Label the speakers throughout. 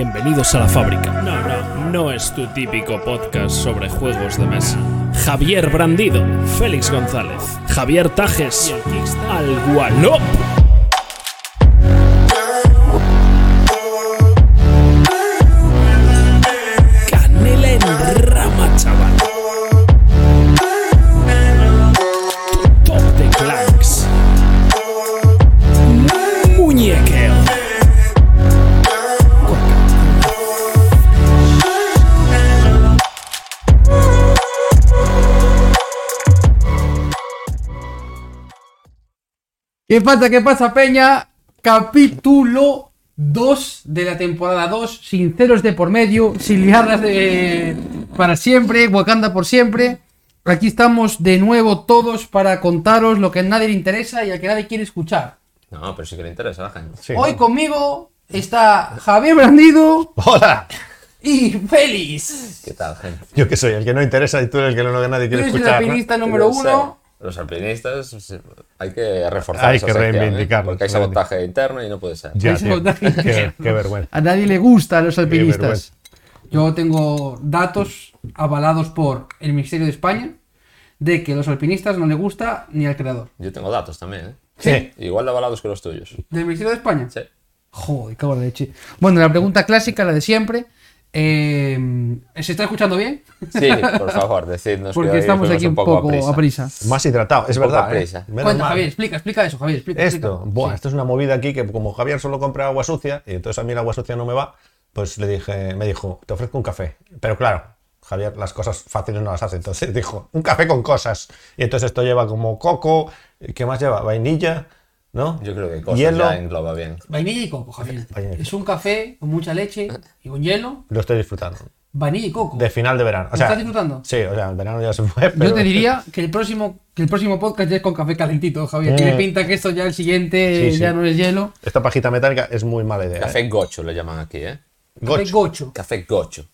Speaker 1: Bienvenidos a la fábrica. No, no, no es tu típico podcast sobre juegos de mesa. Javier Brandido, Félix González, Javier Tajes, Al Gualop. Canela en rama, chaval. Top de Clanks. Muñequeo.
Speaker 2: ¿Qué pasa? ¿Qué pasa, Peña? Capítulo 2 de la temporada 2, sinceros de por medio, sin liarlas de para siempre, Wakanda por siempre. Aquí estamos de nuevo todos para contaros lo que a nadie le interesa y a que nadie quiere escuchar.
Speaker 3: No, pero sí que le interesa a la gente.
Speaker 2: Hoy conmigo está Javier Brandido
Speaker 4: Hola,
Speaker 2: y Félix.
Speaker 3: ¿Qué tal, gente?
Speaker 4: yo que soy el que no interesa y tú eres el que no que nadie
Speaker 2: Tú
Speaker 4: quiere
Speaker 2: eres el
Speaker 4: escuchar. ¿no?
Speaker 2: alpinista Este número
Speaker 3: Pero,
Speaker 2: uno.
Speaker 3: sí, Los alpinistas sí, hay que reforzar
Speaker 4: Hay
Speaker 3: esa
Speaker 4: que
Speaker 3: sección, ¿eh?
Speaker 4: reivindicarlos,
Speaker 3: Porque hay
Speaker 4: reivindicar.
Speaker 3: sabotaje interno y no puede ser.
Speaker 4: Ya,
Speaker 2: Eso
Speaker 4: tío,
Speaker 2: da
Speaker 4: qué, qué vergüenza.
Speaker 2: A nadie le gusta a los alpinistas.
Speaker 4: vergüenza.
Speaker 2: Yo tengo datos avalados por el Ministerio de España de que a los alpinistas no le gusta ni al creador.
Speaker 3: Yo tengo datos también, ¿eh?
Speaker 4: Sí.
Speaker 3: Igual de avalados que los tuyos.
Speaker 2: ¿Del Ministerio de España?
Speaker 3: Sí.
Speaker 2: Joder, cago en la leche. Bueno, la pregunta clásica, la de siempre. Eh, ¿Se está escuchando bien?
Speaker 3: Sí, por favor, decidnos
Speaker 2: Porque
Speaker 3: que hoy
Speaker 2: estamos
Speaker 3: fuimos
Speaker 2: aquí
Speaker 3: un poco, a prisa.
Speaker 4: Más hidratado, es
Speaker 3: Poca
Speaker 4: verdad. ¿eh?
Speaker 3: prisa.
Speaker 4: Menos
Speaker 2: Cuenta,
Speaker 4: mal.
Speaker 2: Javier, explica, explica eso, Javier. Explica,
Speaker 4: Esto,
Speaker 2: explica.
Speaker 4: buah,
Speaker 2: Sí.
Speaker 4: esto es una movida aquí que como Javier solo compra agua sucia y entonces a mí la agua sucia no me va, pues le dije, me dijo, te ofrezco un café. Pero claro, Javier las cosas fáciles no las hace, entonces dijo, un café con cosas. Y entonces esto lleva como coco, ¿qué más lleva? Vainilla, ¿no?
Speaker 3: Yo creo que cosas
Speaker 4: Hielo.
Speaker 3: ya engloba bien.
Speaker 2: Vainilla y coco, Javier.
Speaker 4: Vainilla y
Speaker 2: Es un café con mucha leche y con hielo.
Speaker 4: Lo estoy disfrutando.
Speaker 2: Vainilla y coco.
Speaker 4: De final de verano. O
Speaker 2: ¿Lo
Speaker 4: sea,
Speaker 2: estás disfrutando?
Speaker 4: Sí, o sea, el verano ya se fue.
Speaker 2: Yo
Speaker 4: pero-
Speaker 2: te diría que el próximo, que el próximo podcast ya es con café calentito, Javier. Tiene
Speaker 4: Mm.
Speaker 2: pinta que esto ya el siguiente
Speaker 4: Sí, sí.
Speaker 2: ya no es hielo.
Speaker 4: Esta pajita metálica es muy mala idea. ¿eh?
Speaker 3: Café gocho le llaman aquí, ¿eh?
Speaker 4: Gocho.
Speaker 2: Café gocho.
Speaker 3: Café gocho.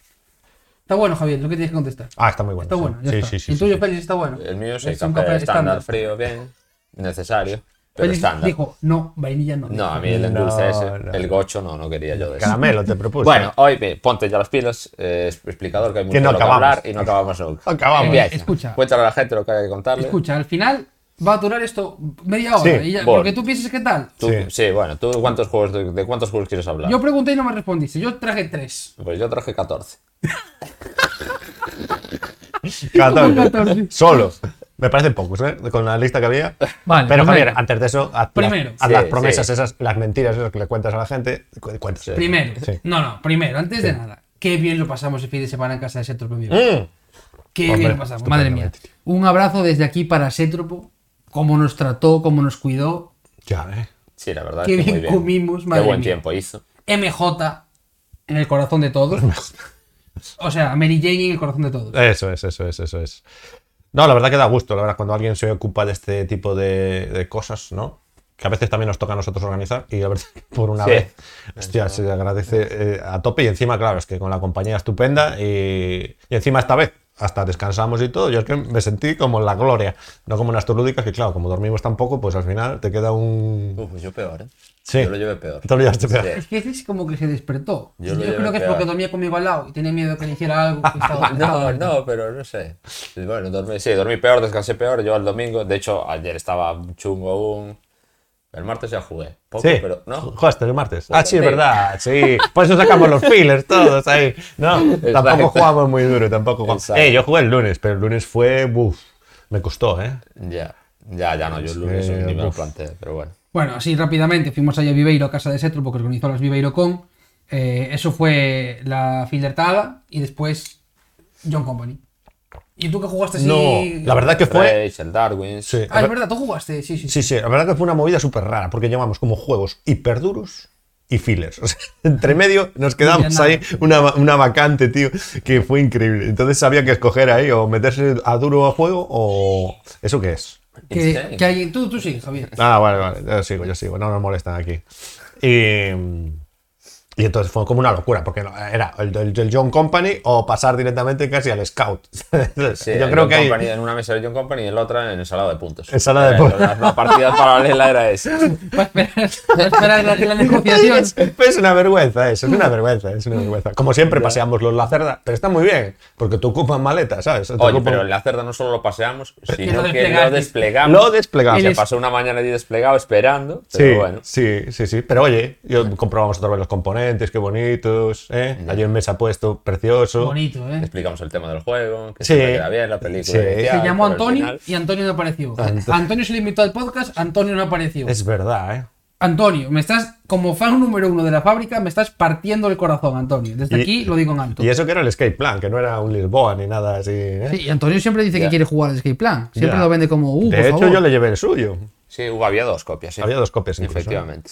Speaker 2: Está bueno, Javier, lo que tienes que contestar.
Speaker 4: Ah, está muy bueno.
Speaker 2: Está
Speaker 4: sí.
Speaker 2: bueno, ya
Speaker 4: sí,
Speaker 2: está.
Speaker 4: sí, sí,
Speaker 2: el
Speaker 4: sí,
Speaker 2: tuyo,
Speaker 4: sí.
Speaker 2: Félix, está bueno.
Speaker 3: El mío sí,
Speaker 2: Es un
Speaker 3: café, estándar,
Speaker 2: estándar.
Speaker 3: frío, bien, necesario, pero
Speaker 2: Félix
Speaker 3: estándar.
Speaker 2: dijo, no, vainilla no.
Speaker 3: No, a mí el endulce
Speaker 4: No,
Speaker 3: ese,
Speaker 4: no.
Speaker 3: el gocho no, no quería yo de eso.
Speaker 4: Caramelo te propuse.
Speaker 3: Bueno, hoy ve, ponte ya las pilas, eh, explicador que hay mucho
Speaker 4: Pues Que no
Speaker 3: de lo que
Speaker 4: acabamos.
Speaker 3: hablar y no acabamos nunca.
Speaker 4: Acabamos.
Speaker 3: Empieza.
Speaker 2: Escucha.
Speaker 3: Cuéntale a la gente lo que hay que contarle.
Speaker 2: Escucha, al final va a durar esto media hora.
Speaker 4: Sí,
Speaker 2: y ya-
Speaker 3: voy.
Speaker 2: porque tú piensas qué tal.
Speaker 3: Tú- sí.
Speaker 4: Sí.
Speaker 3: bueno, ¿tú cuántos juegos de, de cuántos juegos quieres hablar?
Speaker 2: Yo pregunté y no me respondiste. Yo traje tres.
Speaker 3: Pues yo traje 14.
Speaker 4: 14.
Speaker 2: Como 14.
Speaker 4: Solo. Me parecen pocos, ¿eh? Con la lista que había.
Speaker 2: Vale,
Speaker 4: Pero
Speaker 2: primero.
Speaker 4: Javier, antes de eso, haz,
Speaker 2: Primero.
Speaker 4: las, haz
Speaker 3: Sí,
Speaker 4: las promesas
Speaker 3: sí.
Speaker 4: esas, las mentiras esas que le cuentas a la gente. cu- Cuentas.
Speaker 2: Primero.
Speaker 4: Sí.
Speaker 2: No, no, primero, antes de nada. Qué bien lo pasamos el fin de semana en casa de Setropo. amigo.
Speaker 4: Mm.
Speaker 2: Qué
Speaker 4: Hombre,
Speaker 2: bien lo pasamos. Madre mía.
Speaker 4: estupendamente,
Speaker 2: Un abrazo desde aquí para Setropo. Cómo nos trató, cómo nos cuidó.
Speaker 4: Ya, ¿eh?
Speaker 3: Sí, la verdad.
Speaker 2: Qué
Speaker 3: es que
Speaker 2: bien
Speaker 3: muy bien
Speaker 2: comimos, madre
Speaker 3: Qué buen
Speaker 2: mía.
Speaker 3: tiempo hizo.
Speaker 2: MJ en el corazón de todos. O sea, Mary Jane en el corazón de todos.
Speaker 4: Eso es, eso es, eso es. No, la verdad que da gusto, la verdad, cuando alguien se ocupa de este tipo de, de cosas, ¿no? Que a veces también nos toca a nosotros organizar y la verdad que por una
Speaker 3: Sí.
Speaker 4: vez, hostia, se agradece eh, a tope y encima, claro, es que con la compañía estupenda y, y encima esta vez hasta descansamos y todo, yo es que me sentí como en la gloria, no como en las turlúdicas que claro, como dormimos tampoco, pues al final te queda un...
Speaker 3: Uf, pues yo peor, ¿eh?
Speaker 4: Sí.
Speaker 3: Yo lo llevé peor.
Speaker 4: Te olvidaste, pero-
Speaker 3: Sí.
Speaker 2: Es que es como que se despertó. Yo,
Speaker 3: Yo lo llevé
Speaker 2: creo que es
Speaker 3: pegado.
Speaker 2: porque dormía conmigo al lado y tenía miedo que le hiciera algo. que estaba-
Speaker 3: No, no, pero no sé. Bueno, dormí, sí, dormí peor, descansé peor. Yo el domingo, de hecho, ayer estaba chungo aún. El martes ya jugué. Poco,
Speaker 4: Sí,
Speaker 3: pero no.
Speaker 4: jugaste el martes.
Speaker 3: Pues
Speaker 4: ah, sí, es
Speaker 3: sí.
Speaker 4: verdad, sí. Por eso sacamos los fillers todos ahí. No,
Speaker 3: Exacto.
Speaker 4: tampoco jugamos muy duro, tampoco jugamos.
Speaker 3: Exacto.
Speaker 4: Eh, yo jugué el lunes, pero el lunes fue, buf, me costó, ¿eh?
Speaker 3: Ya, ya, ya no. Yo el lunes
Speaker 4: Eh,
Speaker 3: ni me lo
Speaker 4: uf.
Speaker 3: planteé, pero bueno.
Speaker 2: Bueno, así rápidamente fuimos allá a Viveiro, a casa de Setropo, que organizó las Viveiro Con. Eh, eso fue la Filertada y después John Company. ¿Y tú que jugaste así?
Speaker 4: No, la verdad que fue.
Speaker 3: Rage, el Darwin.
Speaker 4: Sí,
Speaker 2: Ah, es verdad, tú jugaste, sí, sí. sí.
Speaker 4: sí, sí, la verdad que fue una movida súper rara, porque llevamos como juegos hiperduros y fillers. O sea, entre medio nos quedamos
Speaker 2: nada.
Speaker 4: ahí una, una vacante, tío, que fue increíble. Entonces había que escoger ahí o meterse a duro a juego o. ¿Eso qué es?
Speaker 2: Que,
Speaker 3: Insane.
Speaker 2: que hay- tú, tú sí, Javier.
Speaker 4: Ah, vale, vale, yo sigo, yo sigo, no nos molestan aquí. Y, Y entonces fue como una locura, porque no- era el, el- el John Company o pasar directamente casi al Scout. Entonces,
Speaker 3: Sí,
Speaker 4: yo
Speaker 3: el
Speaker 4: creo
Speaker 3: John
Speaker 4: que ahí-
Speaker 3: Company, en una mesa de John Company y en la otra en ensalada de puntos.
Speaker 4: Ensalada de
Speaker 3: Era-
Speaker 4: puntos.
Speaker 3: era Una partida paralela era esa.
Speaker 2: Para esperar, para esperar la, la negociación.
Speaker 4: Es, es una vergüenza eso, es una vergüenza, es una vergüenza. Como siempre paseamos los la cerda, pero está muy bien, porque tú ocupas maletas, ¿sabes? Te
Speaker 3: Oye,
Speaker 4: ocupan-
Speaker 3: pero en la cerda no solo lo paseamos,
Speaker 2: lo
Speaker 3: sino que lo
Speaker 2: desplegaste.
Speaker 3: desplegamos.
Speaker 4: Lo desplegamos.
Speaker 2: El
Speaker 3: Se
Speaker 2: es-
Speaker 3: pasó una mañana allí desplegado esperando,
Speaker 4: Sí,
Speaker 3: pero bueno.
Speaker 4: sí, sí, sí. Pero oye, yo comprobamos otra vez los componentes, qué bonitos, ¿eh? Allí en mesa puesto, precioso.
Speaker 2: Bonito, ¿eh?
Speaker 3: Explicamos el tema del juego, que
Speaker 4: Sí.
Speaker 3: se queda bien, la película.
Speaker 4: Sí.
Speaker 3: inicial,
Speaker 2: Se llamó
Speaker 3: pero al
Speaker 2: Antonio
Speaker 3: final-
Speaker 2: y Antonio no apareció.
Speaker 4: Anto-
Speaker 2: Antonio se le invitó al podcast, Antonio no apareció.
Speaker 4: Es verdad, ¿eh?
Speaker 2: Antonio, me estás, como fan número uno de la fábrica, me estás partiendo el corazón, Antonio. Desde
Speaker 4: Y-
Speaker 2: aquí lo digo en alto.
Speaker 4: Y eso que era el escape plan, que no era un Lisboa ni nada así. ¿eh?
Speaker 2: Sí, y Antonio siempre dice que
Speaker 3: Ya.
Speaker 2: quiere jugar al Escape Plan. Siempre
Speaker 4: Ya.
Speaker 2: lo vende como, uh,
Speaker 4: de
Speaker 2: por
Speaker 4: hecho,
Speaker 2: favor.
Speaker 4: yo le llevé el suyo.
Speaker 3: Sí, hubo, había dos copias. sí.
Speaker 4: Había dos copias incluso, ¿eh?
Speaker 3: Efectivamente.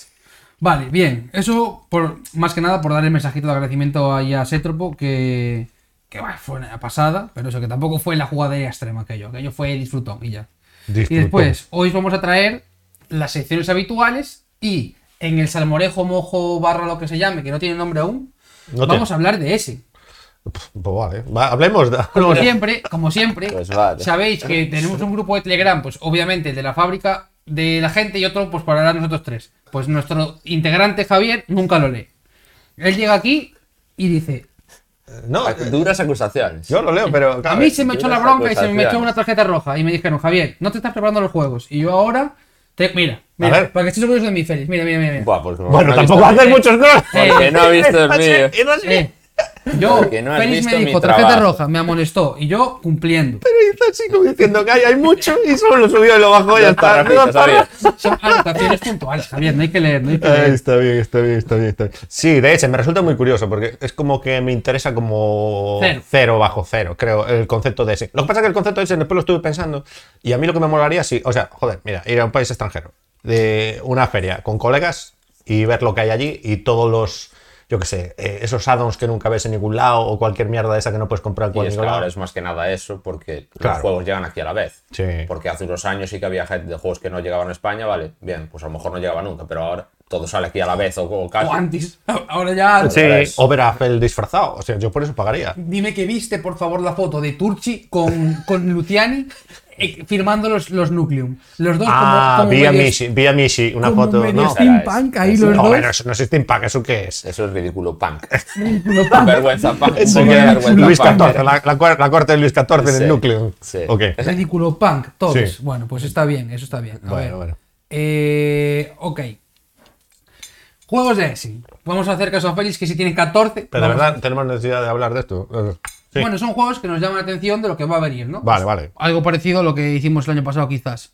Speaker 2: Vale, bien. Eso, por, más que nada, por dar el mensajito de agradecimiento ahí a Sétropo, que, que bueno, fue una pasada, pero eso, que tampoco fue la jugada extrema aquello. Aquello fue disfrutón y ya.
Speaker 4: Disfrutón.
Speaker 2: Y después, hoy os vamos a traer las secciones habituales y en el salmorejo, mojo, barra, lo que se llame, que no tiene nombre aún,
Speaker 4: No
Speaker 2: vamos
Speaker 4: tiene.
Speaker 2: a hablar de ese.
Speaker 4: Pf, Pues vale, va, hablemos. de-
Speaker 2: Como siempre, como siempre,
Speaker 3: Pues vale.
Speaker 2: sabéis que tenemos un grupo de Telegram, pues obviamente el de la fábrica de la gente y otro pues para nosotros tres. Pues nuestro integrante Javier nunca lo lee. Él llega aquí y dice,
Speaker 4: No, eh,
Speaker 3: Ac- Duras acusaciones.
Speaker 4: yo lo leo, pero.
Speaker 2: a
Speaker 4: claro,
Speaker 2: mí se me echó la bronca y se me
Speaker 3: acusaciones.
Speaker 2: echó una tarjeta roja y me dijeron, Javier, no te estás preparando los juegos. Y yo ahora, te, mira,
Speaker 4: A
Speaker 2: mira,
Speaker 4: ver.
Speaker 2: para que estés orgulloso de mí, Félix, mira, mira, mira. mira.
Speaker 3: Buah, pues como
Speaker 4: Bueno,
Speaker 3: no ha
Speaker 4: tampoco
Speaker 3: visto-
Speaker 4: haces muchos goles.
Speaker 3: Porque no ha visto el
Speaker 4: Eh,
Speaker 3: mío.
Speaker 4: no sé,
Speaker 2: Eh, yo,
Speaker 3: Porque no has
Speaker 2: Félix me
Speaker 3: visto mi
Speaker 2: dijo, tarjeta
Speaker 3: trabajo".
Speaker 2: roja, me amonestó y yo cumpliendo.
Speaker 4: Pero hizo así como diciendo que hay, hay mucho y solo lo subió y lo bajó y ya
Speaker 3: Dos
Speaker 4: está.
Speaker 3: parrafitas
Speaker 4: Dos parra-
Speaker 3: había.
Speaker 2: Son anotaciones puntuales, Javier, no hay que leer, no hay que
Speaker 4: Ay,
Speaker 2: leer.
Speaker 4: está bien, está bien, está bien, está bien. Sí, de hecho, me resulta muy curioso porque es como que me interesa como
Speaker 2: Cero.
Speaker 4: bajo cero, creo, el concepto de ese. Lo que pasa es que el concepto de ese después lo estuve pensando y a mí lo que me molaría, sí, o sea, joder, mira, ir a un país extranjero, de una feria con colegas y ver lo que hay allí y todos los, yo qué sé, eh, esos addons que nunca ves en ningún lado o cualquier mierda esa que Pues no puedes comprar en
Speaker 3: Y
Speaker 4: cualquier
Speaker 3: es que ahora
Speaker 4: lado.
Speaker 3: es más que nada eso, porque
Speaker 4: Claro.
Speaker 3: los juegos llegan aquí a la vez.
Speaker 4: Sí.
Speaker 3: Porque hace unos años sí que había gente de juegos que no llegaban a España, vale, bien, pues a lo mejor no llegaba nunca, pero ahora todo sale aquí a la vez o, o casi.
Speaker 2: O antes, ahora ya.
Speaker 4: Sí,
Speaker 3: Ahora es-
Speaker 4: o ver a Apple disfrazado, o sea, yo por eso pagaría.
Speaker 2: Dime que viste, por favor, la foto de Turchi con, con Luciani eh, firmando los, los Nucleum. Los dos
Speaker 4: Ah,
Speaker 2: como, como
Speaker 4: vía
Speaker 2: medios-
Speaker 4: Mishi, vía Mishi, una
Speaker 2: como
Speaker 4: foto.
Speaker 2: medio
Speaker 4: No,
Speaker 2: steampunk ahí
Speaker 3: Eso
Speaker 2: los
Speaker 4: No,
Speaker 2: dos.
Speaker 4: pero eso no es Steampunk, ¿eso qué es?
Speaker 3: Eso es ridículo punk.
Speaker 2: Lo pa-
Speaker 3: vergüenza punk. Un
Speaker 4: Eso
Speaker 3: poco
Speaker 4: que
Speaker 3: de
Speaker 4: era
Speaker 3: vergüenza
Speaker 4: Luis
Speaker 3: punk.
Speaker 4: XIV, la, la cuar- la corte de Luis XIV en
Speaker 3: Sí,
Speaker 4: el núcleo.
Speaker 3: sí.
Speaker 4: Ok.
Speaker 2: Ridículo punk, todos.
Speaker 4: Sí.
Speaker 2: Bueno, pues está bien, eso está bien. A
Speaker 4: Bueno,
Speaker 2: ver.
Speaker 4: bueno.
Speaker 2: Eh, ok. Juegos de ESI. Vamos a hacer caso a Félix, que si tienen 14.
Speaker 4: Pero de
Speaker 2: vamos-
Speaker 4: verdad, tenemos necesidad de hablar de esto. Eh, Sí.
Speaker 2: Bueno, son juegos que nos llaman la atención de lo que va a venir, ¿no?
Speaker 4: Vale, vale.
Speaker 2: Algo parecido a lo que hicimos el año pasado, quizás.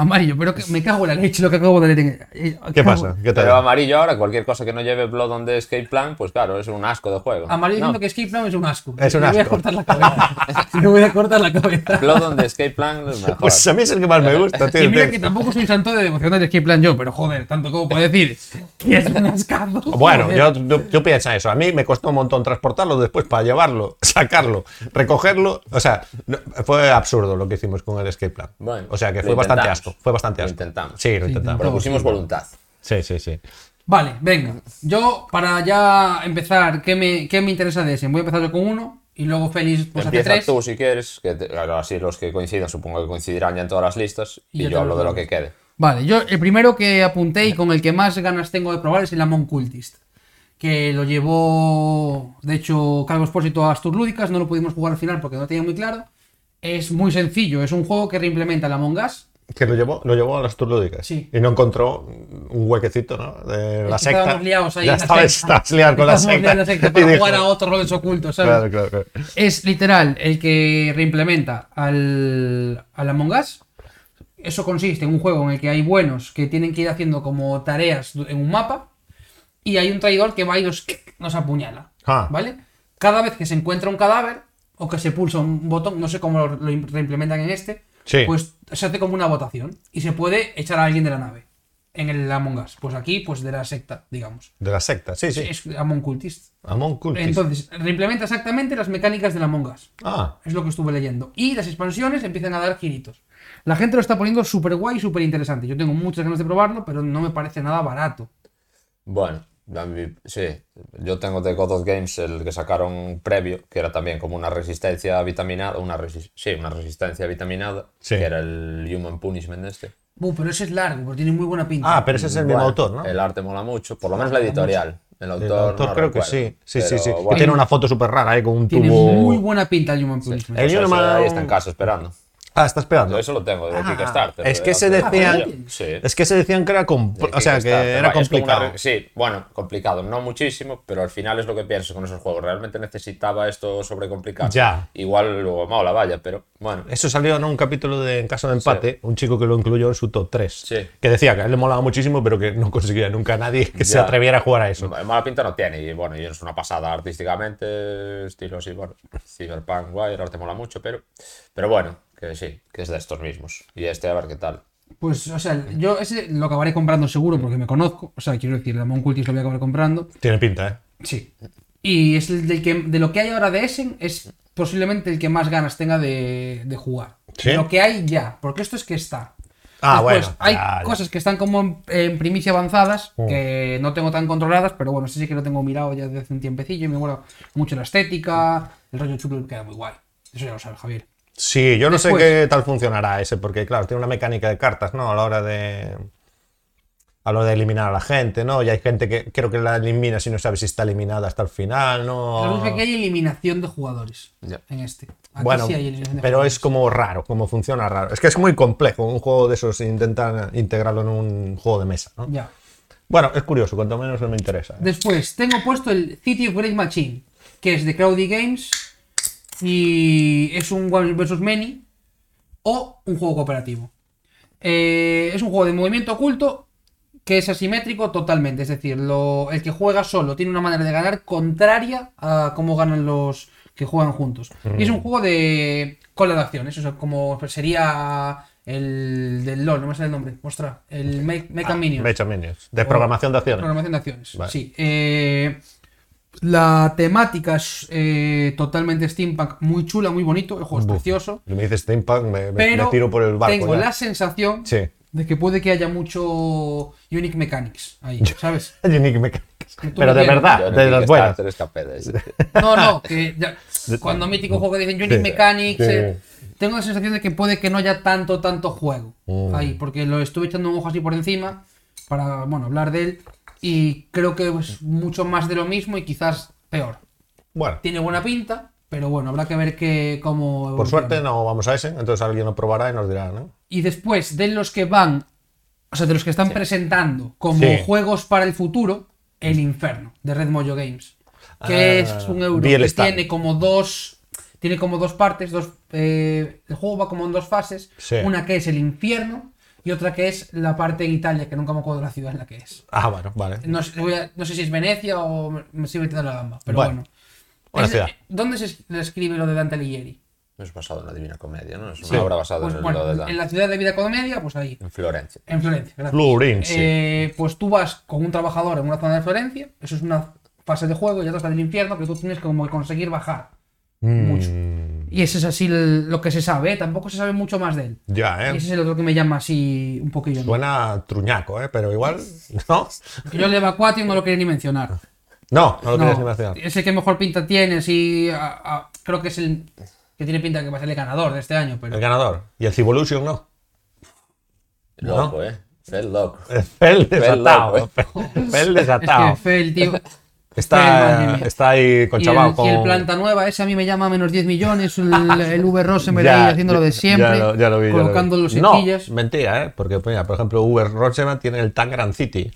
Speaker 2: Amarillo, pero que me cago en la leche lo que acabo de leer. en- eh,
Speaker 4: ¿Qué
Speaker 2: cago-
Speaker 4: pasa? ¿Qué
Speaker 3: Pero
Speaker 4: tal?
Speaker 3: amarillo ahora, cualquier cosa que no lleve Blood on the Escape Plan, pues claro, es un asco de juego.
Speaker 2: Amarillo
Speaker 3: No,
Speaker 2: diciendo que Escape Plan es un asco.
Speaker 4: Es un
Speaker 2: Le voy a
Speaker 4: asco.
Speaker 2: cortar la cabeza. Le voy a cortar la cabeza.
Speaker 3: Blood on the Escape Plan es mejor.
Speaker 4: Pues a mí es el que más me gusta, tío.
Speaker 2: Y mira
Speaker 4: tío.
Speaker 2: que tampoco soy santo de devoción del Escape Plan yo, pero joder, tanto como puedo decir que es un ascazo.
Speaker 4: Bueno,
Speaker 2: joder.
Speaker 4: yo, yo, yo pienso eso. A mí me costó un montón transportarlo, después para llevarlo, sacarlo, recogerlo. O sea, no- fue absurdo lo que hicimos con el escape plan.
Speaker 3: Bueno,
Speaker 4: o sea, que
Speaker 3: lo
Speaker 4: fue bastante
Speaker 3: intentamos.
Speaker 4: asco. Fue bastante
Speaker 3: Lo
Speaker 4: asco.
Speaker 3: intentamos.
Speaker 4: Sí, lo
Speaker 3: Pero
Speaker 4: intentamos.
Speaker 3: pusimos voluntad.
Speaker 4: Sí, sí, sí.
Speaker 2: Vale, venga. Yo, para ya empezar, ¿qué me, qué me interesa de ese? Voy a empezar yo con uno y luego Félix pues hace
Speaker 3: Empieza
Speaker 2: tres.
Speaker 3: tú si quieres, que te- claro, así los que coincidan supongo que coincidirán ya en todas las listas,
Speaker 2: Y
Speaker 3: y,
Speaker 2: yo
Speaker 3: yo,
Speaker 2: te
Speaker 3: hablo
Speaker 2: lo
Speaker 3: de lo
Speaker 2: digo.
Speaker 3: que quede.
Speaker 2: Vale, yo el primero que apunté y con el que más ganas tengo de probar es el Amon Cultist. Que lo llevó, de hecho, Carlos Pósito a Astur Lúdicas. No lo pudimos jugar al final porque no lo tenía muy claro. Es muy sencillo, es un juego que reimplementa el Among Us.
Speaker 4: Que lo llevó, lo llevó a las turlúdicas.
Speaker 2: Sí.
Speaker 4: Y no encontró un huequecito, ¿no? De la
Speaker 2: Es que
Speaker 4: secta.
Speaker 2: Estábamos liados ahí.
Speaker 4: ya
Speaker 2: en la
Speaker 4: estabas,
Speaker 2: secta.
Speaker 4: estabas liado con la
Speaker 2: Estábamos
Speaker 4: secta.
Speaker 2: liados en la secta
Speaker 4: Y
Speaker 2: para
Speaker 4: dijo,
Speaker 2: jugar a otros roles ocultos, ¿sabes?
Speaker 4: Claro, claro, claro.
Speaker 2: Es literal el que reimplementa al, al Among Us. Eso consiste en un juego en el que hay buenos que tienen que ir haciendo como tareas du- en un mapa. Y hay un traidor que va y nos, nos apuñala.
Speaker 4: Ah.
Speaker 2: ¿Vale? Cada vez que se encuentra un cadáver o que se pulsa un botón, no sé cómo lo, lo im- reimplementan en este,
Speaker 4: Sí.
Speaker 2: pues se hace como una votación y se puede echar a alguien de la nave en el Among Us. Pues aquí, pues de la secta, digamos.
Speaker 4: De la secta, sí, sí.
Speaker 2: Es Among Cultist.
Speaker 4: Amon Cultis.
Speaker 2: Entonces, reimplementa exactamente las mecánicas del Among Us.
Speaker 4: ah,
Speaker 2: Es lo que estuve leyendo. Y las expansiones empiezan a dar giritos. La gente lo está poniendo súper guay, súper interesante. Yo tengo muchas ganas de probarlo, pero no me parece nada barato.
Speaker 3: Bueno, La MVP, sí, yo tengo de God of Games el que sacaron previo, que era también como una resistencia vitaminada, una resi- sí, una resistencia vitaminada,
Speaker 4: Sí.
Speaker 3: que era el Human Punishment este.
Speaker 2: Uh, pero ese es largo, porque tiene muy buena pinta.
Speaker 4: Ah, pero ese es el mismo
Speaker 3: Bueno,
Speaker 4: autor, ¿no?
Speaker 3: El arte mola mucho, por lo menos la editorial. El autor,
Speaker 4: El autor
Speaker 3: no
Speaker 4: creo que
Speaker 3: recuerdo,
Speaker 4: sí. Sí, sí,
Speaker 3: pero
Speaker 4: sí.
Speaker 3: bueno,
Speaker 4: Que tiene una foto súper rara, ¿eh? Con un
Speaker 2: tiene
Speaker 4: tubo.
Speaker 2: muy buena pinta el Human Punishment.
Speaker 4: Eh,
Speaker 3: o sea,
Speaker 4: Yo no me-
Speaker 3: ese ahí está en casa esperando.
Speaker 4: Ah, está
Speaker 3: Yo
Speaker 4: esperando.
Speaker 3: eso lo tengo de
Speaker 2: Ah,
Speaker 3: Kickstarter.
Speaker 4: es
Speaker 3: de
Speaker 4: que
Speaker 3: hace-
Speaker 4: se decía-
Speaker 3: Ah, Sí.
Speaker 4: Es que se decían que era, com-
Speaker 3: de
Speaker 4: o sea, que
Speaker 3: Kickstarter. Vaya, es como
Speaker 4: era
Speaker 3: una
Speaker 4: complicado.
Speaker 3: re- sí, bueno, complicado, no muchísimo, pero al final es lo que pienso con esos juegos. Realmente necesitaba esto sobrecomplicar.
Speaker 4: Ya.
Speaker 3: Igual luego mola, vaya, pero bueno.
Speaker 4: Eso salió en un capítulo de En caso de empate, un chico que lo incluyó en su top 3.
Speaker 3: Sí.
Speaker 4: Que decía que a él le molaba muchísimo, pero que no conseguía nunca nadie que se
Speaker 3: Ya.
Speaker 4: atreviera a jugar a eso.
Speaker 3: Mala pinta no tiene, y bueno, y es una pasada artísticamente, estilo así, bueno, Cyberpunk, guay, el arte mola mucho, pero, pero bueno, que sí, que es de estos mismos. Y este, a ver qué tal.
Speaker 2: Pues, o sea, yo ese lo acabaré comprando seguro porque me conozco. O sea, quiero decir, Damon Cultis lo voy a acabar comprando.
Speaker 4: Tiene pinta, ¿eh?
Speaker 2: Sí. Y es el del que, de lo que hay ahora de Essen, es posiblemente el que más ganas tenga de, de jugar.
Speaker 4: ¿Sí?
Speaker 2: De Lo que hay ya, porque esto es que está.
Speaker 4: Ah,
Speaker 2: Después,
Speaker 4: bueno,
Speaker 2: Hay
Speaker 4: ya, Mm. ya.
Speaker 2: cosas que están como en, en primicia avanzadas, que no tengo tan controladas, pero bueno, sé sí que lo tengo mirado ya desde hace un tiempecillo y me mola mucho la estética, el rollo chulo queda muy guay. Eso ya lo sabes, Javier.
Speaker 4: Sí, yo no sé
Speaker 2: Después.
Speaker 4: qué tal funcionará ese, porque claro, tiene una mecánica de cartas, ¿no? A la hora de. A la hora de eliminar a la gente, ¿no? Y hay gente que creo que la elimina si no sabe si está eliminada hasta el final,
Speaker 2: La
Speaker 4: ¿no?
Speaker 2: luz es que hay eliminación de jugadores
Speaker 3: Ya.
Speaker 2: en este. Aquí
Speaker 4: Bueno,
Speaker 2: sí hay eliminación de
Speaker 4: pero
Speaker 2: jugadores.
Speaker 4: es como raro, como funciona raro. Es que es muy complejo un juego de esos intentar integrarlo en un juego de mesa, ¿no?
Speaker 2: Ya.
Speaker 4: Bueno, es curioso, cuanto menos no me interesa. ¿eh?
Speaker 2: Después, tengo puesto el City of Great Machine, que es de Crowdy Games y es un One vs. Many o un juego cooperativo. Eh, es un juego de movimiento oculto que es asimétrico totalmente, es decir, lo- el que juega solo tiene una manera de ganar contraria a cómo ganan los que juegan juntos. Y es un juego de cola de acciones, eso como sería el del LOL, no me sale el nombre, ostras, el Make,
Speaker 4: Ah,
Speaker 2: Make a Minion.
Speaker 4: Mecha Minions. De programación de acciones.
Speaker 2: Programación de acciones.
Speaker 4: Vale.
Speaker 2: Sí. Eh, la temática es eh, totalmente steampunk, muy chula, muy bonito. El juego es
Speaker 4: Buf.
Speaker 2: precioso.
Speaker 4: Si me dices Steampunk, me, me-
Speaker 2: Pero
Speaker 4: me tiro por el barco.
Speaker 2: tengo
Speaker 4: ya.
Speaker 2: la sensación
Speaker 4: Sí.
Speaker 2: de que puede que haya mucho Unique Mechanics ahí, ¿sabes?
Speaker 4: Unique Mechanics.
Speaker 2: Tú
Speaker 4: Pero de
Speaker 2: bien.
Speaker 4: verdad,
Speaker 3: Yo en
Speaker 4: de
Speaker 3: el
Speaker 4: las
Speaker 3: Kickstarter
Speaker 4: buenas.
Speaker 3: escapé de ese.
Speaker 2: No, no, que ya- cuando mítico juego que dicen Unique
Speaker 4: Sí,
Speaker 2: Mechanics,
Speaker 4: sí.
Speaker 2: eh, tengo la sensación de que puede que no haya tanto, tanto juego
Speaker 4: Mm.
Speaker 2: ahí, porque lo estuve echando un ojo así por encima para, bueno, hablar de él y creo que es mucho más de lo mismo y quizás peor.
Speaker 4: Bueno,
Speaker 2: tiene buena pinta, pero bueno, habrá que ver que, cómo.
Speaker 4: por
Speaker 2: evoluciona.
Speaker 4: suerte no vamos a ese, entonces alguien lo probará y nos dirá, ¿no?
Speaker 2: Y después de los que van, o sea, de los que están presentando como
Speaker 4: Sí.
Speaker 2: juegos para el futuro, El Inferno, de Red Mojo Games. Que
Speaker 4: Ah,
Speaker 2: es un euro
Speaker 4: vi el
Speaker 2: que
Speaker 4: stand.
Speaker 2: tiene como dos. Tiene como dos partes, dos. eh, el juego va como en dos fases.
Speaker 4: Sí.
Speaker 2: Una que es el infierno y otra que es la parte en Italia, que nunca me acuerdo la ciudad en la que es.
Speaker 4: Ah, bueno, vale.
Speaker 2: No, sé- voy a- no sé si es Venecia o me- me sigo metiendo la gamba, pero
Speaker 4: Bueno,
Speaker 2: bueno.
Speaker 4: buena
Speaker 2: Es- eh,
Speaker 4: ciudad.
Speaker 2: ¿Dónde se le escribe lo de Dante Alighieri?
Speaker 3: No es basado en la Divina Comedia, ¿no? Es una
Speaker 4: Sí.
Speaker 3: obra basada
Speaker 2: Pues
Speaker 3: en,
Speaker 2: bueno,
Speaker 3: lo de Dante,
Speaker 2: en la ciudad de vida comedia, pues ahí,
Speaker 3: en Florencia.
Speaker 2: en Florencia. gracias.
Speaker 4: Florencia.
Speaker 2: Eh, pues tú vas con un trabajador en una zona de Florencia, eso es una fase de juego, ya está del infierno, que tú tienes como que conseguir bajar mucho.
Speaker 4: Mm,
Speaker 2: Y ese es así el- lo que se sabe, ¿eh? tampoco se sabe mucho más de él.
Speaker 4: Ya,
Speaker 2: Y
Speaker 4: ¿eh?
Speaker 2: ese es el otro que me llama así un poquillo. ¿no?
Speaker 4: Suena truñaco, ¿eh? Pero igual, ¿no?
Speaker 2: Que Yo el Evacuation no lo quería ni mencionar.
Speaker 4: No, no lo querías ni
Speaker 2: No,
Speaker 4: mencionar.
Speaker 2: es el que mejor pinta tiene, sí, a- a- creo que es el que tiene pinta que va a ser el ganador de este año, pero...
Speaker 4: El ganador. Y el Civolution, ¿no?
Speaker 3: Loco, ¿eh? Fel loco.
Speaker 4: El Fel desatado.
Speaker 3: loco,
Speaker 4: Fel
Speaker 2: Es que
Speaker 4: desatado.
Speaker 2: fue el tío. Fel,
Speaker 4: Está,
Speaker 2: madre mía.
Speaker 4: está ahí con
Speaker 2: Y el,
Speaker 4: Pues, chaval.
Speaker 2: y el
Speaker 4: con-
Speaker 2: planta nueva, ese a mí me llama a menos 10 millones. El, el V Rosenberg
Speaker 4: Ya,
Speaker 2: ahí haciendo lo de
Speaker 4: ya-
Speaker 2: siempre.
Speaker 4: Ya lo, ya lo vi, ya lo vi.
Speaker 2: colocando los
Speaker 4: No,
Speaker 2: setillas.
Speaker 4: mentira, ¿eh? Porque, mira, por ejemplo, Uber Rochema tiene el Tangram City,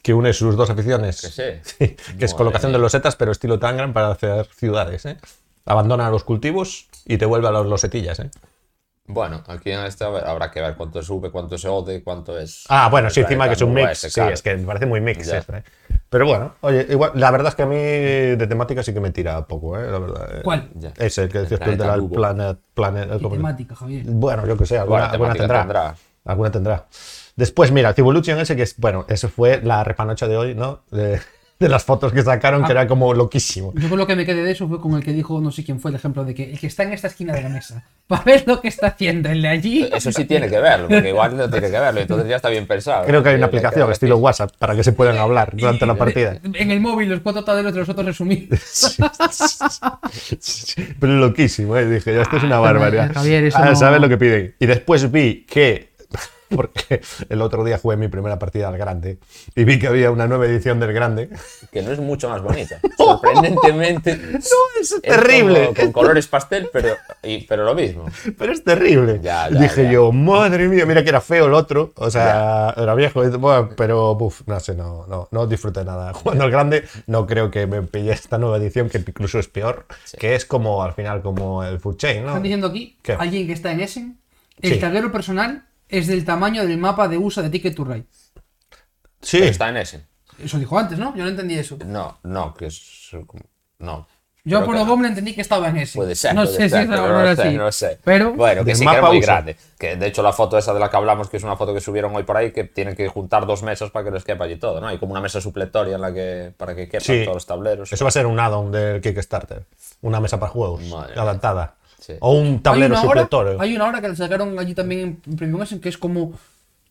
Speaker 4: que une sus dos aficiones.
Speaker 3: sí.
Speaker 4: que es
Speaker 3: Madre
Speaker 4: colocación de
Speaker 3: mía.
Speaker 4: losetas, pero estilo Tangram para hacer ciudades, ¿eh? Abandona los cultivos y te vuelve a los losetillas, ¿eh?
Speaker 3: Bueno, aquí en este a ver, habrá que ver cuánto sube, cuánto se ode, cuánto es.
Speaker 4: Ah, bueno, sí,
Speaker 3: el
Speaker 4: encima que es un
Speaker 3: planeta
Speaker 4: mix.
Speaker 3: nuevo ese,
Speaker 4: sí,
Speaker 3: claro.
Speaker 4: es que me parece muy mix
Speaker 3: Ya.
Speaker 4: este, ¿eh? Pero bueno, oye, igual, la verdad es que a mí de temática sí que me tira poco, ¿eh? La verdad. ¿eh?
Speaker 2: ¿Cuál?
Speaker 3: Ya.
Speaker 4: Ese, el que decías tú, el de
Speaker 3: planeta
Speaker 4: la
Speaker 3: Lugo.
Speaker 4: Planet. planet
Speaker 2: Qué temática, Javier.
Speaker 4: Bueno, yo que sé, alguna,
Speaker 3: Bueno,
Speaker 4: alguna tendrá,
Speaker 3: temática tendrá.
Speaker 4: Alguna tendrá. Después, mira, Civolution ese que es, bueno, eso fue la repanocha de hoy, ¿no? De, de las fotos que sacaron, que era como loquísimo.
Speaker 2: Yo con lo que me quedé de eso fue con el que dijo, no sé quién fue el ejemplo de que el que está en esta esquina de la mesa, para ver lo que está haciendo el de allí.
Speaker 3: Eso sí tiene que verlo, porque igual no tiene que verlo, entonces ya está bien pensado.
Speaker 4: Creo que hay una
Speaker 3: Tiene
Speaker 4: aplicación
Speaker 3: haber
Speaker 4: estilo WhatsApp para que se puedan hablar durante la partida.
Speaker 2: En el móvil, los cuatro tableros de los otros resumidos.
Speaker 4: Pero loquísimo, ¿eh? dije, ya esto es una barbaridad.
Speaker 2: Javier, eso
Speaker 4: ah,
Speaker 2: no-
Speaker 4: ¿sabes lo que piden? Y después vi que, porque el otro día jugué mi primera partida al grande, y vi que había una nueva edición del grande.
Speaker 3: Que no es mucho más bonita. Sorprendentemente. no,
Speaker 4: es Oh. terrible.
Speaker 3: con colores pastel, pero, y- pero lo mismo.
Speaker 4: Pero es terrible.
Speaker 3: Ya, ya,
Speaker 4: Dije
Speaker 3: ya.
Speaker 4: yo, madre mía, mira que era feo el otro. O sea, era viejo, y- bueno, pero buf, no sé, no, no, no disfruté nada. Jugando al grande, no creo que me pille esta nueva edición, que incluso es peor, que es como al final, como el food chain, ¿no?
Speaker 2: Están diciendo aquí,
Speaker 4: ¿Qué?
Speaker 2: alguien que está en Essen, el
Speaker 4: Sí.
Speaker 2: tablero personal es del tamaño del mapa de USA de Ticket to Ride.
Speaker 4: Sí,
Speaker 3: Pero está en ese.
Speaker 2: Eso dijo antes, ¿no? Yo no entendí eso.
Speaker 3: No, no, que es. No.
Speaker 2: Yo
Speaker 3: Creo
Speaker 2: por
Speaker 3: que
Speaker 2: lo
Speaker 3: no.
Speaker 2: Goblin entendí que estaba en ese.
Speaker 3: Puede ser.
Speaker 2: No
Speaker 3: puede
Speaker 2: sé si
Speaker 3: ser,
Speaker 2: es
Speaker 3: pero
Speaker 2: algo
Speaker 3: no sé,
Speaker 2: así.
Speaker 3: no sé.
Speaker 2: Pero
Speaker 3: bueno, que
Speaker 4: Del
Speaker 3: sí que era
Speaker 4: mapa
Speaker 3: muy
Speaker 4: usa.
Speaker 3: grande. Que de hecho la foto esa de la que hablamos, que es una foto que subieron hoy por ahí, que tienen que juntar dos mesas para que les quepa allí todo, ¿no? Hay como una mesa supletoria en la que para que quepan
Speaker 4: sí.
Speaker 3: todos los tableros.
Speaker 4: Eso va a ser un add-on del Kickstarter. Una mesa para juegos
Speaker 3: Madre mía.
Speaker 4: adaptada.
Speaker 3: Sí.
Speaker 4: O un tablero
Speaker 2: hay una hora-
Speaker 4: supletorio.
Speaker 2: Hay una hora que lo sacaron allí también en Premium Essen que es como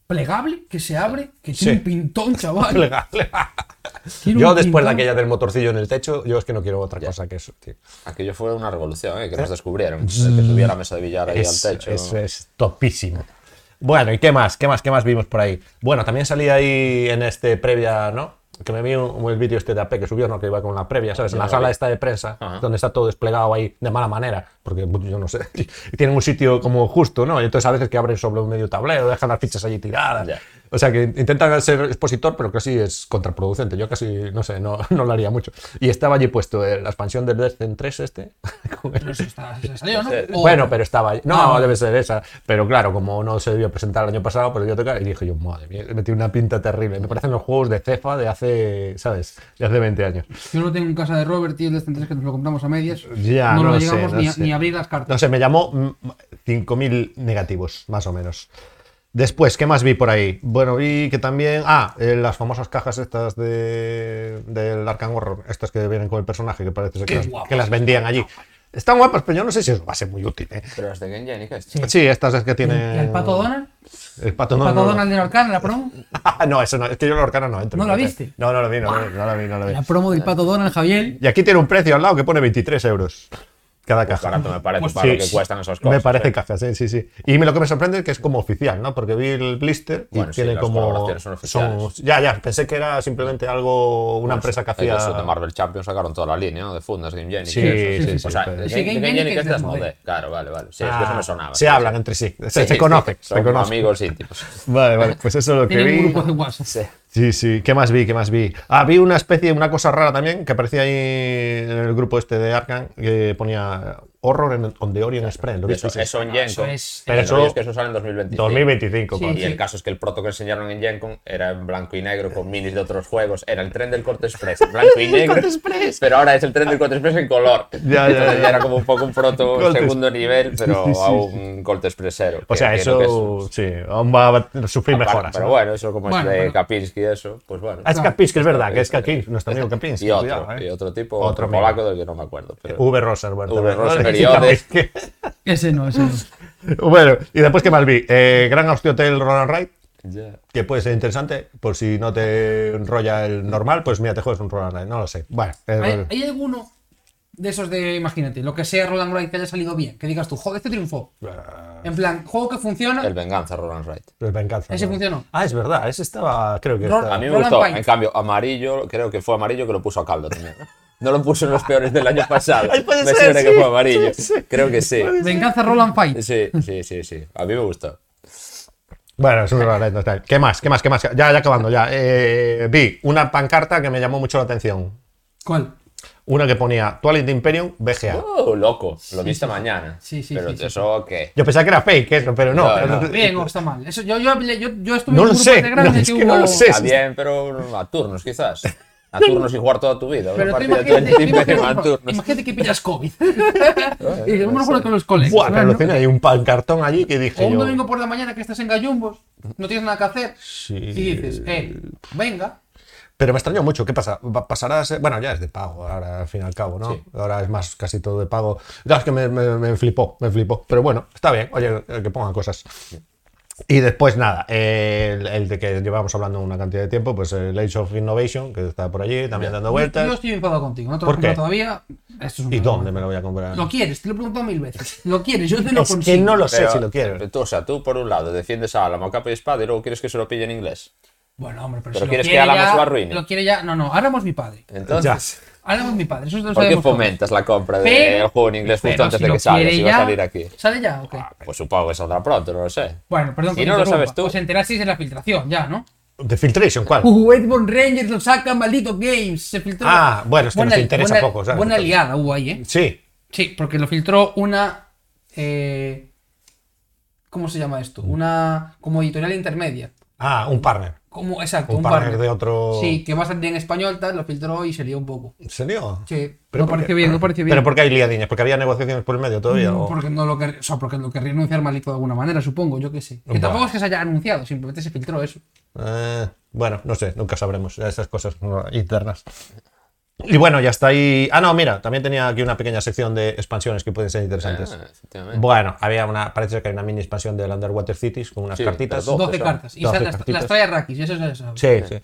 Speaker 2: plegable, que se abre, que tiene
Speaker 4: Sí.
Speaker 2: un pintón, chaval.
Speaker 4: Legal.
Speaker 2: Tiene
Speaker 4: Yo
Speaker 2: un
Speaker 4: después de
Speaker 2: pintón.
Speaker 4: aquella del motorcillo en el techo, yo es que no quiero otra cosa que eso, tío.
Speaker 3: Aquello fue una revolución, ¿eh? Que nos descubrieron. Que subía la mesa de billar ahí
Speaker 4: es,
Speaker 3: al techo.
Speaker 4: Mm. es- es topísimo. Bueno, ¿y qué más? ¿Qué más? ¿Qué más vimos por ahí? Bueno, también salí ahí en este previa, ¿no? Que me vi un, el vídeo este de AP que subió, ¿no? Que iba con la previa, ¿sabes? En la sala esta de prensa,
Speaker 3: Ajá.
Speaker 4: donde está todo desplegado ahí de mala manera, porque bu, yo no sé. Y tienen un sitio como justo, ¿no? Y entonces a veces que abren sobre un medio tablero, dejan las fichas allí tiradas.
Speaker 3: Ya.
Speaker 4: O sea que intentan ser expositor, pero casi es contraproducente. Yo casi, no sé, no, no lo haría mucho. Y estaba allí puesto eh, la expansión del Death 3 este, con el-
Speaker 2: Pero eso está- se salió, ¿no?
Speaker 3: Sí.
Speaker 2: O-
Speaker 4: bueno, pero estaba. No,
Speaker 2: Ah, vale.
Speaker 4: debe ser esa. Pero claro, como no se debió presentar el año pasado, pero yo tocar y dije yo, madre mía, me tiene una pinta terrible. Me parecen los juegos de cefa de hace, ¿sabes? De hace 20 años.
Speaker 2: Yo lo tengo en casa de Robert, tío, el Destiny 3 que nos lo compramos a medias.
Speaker 4: Ya,
Speaker 2: no,
Speaker 4: no
Speaker 2: lo
Speaker 4: sé,
Speaker 2: llegamos
Speaker 4: no
Speaker 2: ni, a-
Speaker 4: sé.
Speaker 2: ni a abrir las cartas.
Speaker 4: No sé, me llamó mm, 5.000 negativos, más o menos. Después, ¿qué más vi por ahí? Bueno, vi que también. Ah, eh, las famosas cajas estas de, del Arkham Horror, estas que vienen con el personaje, que parece ser que, las,
Speaker 2: guapas.
Speaker 4: que las vendían allí. Están guapas, pero yo no sé si eso va a ser muy útil. ¿eh?
Speaker 3: Pero las de Game Genic, ¿eh?
Speaker 4: Sí. estas es que
Speaker 2: ¿Y
Speaker 4: tiene.
Speaker 2: el pato Donald?
Speaker 4: El pato, no,
Speaker 2: ¿Pato
Speaker 4: no, no.
Speaker 2: Donald de Arcana, la promo?
Speaker 4: Ah, no, eso no, es que yo la Lorcana no entro.
Speaker 2: ¿No la
Speaker 4: sé.
Speaker 2: viste?
Speaker 4: No, no la vi, no la vi, no la vi. no la vi.
Speaker 2: La promo del pato Donald, Javier.
Speaker 4: Y aquí tiene un precio al lado que pone 23 euros cada caja.
Speaker 3: Barato me parece
Speaker 4: Pues
Speaker 3: para
Speaker 4: sí,
Speaker 3: lo que
Speaker 4: sí.
Speaker 3: cuestan esas cosas. ¿eh?
Speaker 4: Me parece cajas, sí, sí, sí. Y me- lo que me sorprende es que es como oficial, ¿no? Porque vi el blister y
Speaker 3: Bueno, sí,
Speaker 4: tiene
Speaker 3: las
Speaker 4: como.
Speaker 3: colaboraciones son oficiales.
Speaker 4: ya, ya, pensé que era simplemente algo, una empresa que
Speaker 3: Hay
Speaker 4: hacía.
Speaker 3: eso Pues de Marvel Champions sacaron toda la línea ¿no? de fundas Game Genic.
Speaker 4: Sí,
Speaker 3: y eso,
Speaker 4: sí, sí,
Speaker 3: O
Speaker 4: sí,
Speaker 3: sea,
Speaker 4: pero-
Speaker 3: de
Speaker 2: Sí,
Speaker 3: Game,
Speaker 2: Game
Speaker 3: de Game
Speaker 2: Genic
Speaker 3: Genic
Speaker 2: es
Speaker 3: es
Speaker 2: Desmodé.
Speaker 3: Desmodé. Claro, vale, vale. Sí, es que
Speaker 4: Ah,
Speaker 3: eso me sonaba.
Speaker 4: Se
Speaker 3: Sí,
Speaker 4: hablan
Speaker 3: sí.
Speaker 4: entre sí, se,
Speaker 3: Sí,
Speaker 4: se
Speaker 3: sí,
Speaker 4: conocen.
Speaker 3: son
Speaker 4: se conocen.
Speaker 3: amigos íntimos.
Speaker 4: Vale, vale, pues eso es lo que
Speaker 2: Tiene
Speaker 4: vi.
Speaker 2: un grupo de WhatsApp.
Speaker 3: Sí.
Speaker 4: Sí, sí, ¿qué más vi? ¿Qué más vi? Ah, vi una especie, una cosa rara también, que aparecía ahí en el grupo este de Arkham, que ponía Horror en, on the Orient Express, ¿lo
Speaker 3: Eso,
Speaker 4: visteis?
Speaker 3: eso en Gen
Speaker 2: eso
Speaker 3: Con.
Speaker 2: es-
Speaker 4: Pero
Speaker 3: El
Speaker 4: eso-
Speaker 3: rollo es que eso sale en 2025.
Speaker 4: 2025,
Speaker 2: Sí.
Speaker 4: coño.
Speaker 3: Y el caso es que el proto que enseñaron en Gen Con era en blanco y negro con minis de otros juegos. Era el tren del corte express, en blanco y negro. Pero ahora es el tren del corte express en color.
Speaker 4: ya,
Speaker 3: Entonces
Speaker 4: ya.
Speaker 3: era como un poco un proto
Speaker 4: Corte
Speaker 3: segundo nivel, pero
Speaker 4: Sí, sí, sí,
Speaker 3: aún corte expressero.
Speaker 4: O
Speaker 3: que
Speaker 4: sea,
Speaker 3: entiendo que
Speaker 4: eso sí, aún va a sufrir
Speaker 3: Aparte,
Speaker 4: mejoras.
Speaker 3: Pero
Speaker 4: ¿no?
Speaker 3: bueno, eso como
Speaker 2: Bueno,
Speaker 3: es de
Speaker 2: pero-
Speaker 3: Kapinski, eso, pues bueno.
Speaker 4: Ah, es Kapinski, es verdad, que es Kapinski, nuestro amigo Kapinski.
Speaker 3: y otro,
Speaker 4: cuidado, ¿eh?
Speaker 3: y otro tipo,
Speaker 4: Otro
Speaker 3: otro
Speaker 4: amigo.
Speaker 3: polaco del que no me acuerdo. Pero...
Speaker 4: V. Rosenberg.
Speaker 3: V.
Speaker 4: ¿no?
Speaker 3: Rosenberg y
Speaker 4: Sí,
Speaker 3: Ode.
Speaker 4: Kapinski.
Speaker 2: Ese no, ese no.
Speaker 4: Bueno, y después, ¿qué más vi? Eh, Gran Austria Hotel Roland Wright,
Speaker 3: Ya.
Speaker 4: que puede ser interesante, por si no te enrolla el normal, pues mira, te juegas un Roland Wright, no lo sé. Bueno, eh,
Speaker 2: ¿Hay, hay alguno de esos de, imagínate, lo que sea Roland Wright que haya salido bien? Que digas tú, joder, este triunfó. En plan, juego que funciona.
Speaker 3: El Venganza, Roland Wright.
Speaker 4: Pues venganza.
Speaker 2: Ese
Speaker 4: ¿no?
Speaker 2: funcionó.
Speaker 4: Ah, es verdad, ese estaba, creo que
Speaker 2: Ron-
Speaker 4: estaba-
Speaker 3: A mí me
Speaker 2: Roland
Speaker 3: gustó.
Speaker 2: Pike.
Speaker 3: En cambio, amarillo, creo que fue amarillo que lo puso a caldo también. No lo puso en los peores del año pasado.
Speaker 4: Ay, puede
Speaker 3: me
Speaker 4: ser,
Speaker 3: suena que
Speaker 4: sí,
Speaker 3: fue amarillo.
Speaker 4: sí, sí.
Speaker 3: Creo que sí.
Speaker 2: Venganza Roland Fight.
Speaker 3: Sí, sí, sí, sí. A mí me gustó.
Speaker 4: Bueno, es un error, no está bien. ¿Qué más? ¿Qué más? ¿Qué más? Ya, ya acabando, ya. Eh, vi una pancarta que me llamó mucho la atención.
Speaker 2: ¿Cuál?
Speaker 4: Una que ponía Twilight Imperium BGA.
Speaker 3: Oh, loco. Lo viste mañana.
Speaker 2: Sí, sí,
Speaker 3: Pero
Speaker 2: sí, sí,
Speaker 3: eso, ¿qué?
Speaker 4: Yo pensaba que era fake, eso, pero no.
Speaker 3: No, no.
Speaker 2: Bien o está mal. Eso, yo, yo, hablé- yo, yo estuve
Speaker 4: No
Speaker 2: en
Speaker 4: lo
Speaker 2: un grupo
Speaker 4: sé,
Speaker 2: de grande
Speaker 4: no, es que no lo sé.
Speaker 3: Está bien, pero a turnos quizás. A turnos y jugar toda tu vida. Una
Speaker 2: Pero tú
Speaker 3: partida de
Speaker 2: imagínate,
Speaker 3: 20
Speaker 2: imagínate,
Speaker 3: a turnos.
Speaker 2: imagínate que pillas COVID. y yo me lo juro con los colegas.
Speaker 4: Buah, pero
Speaker 2: ¿no?
Speaker 4: alucina, hay un pancartón allí que dije
Speaker 2: O un
Speaker 4: yo.
Speaker 2: domingo por la mañana que estás en gallumbos, no tienes nada que hacer.
Speaker 4: Sí.
Speaker 2: Y dices, eh, venga.
Speaker 4: Pero me extrañó mucho. ¿Qué pasa? Va- Pasará a ser- Bueno, ya es de pago ahora, al fin y al cabo, ¿no?
Speaker 3: Sí.
Speaker 4: Ahora es más casi todo de pago. Ya es que me, me- me flipó, me flipó. Pero bueno, está bien. Oye, eh, que pongan cosas. Y después, nada, eh, el, el de que llevamos hablando una cantidad de tiempo, pues el Age of Innovation, que está por allí, también dando vueltas.
Speaker 2: Yo estoy enfadado contigo, no te lo
Speaker 4: ¿Por
Speaker 2: he comprado
Speaker 4: qué?
Speaker 2: todavía. Esto es un
Speaker 4: ¿Y
Speaker 2: problema.
Speaker 4: dónde me lo voy a comprar?
Speaker 2: Lo quieres, te lo he preguntado mil veces. Lo quieres, yo te lo
Speaker 4: es que
Speaker 2: consigo.
Speaker 4: no lo sé
Speaker 3: Pero, eh,
Speaker 4: si lo quiero.
Speaker 3: Tú, o sea, tú por un lado defiendes a Álamo a capa y espada y luego quieres que se lo pille en inglés.
Speaker 2: Bueno, hombre, pero,
Speaker 3: ¿Pero
Speaker 2: si lo
Speaker 3: quieres que
Speaker 2: quiere
Speaker 3: Álamos
Speaker 2: ya-
Speaker 3: lo arruine?
Speaker 2: Lo quiere ya. No, no, Álamo es mi padre.
Speaker 3: Entonces,
Speaker 2: Álamo es mi padre, eso lo
Speaker 3: ¿por qué
Speaker 2: sabemos todos.
Speaker 3: fomentas la compra del
Speaker 2: Pero-
Speaker 3: juego en inglés
Speaker 2: pero
Speaker 3: justo antes
Speaker 2: si
Speaker 3: de
Speaker 2: lo
Speaker 3: que salga?
Speaker 2: quiere
Speaker 3: Si va a
Speaker 2: ya-
Speaker 3: salir aquí.
Speaker 2: ¿Sale ya o qué?
Speaker 3: Ah, Pues supongo que saldrá pronto, no lo sé.
Speaker 2: Bueno, perdón.
Speaker 3: Si
Speaker 2: que te
Speaker 3: no lo
Speaker 2: interrumpa.
Speaker 3: sabes tú.
Speaker 2: Os enterasteis de la filtración, ya, ¿no?
Speaker 4: ¿De Filtration cuál?
Speaker 2: Uh, Edmond Rangers lo saca, maldito Games. Se filtró.
Speaker 4: Ah, bueno, es que nos
Speaker 2: li-
Speaker 4: interesa
Speaker 2: buena-
Speaker 4: poco, ¿sabes?
Speaker 2: Buena
Speaker 4: Entonces-
Speaker 2: liada hubo ahí, ¿eh?
Speaker 4: Sí,
Speaker 2: Sí, porque lo filtró una. eh, ¿Cómo se llama esto? Una. Como editorial intermedia.
Speaker 4: Ah, un partner.
Speaker 2: Como, exacto,
Speaker 4: Un
Speaker 2: un,
Speaker 4: partner
Speaker 2: partner.
Speaker 4: de otro-
Speaker 2: Sí, que va a salir en español, tal, lo filtró y se lió un poco.
Speaker 4: ¿En serio?
Speaker 2: Sí,
Speaker 4: Pero
Speaker 2: no
Speaker 4: ¿por
Speaker 2: parece
Speaker 4: qué?
Speaker 2: bien, no parece bien. Mm,
Speaker 4: Pero porque hay liadiñas, porque había negociaciones por el medio todavía. o-
Speaker 2: Porque no lo querría, o sea, porque lo querría anunciar malito de alguna manera, supongo, yo qué sé. Que
Speaker 4: Buah.
Speaker 2: tampoco es que se haya anunciado, simplemente se filtró eso.
Speaker 4: Eh, bueno, no sé, nunca sabremos esas cosas no, internas. Y bueno, ya está ahí. Ah, no, mira, también tenía aquí una pequeña sección de expansiones que pueden ser interesantes.
Speaker 3: Ah, efectivamente.
Speaker 4: Bueno, había una, parece que hay una mini expansión del Underwater Cities con unas
Speaker 3: Sí,
Speaker 4: cartitas.
Speaker 3: pero 12
Speaker 2: 12
Speaker 3: son.
Speaker 2: cartas. Y
Speaker 4: 12
Speaker 2: se- las,
Speaker 4: cartitas.
Speaker 2: las trae Rakis, eso se sabe.
Speaker 4: Sí, sí.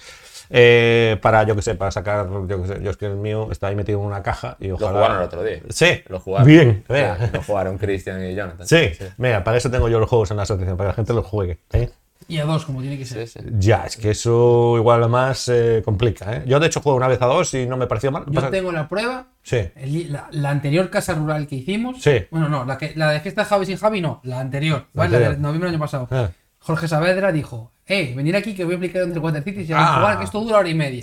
Speaker 4: Eh, para, yo que sé, para sacar, yo que sé, yo es que el mío está ahí metido en una caja y
Speaker 3: Lo
Speaker 4: ojalá.
Speaker 3: jugaron el otro día.
Speaker 4: Sí,
Speaker 3: Lo jugaron.
Speaker 4: Bien,
Speaker 3: Sí,
Speaker 4: vea.
Speaker 3: Lo jugaron Cristian y Jonathan.
Speaker 4: Sí, mira, para eso tengo yo los juegos en la asociación, para que la gente los juegue. ¿eh?
Speaker 2: Y a dos, como tiene que ser.
Speaker 3: Sí, sí.
Speaker 4: Ya, es que eso igual más eh, complica. ¿eh? Yo de hecho juego una vez a dos y no me pareció mal.
Speaker 2: Yo
Speaker 4: Pasa-
Speaker 2: tengo este la prueba,
Speaker 4: Sí,
Speaker 2: el- la, la anterior casa rural que hicimos.
Speaker 4: Sí.
Speaker 2: Bueno, no, la, que, la de fiesta Javi sin Javi, no, la anterior, ¿vale? La
Speaker 4: anterior.
Speaker 2: de noviembre del año pasado.
Speaker 4: Ah.
Speaker 2: Jorge Saavedra dijo, eh, venir aquí que voy a explicar entre Water City y vamos
Speaker 4: Ah.
Speaker 2: a jugar, que esto dura hora y media.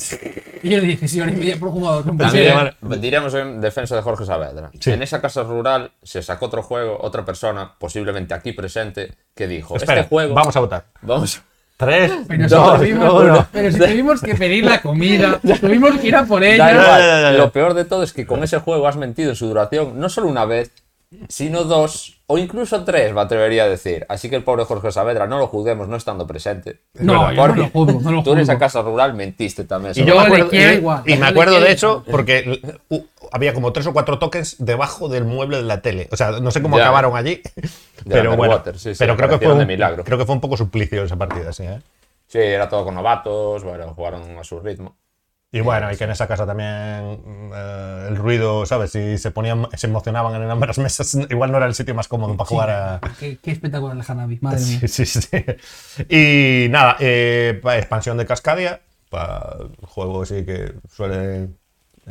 Speaker 2: Y yo le dije, sí, hora y media por jugador. ¿cómo
Speaker 4: Sí,
Speaker 3: También
Speaker 2: será?".
Speaker 4: vale.
Speaker 3: diremos en defensa de Jorge Saavedra.
Speaker 4: Sí.
Speaker 3: En esa casa rural se sacó otro juego, otra persona, posiblemente aquí presente, que dijo,
Speaker 4: espera,
Speaker 3: este juego...
Speaker 4: vamos a votar.
Speaker 3: Vamos.
Speaker 4: Tres,
Speaker 2: Pero si,
Speaker 4: dos,
Speaker 2: tuvimos,
Speaker 4: uno.
Speaker 2: pero si tuvimos que pedir la comida, tuvimos que ir a por
Speaker 3: Da
Speaker 2: ella.
Speaker 3: igual.
Speaker 4: ya, ya, ya, ya.
Speaker 3: Lo peor de todo es que con ese juego has mentido en su duración no solo una vez, sino dos o incluso tres, me atrevería a decir. Así que el pobre Jorge Saavedra no lo juzguemos no estando presente.
Speaker 2: No, yo no
Speaker 3: Porque
Speaker 2: lo juzgo, no lo
Speaker 3: Tú en esa
Speaker 2: juzgo.
Speaker 3: casa rural mentiste también.
Speaker 4: Y
Speaker 3: sobre-
Speaker 2: Yo
Speaker 4: yo, me
Speaker 2: le
Speaker 4: acuerdo,
Speaker 2: quiero
Speaker 4: y-
Speaker 2: igual,
Speaker 4: y
Speaker 2: yo
Speaker 4: me
Speaker 2: le
Speaker 4: acuerdo
Speaker 2: quiero
Speaker 4: de hecho porque uh, había como tres o cuatro tokens debajo del mueble de la tele. O sea, no sé cómo
Speaker 3: Ya.
Speaker 4: acabaron allí. Pero bueno,
Speaker 3: Underwater, sí, sí,
Speaker 4: pero creo que, fue
Speaker 3: aparecieron de
Speaker 4: un,
Speaker 3: milagro.
Speaker 4: creo que fue un poco suplicio esa partida, sí. ¿eh?
Speaker 3: Sí, era todo con novatos, bueno, jugaron a su ritmo.
Speaker 4: Y bueno, y que en esa casa también mm, eh, el ruido, ¿sabes? Si se ponían, se emocionaban en ambas mesas, igual no era el sitio más cómodo para jugar a.
Speaker 2: Qué, qué espectacular el Hanabi, madre mía.
Speaker 4: Sí, sí, sí. Y nada, eh, pa- expansión de Cascadia, para juegos sí que suelen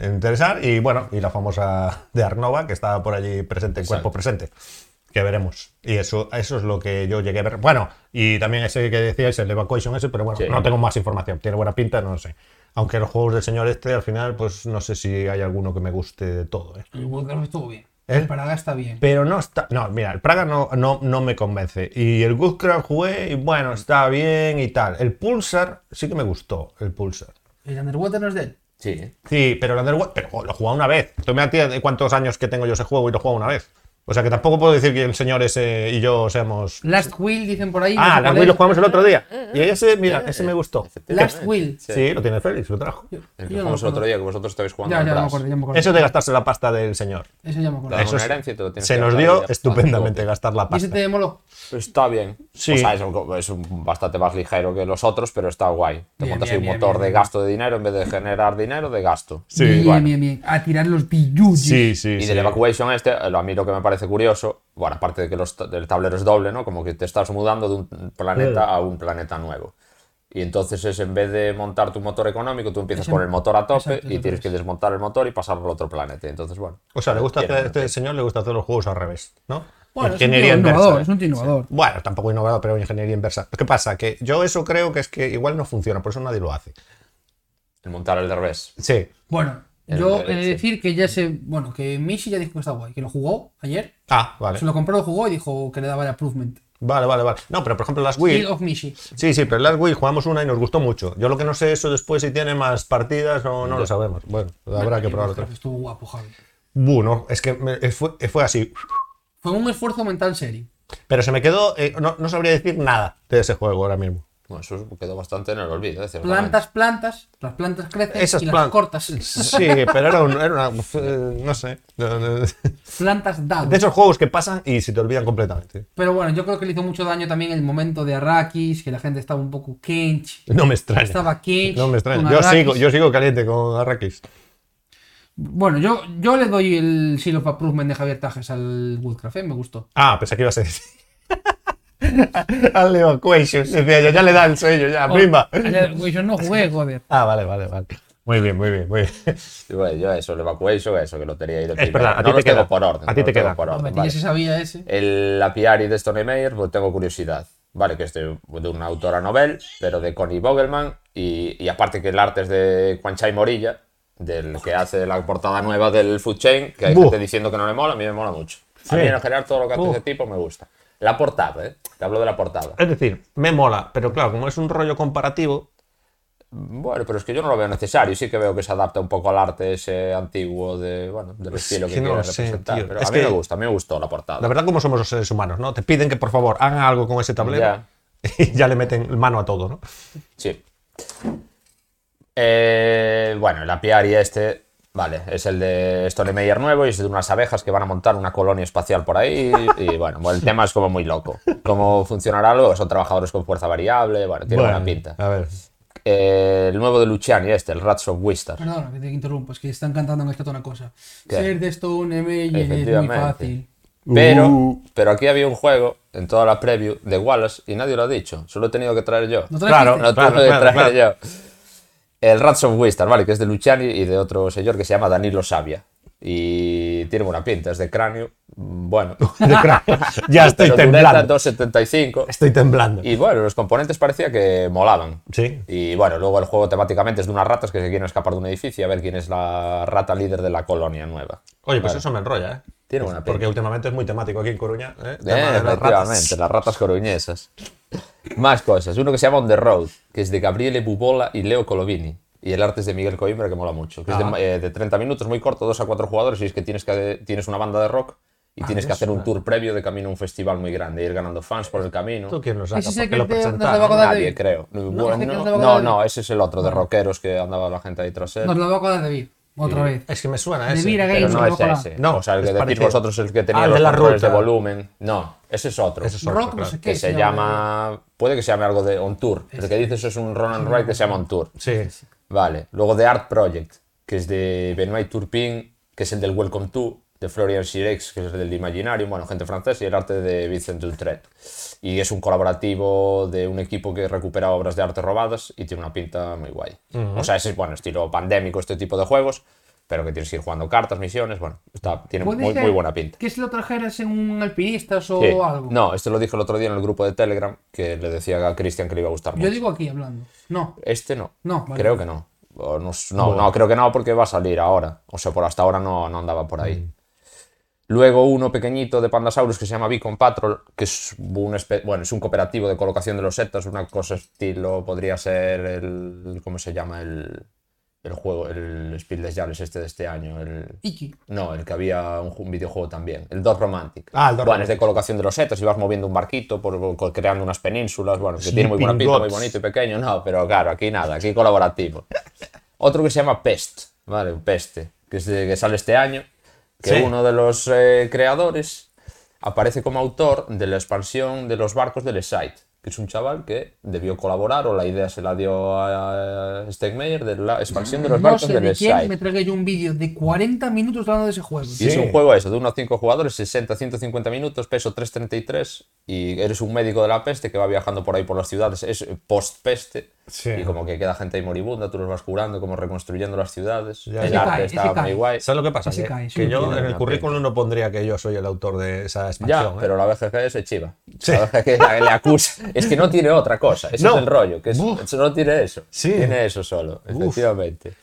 Speaker 4: interesar. Y bueno, y la famosa de Arnova, que estaba por allí presente, en cuerpo presente. Que veremos. Y eso, eso es lo que yo llegué a ver. Bueno, y también ese que decíais, el Evacuation ese, pero bueno,
Speaker 3: Sí.
Speaker 4: no tengo más información. Tiene buena pinta, no lo sé. Aunque los juegos del señor este, al final, pues no sé si hay alguno que me guste de todo. ¿eh?
Speaker 2: El Woodgrove estuvo bien.
Speaker 4: ¿Eh?
Speaker 2: El Paraga está bien.
Speaker 4: Pero no está. No, mira, el Praga no, no, no me convence. Y el Goodcraft jugué y bueno, está bien y tal. El Pulsar sí que me gustó, el Pulsar.
Speaker 2: El Underwater no es de él.
Speaker 3: Sí.
Speaker 4: Sí, pero el Underwater. Pero jo, lo he jugado una vez. Tú me atiendes de cuántos años que tengo yo ese juego y lo he jugado una vez. O sea que tampoco puedo decir que el señor ese y yo seamos.
Speaker 2: Last Will, dicen por ahí. no Eh,
Speaker 4: Ah,
Speaker 2: sé
Speaker 4: la
Speaker 2: cuál
Speaker 4: Wii
Speaker 2: es.
Speaker 4: lo jugamos el otro día. Y ese, mira, ese me gustó.
Speaker 2: eh, Last Will.
Speaker 4: Sí, lo tiene Félix, lo trajo.
Speaker 3: El
Speaker 2: Yo
Speaker 3: que
Speaker 2: no
Speaker 3: jugamos
Speaker 2: me
Speaker 3: el otro
Speaker 2: acuerdo.
Speaker 3: día, que vosotros estabais jugando
Speaker 2: Ya,
Speaker 3: al
Speaker 2: ya me
Speaker 3: Brass.
Speaker 2: acuerdo, ya me acuerdo.
Speaker 4: Eso de gastarse la pasta del señor.
Speaker 2: Eso ya me acuerdo.
Speaker 3: Claro.
Speaker 4: Eso
Speaker 3: una
Speaker 4: es-
Speaker 3: herencia y te lo tienes
Speaker 4: se
Speaker 3: que
Speaker 4: nos
Speaker 3: gastar y
Speaker 4: dio
Speaker 3: ya.
Speaker 4: estupendamente gastar la
Speaker 2: ¿Y ese
Speaker 4: pasta.
Speaker 2: te moló?
Speaker 3: Está bien.
Speaker 4: Sí.
Speaker 3: O sea, es, un- es un- bastante más ligero que los otros, pero está guay. Te
Speaker 2: Bien,
Speaker 3: montas
Speaker 2: bien,
Speaker 3: ahí un
Speaker 2: bien,
Speaker 3: motor
Speaker 2: bien.
Speaker 3: de gasto de dinero en vez de generar dinero de gasto.
Speaker 4: Sí.
Speaker 2: bien,
Speaker 3: Bueno.
Speaker 2: bien, bien. A tirar los billuyos.
Speaker 4: Sí, sí,
Speaker 3: y
Speaker 4: sí.
Speaker 3: del Evacuation este, eh, lo- a mí lo que me parece curioso, bueno, aparte de que los ta- el tablero es doble, ¿no? Como que te estás mudando de un planeta a un planeta nuevo. Y entonces es en vez de montar tu motor económico, tú empiezas
Speaker 2: Ese-
Speaker 4: em
Speaker 3: por el motor a tope
Speaker 2: exacto,
Speaker 3: y
Speaker 2: eso
Speaker 3: tienes
Speaker 2: es.
Speaker 3: que desmontar el motor y pasarlo al otro planeta. Entonces, bueno.
Speaker 4: O sea, le gusta
Speaker 3: Tiene
Speaker 4: hacer,
Speaker 3: buena
Speaker 4: este señor le gusta hacer los juegos al revés, ¿no?
Speaker 2: Bueno, es un tío innovador, es un tío innovador.
Speaker 4: Bueno, tampoco innovador, pero ingeniería inversa. ¿Qué pasa? Que yo eso creo que es que igual no funciona, por eso nadie lo hace.
Speaker 3: El montar al revés.
Speaker 4: Sí.
Speaker 2: Bueno,
Speaker 3: El
Speaker 2: yo
Speaker 3: Underwater,
Speaker 2: he de
Speaker 3: sí.
Speaker 2: decir que ya sé. Bueno, que Mishi ya dijo que está guay, que lo jugó ayer.
Speaker 4: Ah, vale.
Speaker 2: Se lo compró, lo jugó y dijo que le daba el improvement.
Speaker 4: Vale, vale, vale. No, pero por ejemplo las Wii...
Speaker 2: Kill of Mishi.
Speaker 4: Sí, sí, pero las Wii jugamos una y nos gustó mucho. Yo lo que no sé eso después si tiene más partidas no, no lo sabemos. Bueno, pues habrá que probar otra.
Speaker 2: Eh, Estuvo guapo, Javi.
Speaker 4: Bueno, es que me- eh, fue, fue así.
Speaker 2: Fue un esfuerzo mental serio.
Speaker 4: Pero se me quedó... eh, no, no sabría decir nada de ese juego ahora mismo.
Speaker 3: Bueno, eso quedó bastante en el olvido. ¿eh? ciertamente.
Speaker 2: Plantas, plantas, las plantas crecen
Speaker 4: Esas
Speaker 2: y las
Speaker 4: plantas.
Speaker 2: cortas.
Speaker 4: Sí, pero era, un- era una. eh, No sé. De
Speaker 2: Plantas down.
Speaker 4: esos juegos que pasan y se te olvidan completamente.
Speaker 2: Pero bueno, yo creo que le hizo mucho daño también el momento de Arrakis, que la gente estaba un poco kench.
Speaker 4: No me extraña.
Speaker 2: Estaba Cage.
Speaker 4: No me extraña.
Speaker 2: con
Speaker 4: Yo
Speaker 2: Arrakis.
Speaker 4: sigo, yo sigo caliente con Arrakis.
Speaker 2: Bueno, yo, yo le doy el Seal of Approvement de Javier Tajes al Woodcraft, ¿eh? me gustó.
Speaker 4: Ah, pensé que ibas a decir. Al Evacuation. Decía yo, ya le da el sueño, ya,
Speaker 2: Oh,
Speaker 4: prima.
Speaker 2: Ayer, güey, yo no jugué, joder.
Speaker 4: Ah, vale, vale, vale. Muy bien, muy bien, muy bien.
Speaker 3: Sí, bueno, yo eso, el evacuation, eso, que lo tenía ahí de
Speaker 4: Es verdad, a
Speaker 3: no
Speaker 4: ti te
Speaker 3: los tengo
Speaker 4: queda.
Speaker 3: por orden.
Speaker 4: A ti
Speaker 3: no
Speaker 4: te
Speaker 3: los tengo
Speaker 4: queda.
Speaker 3: por
Speaker 2: No,
Speaker 3: orden,
Speaker 2: me
Speaker 3: vale.
Speaker 2: ya se sabía ese.
Speaker 3: El Apiari de Stone Meyer, pues tengo curiosidad. Vale, que es de, de una autora novel, pero de Connie Vogelman. Y, y aparte que el arte es de Juanchai Morilla, del que hace la portada nueva del Food Chain, que hay
Speaker 4: Buh.
Speaker 3: gente diciendo que no le mola, a mí me mola mucho. A mí
Speaker 4: Sí.
Speaker 3: en general todo lo que hace
Speaker 4: Buh.
Speaker 3: ese tipo me gusta. La portada, ¿eh? Te hablo de la portada.
Speaker 4: Es decir, me mola, pero claro, como es un rollo comparativo,
Speaker 3: Bueno, pero es que yo no lo veo necesario. Sí que veo que se adapta un poco al arte ese antiguo de, bueno, del estilo que,
Speaker 4: Pues que no
Speaker 3: quiere
Speaker 4: lo sé,
Speaker 3: representar.
Speaker 4: tío.
Speaker 3: Pero
Speaker 4: Es
Speaker 3: a mí
Speaker 4: que-
Speaker 3: me gusta, a mí me gustó la portada.
Speaker 4: la verdad, como somos los seres humanos, ¿no? Te piden que por favor hagan algo con ese tablero
Speaker 3: Ya.
Speaker 4: y ya le meten mano a todo, ¿no?
Speaker 3: Sí. Eh, bueno, el apiario este, vale, es el de Stonemeyer nuevo y es de unas abejas que van a montar una colonia espacial por ahí. Y, y, bueno, el tema es como muy loco. ¿Cómo funcionará luego? Son trabajadores con fuerza variable, bueno, tiene buena pinta.
Speaker 4: A ver.
Speaker 3: Eh, el nuevo de Luciani este, el Rats of Wistar.
Speaker 2: Perdona, que te interrumpo, es que están cantando en esta una cosa.
Speaker 3: ¿Qué?
Speaker 2: Ser de Stone Meyer es muy
Speaker 3: Efectivamente.
Speaker 2: fácil.
Speaker 3: Pero,
Speaker 4: Uh.
Speaker 3: pero aquí había un juego en toda la preview de Wallace y nadie lo ha dicho. Solo he tenido que traer yo.
Speaker 2: ¿No trajiste?
Speaker 4: Claro,
Speaker 3: No tuve
Speaker 4: claro,
Speaker 3: que
Speaker 4: claro,
Speaker 3: traer
Speaker 4: claro.
Speaker 3: yo. El Rats of Wistar, ¿vale? Que es de Luciani y de otro señor que se llama Danilo Sabia. Y tiene buena pinta, es de cráneo. mm, Bueno.
Speaker 4: De crack. Ya estoy
Speaker 3: Pero dureza
Speaker 4: temblando.
Speaker 3: 275.
Speaker 4: Estoy temblando.
Speaker 3: Y bueno, los componentes parecía que molaban.
Speaker 4: Sí.
Speaker 3: Y bueno, luego el juego temáticamente es de unas ratas que se quieren escapar de un edificio y a ver quién es la rata líder de la colonia nueva.
Speaker 4: Oye, pues
Speaker 3: Vale.
Speaker 4: eso me enrolla, ¿eh?
Speaker 3: Tiene buena pinta.
Speaker 4: Porque últimamente es muy temático aquí en Coruña. ¿eh?
Speaker 3: Eh, efectivamente, las ratas coruñesas. Más cosas. Uno que se llama On the Road, que es de Gabriele Bubola y Leo Colovini. Y el arte es de Miguel Coimbra, que mola mucho. Que
Speaker 4: Ah.
Speaker 3: es de, eh, de 30 minutos, muy corto, 2 a 4 jugadores. Y es que tienes, que tienes una banda de rock y
Speaker 4: Ah,
Speaker 3: tienes que hacer un tour previo de camino a un festival muy grande. Ir ganando fans por el camino.
Speaker 4: ¿Tú quién lo saca?
Speaker 2: Ese es el
Speaker 4: Porque
Speaker 2: que
Speaker 4: lo
Speaker 2: te-
Speaker 4: presentaron.
Speaker 2: nos lo va a acordar de
Speaker 3: Nadie,
Speaker 2: mí.
Speaker 3: creo. Bueno,
Speaker 2: gente,
Speaker 3: no,
Speaker 2: no,
Speaker 3: no,
Speaker 2: no.
Speaker 3: ese es el otro de rockeros que andaba la gente ahí tras él.
Speaker 2: Nos lo va a acordar de David, otra vez.
Speaker 4: Es que me suena
Speaker 2: De
Speaker 4: ese.
Speaker 2: Vira
Speaker 3: Pero
Speaker 2: Games
Speaker 3: no
Speaker 2: nos lo
Speaker 3: es
Speaker 2: va a acordar.
Speaker 3: ese.
Speaker 4: No,
Speaker 3: o sea, el
Speaker 4: es
Speaker 3: que decís
Speaker 4: parecido.
Speaker 3: vosotros el que tenía
Speaker 4: Ah, el
Speaker 3: los
Speaker 4: de la
Speaker 3: controles de
Speaker 4: ruta.
Speaker 3: volumen. No, ese es otro.
Speaker 4: Ese es otro,
Speaker 2: Rock, no
Speaker 4: claro.
Speaker 2: sé
Speaker 3: que
Speaker 2: qué.
Speaker 3: se llama. Puede que se llame algo de On Tour. El que dices es un Ronan Wright que se llama On Tour.
Speaker 4: Sí.
Speaker 3: Vale. Luego de Art Project, que es de Benoit Turpin, que es el del Welcome to, de Florian Sirex, que es el del Imaginarium, bueno, gente francesa, y el arte de Vincent Dutret. Y es un colaborativo de un equipo que recupera obras de arte robadas y tiene una pinta muy guay. O sea, ese es, bueno, estilo pandémico, este tipo de juegos, pero que tienes que ir jugando cartas, misiones, bueno, está, tiene
Speaker 2: Puede
Speaker 3: muy,
Speaker 2: ser
Speaker 3: muy buena pinta.
Speaker 2: Que si lo trajeras en un alpinistas o
Speaker 3: Sí.
Speaker 2: algo.
Speaker 3: No, esto lo dijo el otro día en el grupo de Telegram, que le decía a Cristian que le iba a gustar
Speaker 2: Yo
Speaker 3: mucho.
Speaker 2: digo aquí hablando. No.
Speaker 3: Este no.
Speaker 2: No, vale.
Speaker 3: Creo que no. O no, s- no, no, creo que no, porque va a salir ahora. O sea, por hasta ahora no, no andaba por ahí. Luego uno pequeñito de Pandasaurus que se llama Beacon Patrol, que es un, espe- bueno, es un cooperativo de colocación de los setas, una cosa estilo, podría ser el, ¿cómo se llama? El, el juego, el Spiel des Jahres este de este año, el,
Speaker 2: Iki.
Speaker 3: no, el que había un, ju- un videojuego también, el Dot Romantic.
Speaker 4: Ah, el Dot
Speaker 3: Bueno, es de colocación de los setos y vas moviendo un barquito, por, por- creando unas penínsulas, bueno, que tiene muy buena
Speaker 4: Sleeping
Speaker 3: pinta, muy
Speaker 4: Gods.
Speaker 3: bonito y pequeño, no, pero claro, aquí nada, aquí colaborativo. Otro que se llama Pest, ¿vale? Peste, que, es de- que sale este año, que
Speaker 4: Sí.
Speaker 3: uno de los eh, creadores aparece como autor de la expansión de los barcos del Excite, que es un chaval que debió colaborar o la idea se la dio a Stegmaier de la expansión de los
Speaker 2: No
Speaker 3: barcos
Speaker 2: sé
Speaker 3: del
Speaker 2: de quién me
Speaker 3: Excite.
Speaker 2: tragué yo un vídeo de 40 minutos hablando de ese juego.
Speaker 3: Y es
Speaker 4: Sí.
Speaker 3: un juego eso, de unos 5 jugadores, 60-150 minutos, peso 3.33 y eres un médico de la peste que va viajando por ahí por las ciudades, es post-peste
Speaker 4: Sí.
Speaker 3: y como que queda gente ahí moribunda, tú los vas curando, como reconstruyendo las ciudades,
Speaker 4: Ya,
Speaker 3: el
Speaker 4: ya.
Speaker 3: arte
Speaker 2: Ese cae,
Speaker 3: está
Speaker 2: ese cae.
Speaker 3: muy guay.
Speaker 4: ¿Sabes lo que pasa?
Speaker 2: Ese
Speaker 4: Que,
Speaker 2: cae, sí,
Speaker 4: que
Speaker 2: no
Speaker 4: yo
Speaker 2: tiene
Speaker 4: en el
Speaker 3: una
Speaker 4: currículum no pondría que yo soy el autor de esa
Speaker 3: Ya,
Speaker 4: expansión. ¿eh?
Speaker 3: pero la BGG se chiva. La BGG la- le acusa. Es que no tiene otra cosa. Ese
Speaker 4: No.
Speaker 3: es el rollo. Que es-
Speaker 4: Buf.
Speaker 3: no tiene eso.
Speaker 4: Sí.
Speaker 3: Tiene eso solo, efectivamente.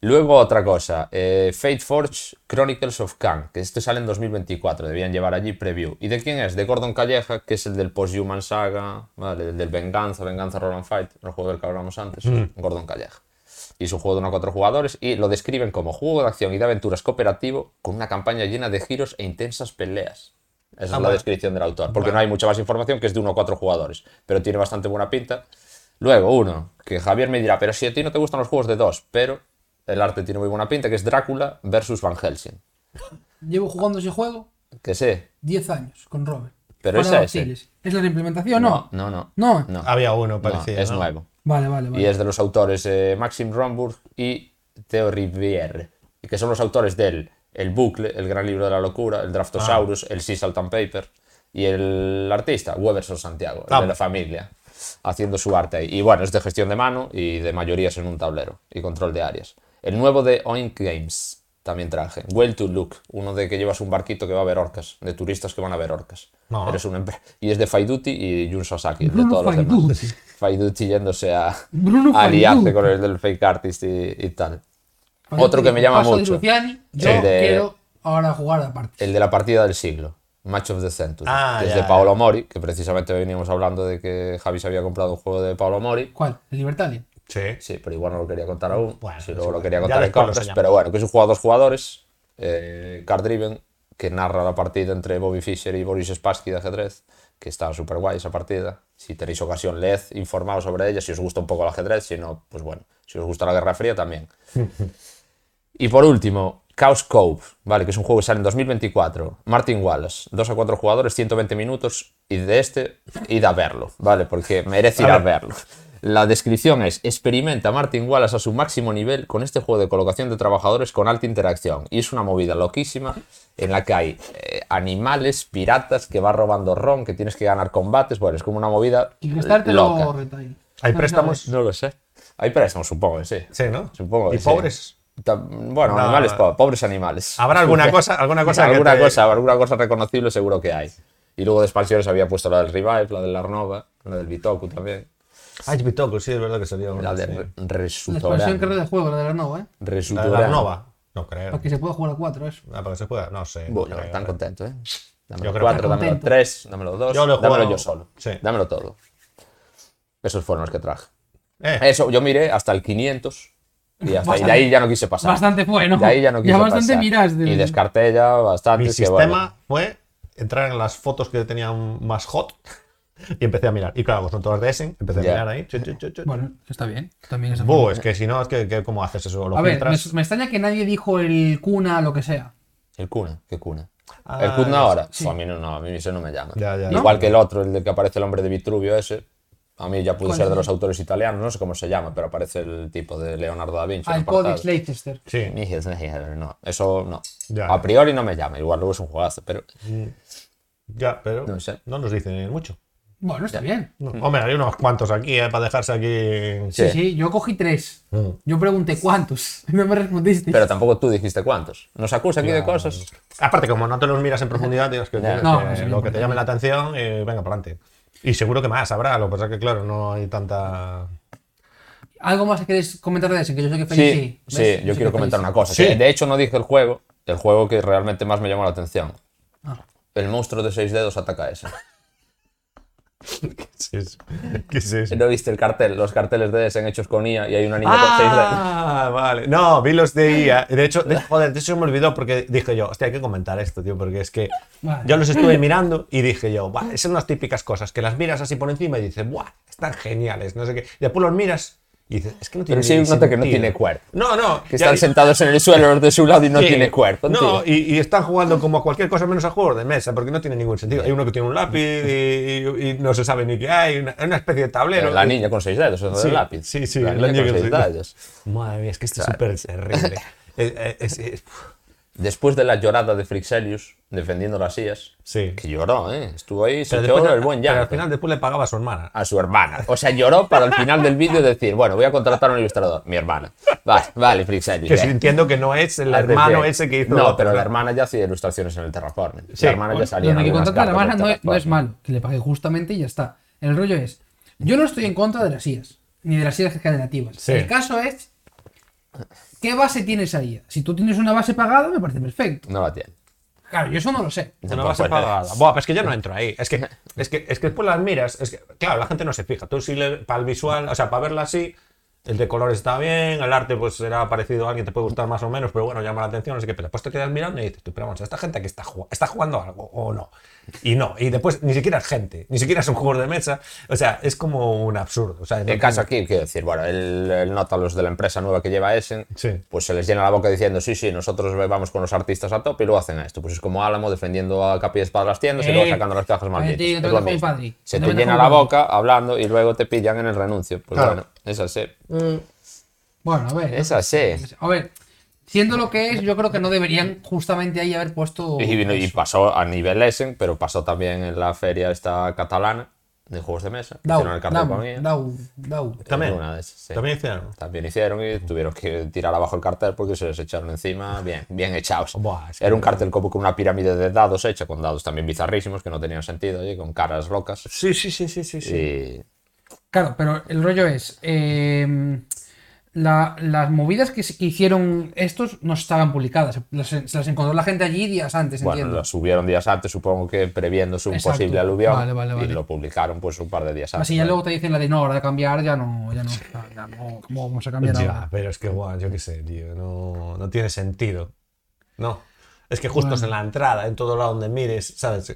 Speaker 3: Luego otra cosa. eh, Fate Forge Chronicles of Khan. Que este sale en 2024. Debían llevar allí preview. ¿Y de quién es? De Gordon Calleja, que es el del Post-Human Saga. ¿vale? El del Venganza, Venganza Roll and Fight. El juego del que hablábamos antes.
Speaker 4: Mm.
Speaker 3: Gordon Calleja. Y es un juego de 1 a 4 jugadores y lo describen como juego de acción y de aventuras cooperativo con una campaña llena de giros e intensas peleas. Esa es
Speaker 4: Ah,
Speaker 3: la descripción del autor, porque no hay mucha más información, que es de uno o cuatro jugadores, pero tiene bastante buena pinta. Luego, uno, que Javier me dirá, pero si a ti no te gustan los juegos de dos, pero el arte tiene muy buena pinta, que es Drácula versus Van Helsing.
Speaker 2: Llevo jugando ese juego
Speaker 3: Que sé,
Speaker 2: 10 años con Robert.
Speaker 3: Pero
Speaker 2: Fuera
Speaker 3: esa
Speaker 2: de
Speaker 3: es, eh.
Speaker 2: Auxilis. ¿Es la de implementación? No.
Speaker 3: no, no.
Speaker 2: No.
Speaker 3: no.
Speaker 4: Había
Speaker 3: No,
Speaker 4: uno, ah, parecía.
Speaker 3: es
Speaker 4: ¿no?
Speaker 3: nuevo.
Speaker 2: Vale, vale, vale.
Speaker 3: Y es de los autores eh, Maxim Romburg y Theo Rivière, y que son los autores del El Bucle, El Gran Libro de la Locura, El Draftosaurus,
Speaker 2: Ah.
Speaker 3: El Sea Salt and Paper, y el artista, Weberson Santiago, el
Speaker 4: Ah,
Speaker 3: de la familia, haciendo su arte ahí. Y bueno, es de gestión de mano y de mayorías en un tablero y control de áreas. El nuevo de Oink Games también traje. Well to Look, uno de que llevas un barquito que va a ver orcas, de turistas que van a ver orcas.
Speaker 4: Ah.
Speaker 3: Eres una empre- y es de Faiduti y Jun Sasaki, el de
Speaker 2: Bruno
Speaker 3: todos los demás.
Speaker 2: Faiduti.
Speaker 3: Faiduti yéndose a,
Speaker 2: Bruno
Speaker 3: a liarse
Speaker 2: Faiduti.
Speaker 3: con el del fake artist y, y tal.
Speaker 2: Cuando
Speaker 3: Otro
Speaker 2: te
Speaker 3: que me llama
Speaker 2: paso de
Speaker 3: mucho.
Speaker 2: Luciani, yo
Speaker 3: El de-
Speaker 2: quiero ahora jugar aparte.
Speaker 3: El de la partida del siglo, Match of the Century,
Speaker 4: Ah,
Speaker 3: que es
Speaker 4: ya,
Speaker 3: de
Speaker 4: ya.
Speaker 3: Paolo Mori, que precisamente veníamos hablando de que Javi se había comprado un juego de Paolo Mori.
Speaker 2: ¿Cuál? ¿El Libertalian?
Speaker 4: Sí.
Speaker 3: Sí, pero igual no lo quería contar aún.
Speaker 4: Bueno,
Speaker 3: si
Speaker 4: es
Speaker 3: luego lo
Speaker 4: igual.
Speaker 3: quería
Speaker 4: Ya
Speaker 3: contar en
Speaker 4: después lo
Speaker 3: compras.
Speaker 4: enseñamos.
Speaker 3: Pero bueno, que es un juego a dos jugadores, eh, card driven, que narra la partida entre Bobby Fischer y Boris Spassky de ajedrez, que está súper guay esa partida. Si tenéis ocasión, leed, informaos sobre ella, si os gusta un poco el ajedrez, si no, pues bueno, si os gusta la Guerra Fría también. Y por último, Chaos Cove, ¿vale? que es un juego que sale en 2024. Martin Wallace, 2 a 4 jugadores, 120 minutos, y de este, id a verlo, ¿vale? Porque merece ir a verlo. La descripción es, experimenta Martin Wallace a su máximo nivel con este juego de colocación de trabajadores con alta interacción. Y es una movida loquísima en la que hay eh, animales, piratas, que va robando ron, que tienes que ganar combates. Bueno, es como una movida
Speaker 2: Kickstarter
Speaker 3: loca.
Speaker 2: o retail.
Speaker 4: Hay
Speaker 2: No
Speaker 4: préstamos.
Speaker 3: No lo sé. Hay préstamos, supongo que sí.
Speaker 4: Sí, ¿no?
Speaker 3: Supongo que
Speaker 4: ¿Y
Speaker 3: sí.
Speaker 4: pobres?
Speaker 3: Ta- Bueno,
Speaker 4: No,
Speaker 3: animales,
Speaker 4: no.
Speaker 3: po- pobres animales.
Speaker 4: ¿Habrá alguna cosa? ¿Alguna cosa? que
Speaker 3: alguna,
Speaker 4: te-
Speaker 3: cosa alguna cosa reconocible seguro que hay. Y luego de expansiones había puesto la del Revive, la del Arnova, la del Bitoku también,
Speaker 4: Ah, es Bitoku, sí, es verdad que salió.
Speaker 3: la de
Speaker 4: sí.
Speaker 3: Re-
Speaker 2: La expansión que era
Speaker 3: Resutoran.
Speaker 2: de juego, la de la Nova, ¿eh?
Speaker 4: La de la
Speaker 3: Resutoran.
Speaker 4: Nova. No creo.
Speaker 2: Para que se pueda jugar a 4, eso.
Speaker 4: Ah, para que se pueda. No sé. no
Speaker 3: Bueno,
Speaker 4: creo,
Speaker 3: tan
Speaker 4: eh.
Speaker 3: contento, ¿eh?
Speaker 4: Yo
Speaker 3: Dámelo
Speaker 4: creo
Speaker 3: cuatro,
Speaker 4: que-
Speaker 3: dámelo
Speaker 2: Contento.
Speaker 3: tres, dámelo dos,
Speaker 4: Yo lo he
Speaker 3: dámelo
Speaker 4: jugado-
Speaker 3: yo solo.
Speaker 4: sí.
Speaker 3: Dámelo todo. Esos fueron los que traje.
Speaker 4: Eh,
Speaker 3: Eso, yo miré hasta el 500 y hasta ahí, de ahí ya no quise pasar.
Speaker 2: Bastante fue, ¿no?
Speaker 3: De ahí ya no quise
Speaker 2: bastante
Speaker 3: pasar.
Speaker 2: miras de...
Speaker 3: Y descarté ya bastante.
Speaker 4: mi sistema fue entrar en las fotos que tenían más hot y empecé a mirar. Y claro, como son todas de Essen, empecé
Speaker 3: Ya.
Speaker 4: a mirar ahí. chu, chu, chu, chu.
Speaker 2: Bueno, está bien. También es
Speaker 4: Buh, es que si no, es que, que ¿cómo haces eso? Lo
Speaker 2: eh, A ver, me,
Speaker 4: filtras.
Speaker 2: me extraña que nadie dijo el cuna lo que sea.
Speaker 3: El cuna, ¿qué cuna?
Speaker 4: Ah,
Speaker 3: el cuna
Speaker 4: ya
Speaker 3: ahora. Fu, a mí no, no, a mí eso no me llama.
Speaker 4: Ya, ya,
Speaker 3: Igual que el otro, el del que aparece el hombre de Vitruvio ese. A mí ya puede
Speaker 2: ¿Cuál
Speaker 3: ser
Speaker 2: es?
Speaker 3: de los autores italianos, no sé cómo se llama, pero aparece el tipo de Leonardo da Vinci. en
Speaker 2: Al
Speaker 3: un portal.
Speaker 2: Codex Leicester.
Speaker 4: Sí.
Speaker 3: Ni Hitler, ni Hitler, No, eso no.
Speaker 4: Ya,
Speaker 3: a
Speaker 4: ya.
Speaker 3: priori no me llama, igual luego es un juegazo, pero
Speaker 4: Ya, pero
Speaker 3: No sé.
Speaker 4: no nos dicen mucho.
Speaker 2: Bueno, está bien.
Speaker 4: No. Hombre, hay unos cuantos aquí, eh, para dejarse aquí.
Speaker 2: Mm. Sí,
Speaker 3: Sí. Mm.
Speaker 2: sí, yo cogí tres. Yo pregunté cuántos. No me respondiste.
Speaker 3: pero tampoco tú dijiste cuántos. Nos acusa aquí de cosas.
Speaker 4: Aparte, como no te los miras en profundidad, tienes que,
Speaker 3: Ya.
Speaker 4: tienes
Speaker 2: No,
Speaker 4: que-
Speaker 2: no, sí,
Speaker 4: lo que
Speaker 2: importante.
Speaker 4: te llame la atención, eh, venga, para adelante. Y seguro que más habrá, lo que pasa es que, claro, no hay tanta.
Speaker 2: ¿Algo más que queréis comentar de ese? Que yo sé que Félix
Speaker 3: Sí,
Speaker 2: sí.
Speaker 3: sí,
Speaker 2: ¿Ves?
Speaker 3: yo
Speaker 2: sé
Speaker 3: quiero
Speaker 2: que
Speaker 3: comentar
Speaker 2: Félix
Speaker 3: una cosa.
Speaker 4: Sí.
Speaker 3: que de hecho, no dije el juego, el juego que realmente más me llamó la atención.
Speaker 2: Ah.
Speaker 3: El monstruo de seis dedos ataca ese.
Speaker 4: Sí, sí. ¿Qué es eso?
Speaker 3: ¿No viste el cartel? Los carteles de Essen hechos con IA y hay una niña con seis dedos.
Speaker 4: Ah, vale. No, vi los de IA. De hecho, de, joder, de hecho me olvidó porque dije yo, hostia, hay que comentar esto, tío, porque es que
Speaker 2: Vale.
Speaker 4: yo los estuve mirando y dije yo, "Buah, esas son las típicas cosas que las miras así por encima y dices, ¡buah! Están geniales, no sé qué. Y después los miras y dices, es que no tiene
Speaker 3: Pero sí,
Speaker 4: ni
Speaker 3: nota que no
Speaker 4: sentido".
Speaker 3: tiene cuerpo.
Speaker 4: No, no.
Speaker 3: Que
Speaker 4: ya-
Speaker 3: están sentados en el suelo los de su lado y no
Speaker 4: Sí.
Speaker 3: tiene cuerpo.
Speaker 4: No,
Speaker 3: tío.
Speaker 4: y, y están jugando como a cualquier cosa menos a juegos de mesa, porque no tiene ningún sentido. Hay uno que tiene un lápiz y, y- y no se sabe ni qué hay, una, una especie de tablero.
Speaker 3: la niña con seis dedos, eso
Speaker 4: Sí,
Speaker 3: del lápiz.
Speaker 4: sí, sí,
Speaker 3: la niña, con seis dedos.
Speaker 4: Madre mía, es que esto es súper terrible. Eh, eh, es- es-
Speaker 3: Después de la llorada de Frixelius, defendiendo las sillas,
Speaker 4: sí.
Speaker 3: que lloró, ¿eh? Estuvo ahí, se
Speaker 4: Pero,
Speaker 3: echó
Speaker 4: después-
Speaker 3: el buen
Speaker 4: pero al
Speaker 3: llanto. Ah,
Speaker 4: final después le pagaba a su hermana.
Speaker 3: A su hermana. O sea, lloró para al final del vídeo decir, bueno, voy a contratar a un ilustrador. Mi hermana. Vale, vale, Frixelius.
Speaker 4: Que
Speaker 3: bien.
Speaker 4: sí, entiendo que no es el
Speaker 3: Al
Speaker 4: hermano
Speaker 3: PC.
Speaker 4: ese que hizo.
Speaker 3: No, pero la hermana ya hacía ilustraciones en el Terraform.
Speaker 4: Sí.
Speaker 3: la hermana ya salía
Speaker 2: Lo de
Speaker 3: en
Speaker 2: que
Speaker 3: algunas
Speaker 2: contrata a la
Speaker 3: cartas
Speaker 2: mano
Speaker 3: del
Speaker 2: no es, no es
Speaker 3: Terraform.
Speaker 2: malo, que le pague justamente y ya está. El rollo es, yo no estoy en contra de las IAS, ni de las IAS generativas.
Speaker 4: Sí.
Speaker 2: El caso es, ¿qué base tienes ahí? Si tú tienes una base pagada, me parece perfecto.
Speaker 3: No la tiene.
Speaker 2: Claro, yo eso no lo sé.
Speaker 4: Una
Speaker 3: Tampoco
Speaker 4: base
Speaker 3: es-
Speaker 4: pagada. Buah, pero es que yo no entro ahí. Es que, es que, es que después las miras. Es que, claro, la gente no se fija. Tú sí, le- para el visual, o sea, para verla así, El de color está bien, el arte pues será parecido a alguien, te puede gustar más o menos, pero bueno, llama la atención, no sé qué. Pero después te quedas mirando y dices, tú, pero vamos, ¿esta gente que está, jugando, está jugando algo o no? Y no, y después ni siquiera es gente, ni siquiera es un juego de mesa. O sea, es como un absurdo. O sea, no
Speaker 3: El caso aquí, quiero decir, bueno, él, él nota a los de la empresa nueva que lleva Essen,
Speaker 4: Sí.
Speaker 3: pues se les llena la boca diciendo, sí, sí, nosotros vamos con los artistas a top y luego hacen esto. Pues es como Álamo defendiendo a capa y espada las tiendas y
Speaker 2: Eh,
Speaker 3: luego sacando las cajas malditas.
Speaker 2: eh, tío, te
Speaker 3: Es
Speaker 2: lo
Speaker 3: lo
Speaker 2: dejo
Speaker 3: mismo.
Speaker 2: compadre,
Speaker 3: Se
Speaker 2: te
Speaker 3: te
Speaker 2: lo dejo
Speaker 3: llena la
Speaker 2: compadre.
Speaker 3: boca hablando y luego te pillan en el renuncio. Pues
Speaker 4: Claro.
Speaker 3: bueno, es así.
Speaker 2: Bueno, a ver.
Speaker 3: Es así.
Speaker 2: A ver, siendo lo que es, yo creo que no deberían justamente ahí haber puesto.
Speaker 3: Y, vino- y pasó a nivel Essen, pero pasó también en la feria esta catalana de juegos de mesa. que
Speaker 2: Dau,
Speaker 3: hicieron el cartel
Speaker 2: dau,
Speaker 3: con ella.
Speaker 2: dau, dau.
Speaker 4: También.
Speaker 3: Una de esas, sí.
Speaker 4: También hicieron.
Speaker 3: También hicieron y tuvieron que tirar abajo el cartel porque se les echaron encima. Bien, bien echados.
Speaker 4: Buah, es que-
Speaker 3: Era un cartel como con una pirámide de dados hecha, con dados también bizarrísimos que no tenían sentido y con caras locas.
Speaker 4: Sí, sí, sí, sí, sí. sí.
Speaker 3: Y
Speaker 2: Claro, pero el rollo es. eh, la- las movidas que se- que hicieron estos no estaban publicadas. Las, se las encontró la gente allí días antes,
Speaker 3: bueno,
Speaker 2: entiendo.
Speaker 3: lo subieron días antes, supongo que previéndose un
Speaker 2: Exacto.
Speaker 3: posible aluvión.
Speaker 2: Vale, vale,
Speaker 3: Y
Speaker 2: vale.
Speaker 3: lo publicaron pues un par de días antes.
Speaker 2: Así ya luego te dicen la de no, hora de cambiar, ya no, ya no, ya no, ¿cómo vamos a cambiar
Speaker 4: Ya,
Speaker 2: ahora?
Speaker 4: pero es que, guau, yo qué sé, tío, no, no tiene sentido. No. Es que justo es en la entrada, en todo lado donde mires, ¿sabes?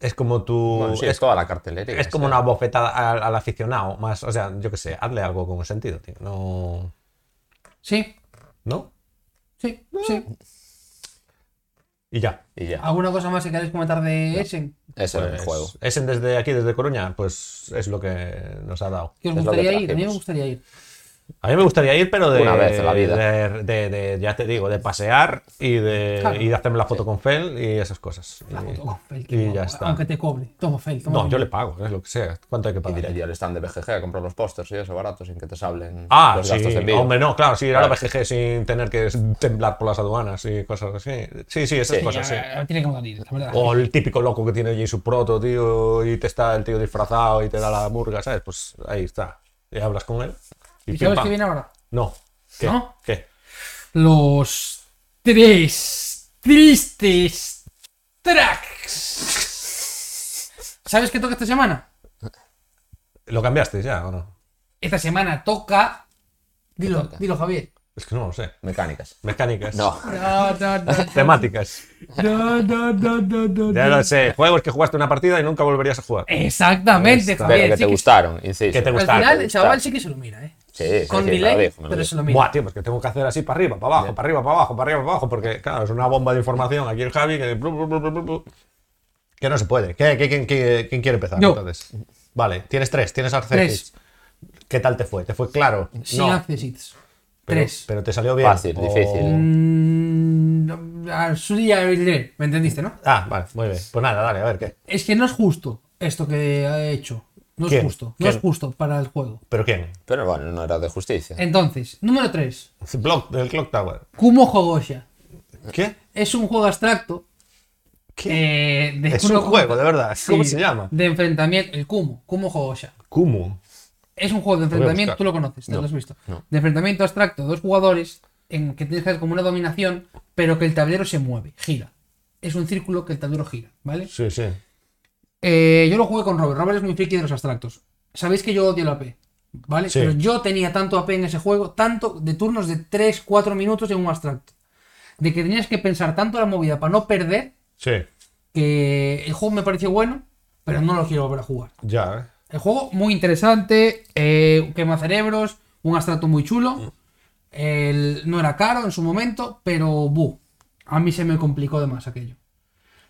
Speaker 4: Es como tu.
Speaker 3: Bueno, sí, es
Speaker 4: es,
Speaker 3: toda la cartelería.
Speaker 4: es como una bofetada al, al aficionado, más. O sea, yo qué sé, hazle algo con sentido, tío. No.
Speaker 2: Sí,
Speaker 4: ¿No?
Speaker 2: sí, sí.
Speaker 4: Y ya. pues,
Speaker 3: Y ya.
Speaker 2: ¿Alguna cosa más que queréis comentar de Essen?
Speaker 3: Ese era el Pues, juego.
Speaker 4: Es en- desde aquí, desde Coruña, pues es lo que nos ha dado.
Speaker 2: ¿Que os
Speaker 3: Es lo que
Speaker 2: gustaría ir? A mí me
Speaker 3: trajimos.
Speaker 2: gustaría ir.
Speaker 4: A mí me gustaría ir, pero de.
Speaker 3: Una vez en la vida.
Speaker 4: De, de- de- ya te digo, de pasear y de,
Speaker 2: Claro.
Speaker 4: y de hacerme la foto con Fel y esas cosas.
Speaker 2: La
Speaker 4: Y-
Speaker 2: foto con Fel, que
Speaker 4: y
Speaker 2: guapo,
Speaker 4: ya está.
Speaker 2: Aunque te cobre. Toma, Fel, toma.
Speaker 4: No, yo le pago, es lo que sea. ¿Cuánto hay
Speaker 3: Y
Speaker 4: que
Speaker 3: ir
Speaker 4: pagar?
Speaker 3: allí al stand de BGG a comprar los pósters y eso, barato, sin que te salen
Speaker 4: Ah,
Speaker 3: los
Speaker 4: sí,
Speaker 3: gastos de envío.
Speaker 4: hombre, no, claro, sí, ir a la
Speaker 3: Claro.
Speaker 4: BGG sin tener que temblar por las aduanas y cosas así. Sí, sí, esas
Speaker 3: Sí.
Speaker 4: cosas, sí. Oh,
Speaker 2: Ya, Tiene que morir, la verdad.
Speaker 4: O el típico loco que tiene allí su proto, tío, y te está el tío disfrazado y te da la burga, ¿sabes? Pues ahí está. Y hablas con él. ¿Y,
Speaker 2: ¿Y
Speaker 4: pim,
Speaker 2: sabes
Speaker 4: pam.
Speaker 2: qué viene ahora?
Speaker 4: No. ¿Qué?
Speaker 2: ¿No?
Speaker 4: ¿Qué?
Speaker 2: Los tres tristes tracks. ¿Sabes qué toca esta semana?
Speaker 4: ¿Lo cambiaste ya o no?
Speaker 2: Esta semana toca. Dilo,
Speaker 3: toca?
Speaker 2: dilo, Javier.
Speaker 4: Es que no lo sé.
Speaker 3: Mecánicas.
Speaker 4: Mecánicas.
Speaker 3: No.
Speaker 2: No, no, no.
Speaker 4: Temáticas.
Speaker 2: No, no, no, no, no,
Speaker 4: Ya
Speaker 2: no.
Speaker 4: lo sé. Juegos que jugaste una partida y nunca volverías a jugar.
Speaker 2: Exactamente,
Speaker 4: Está.
Speaker 3: Pero
Speaker 2: Javier.
Speaker 3: que
Speaker 2: sí
Speaker 3: te
Speaker 2: que-
Speaker 3: gustaron, inciso.
Speaker 4: Que te
Speaker 2: Al
Speaker 4: gustaron,
Speaker 2: final,
Speaker 3: te
Speaker 2: el chaval
Speaker 3: gustaron.
Speaker 2: sí que se lo mira, ¿eh?
Speaker 3: Sí, sí,
Speaker 2: Con
Speaker 3: sí, me lo
Speaker 2: delay,
Speaker 3: dijo, me lo
Speaker 2: pero
Speaker 3: dijo.
Speaker 2: se lo mira.
Speaker 4: Buah, tío, pues que tengo que hacer así para arriba, para abajo, para arriba, para abajo, para arriba, para abajo, porque, claro, es una bomba de información aquí el Javi que. blu, blu, blu, blu, blu, blu. Que no se puede. ¿Qué, qué- quién- qué- quién quiere empezar
Speaker 2: Yo.
Speaker 4: entonces? Vale, tienes tres, tienes accesits. ¿Qué tal te fue? ¿Te fue claro?
Speaker 2: Sin accesitos.
Speaker 4: pero,
Speaker 2: Tres.
Speaker 4: Pero te salió bien. Oh.
Speaker 3: Fácil, difícil.
Speaker 2: Mm, no, a su día le diré, ¿Me entendiste, no?
Speaker 4: Ah, vale, muy bien. Pues nada, dale, a ver qué.
Speaker 2: Es que no es justo esto que ha hecho. No es
Speaker 4: ¿Quién?
Speaker 2: justo. No
Speaker 4: ¿Quién?
Speaker 2: es justo para el juego.
Speaker 4: ¿Pero quién?
Speaker 3: Pero bueno, no era de justicia.
Speaker 2: Eh, Entonces, número 3.
Speaker 4: Block del Clock Tower.
Speaker 2: Kumo Hogosha.
Speaker 4: ¿Qué?
Speaker 2: Es un juego abstracto. eh, de
Speaker 4: Es un
Speaker 2: uno-
Speaker 4: juego, de verdad.
Speaker 2: sí,
Speaker 4: ¿Cómo se llama?
Speaker 2: De enfrentamiento. El Kumo. Kumo Hogosha.
Speaker 4: Kumu.
Speaker 2: Es un juego de
Speaker 4: voy a
Speaker 2: enfrentamiento,
Speaker 4: buscar.
Speaker 2: tú lo conoces, te lo has visto. De enfrentamiento abstracto, dos jugadores en que tienes que hacer como una dominación, pero que el tablero se mueve, gira. Es un círculo que el tablero gira, ¿vale?
Speaker 4: Sí, sí.
Speaker 2: Eh, yo lo jugué con Robert. Robert es muy friki de los abstractos. Sabéis que yo odio la AP, ¿vale?
Speaker 4: Sí.
Speaker 2: Pero yo tenía tanto AP en ese juego, tanto de turnos de 3-4 minutos en un abstracto. De que tenías que pensar tanto la movida para no perder,
Speaker 4: Sí.
Speaker 2: que el juego me pareció bueno, pero no lo quiero volver a jugar.
Speaker 4: Ya, ¿eh?
Speaker 2: El juego muy interesante, eh, quema cerebros, un abstracto muy
Speaker 3: Mm.
Speaker 2: chulo. El- no era caro en su momento, pero buh, a mí se me complicó de más aquello.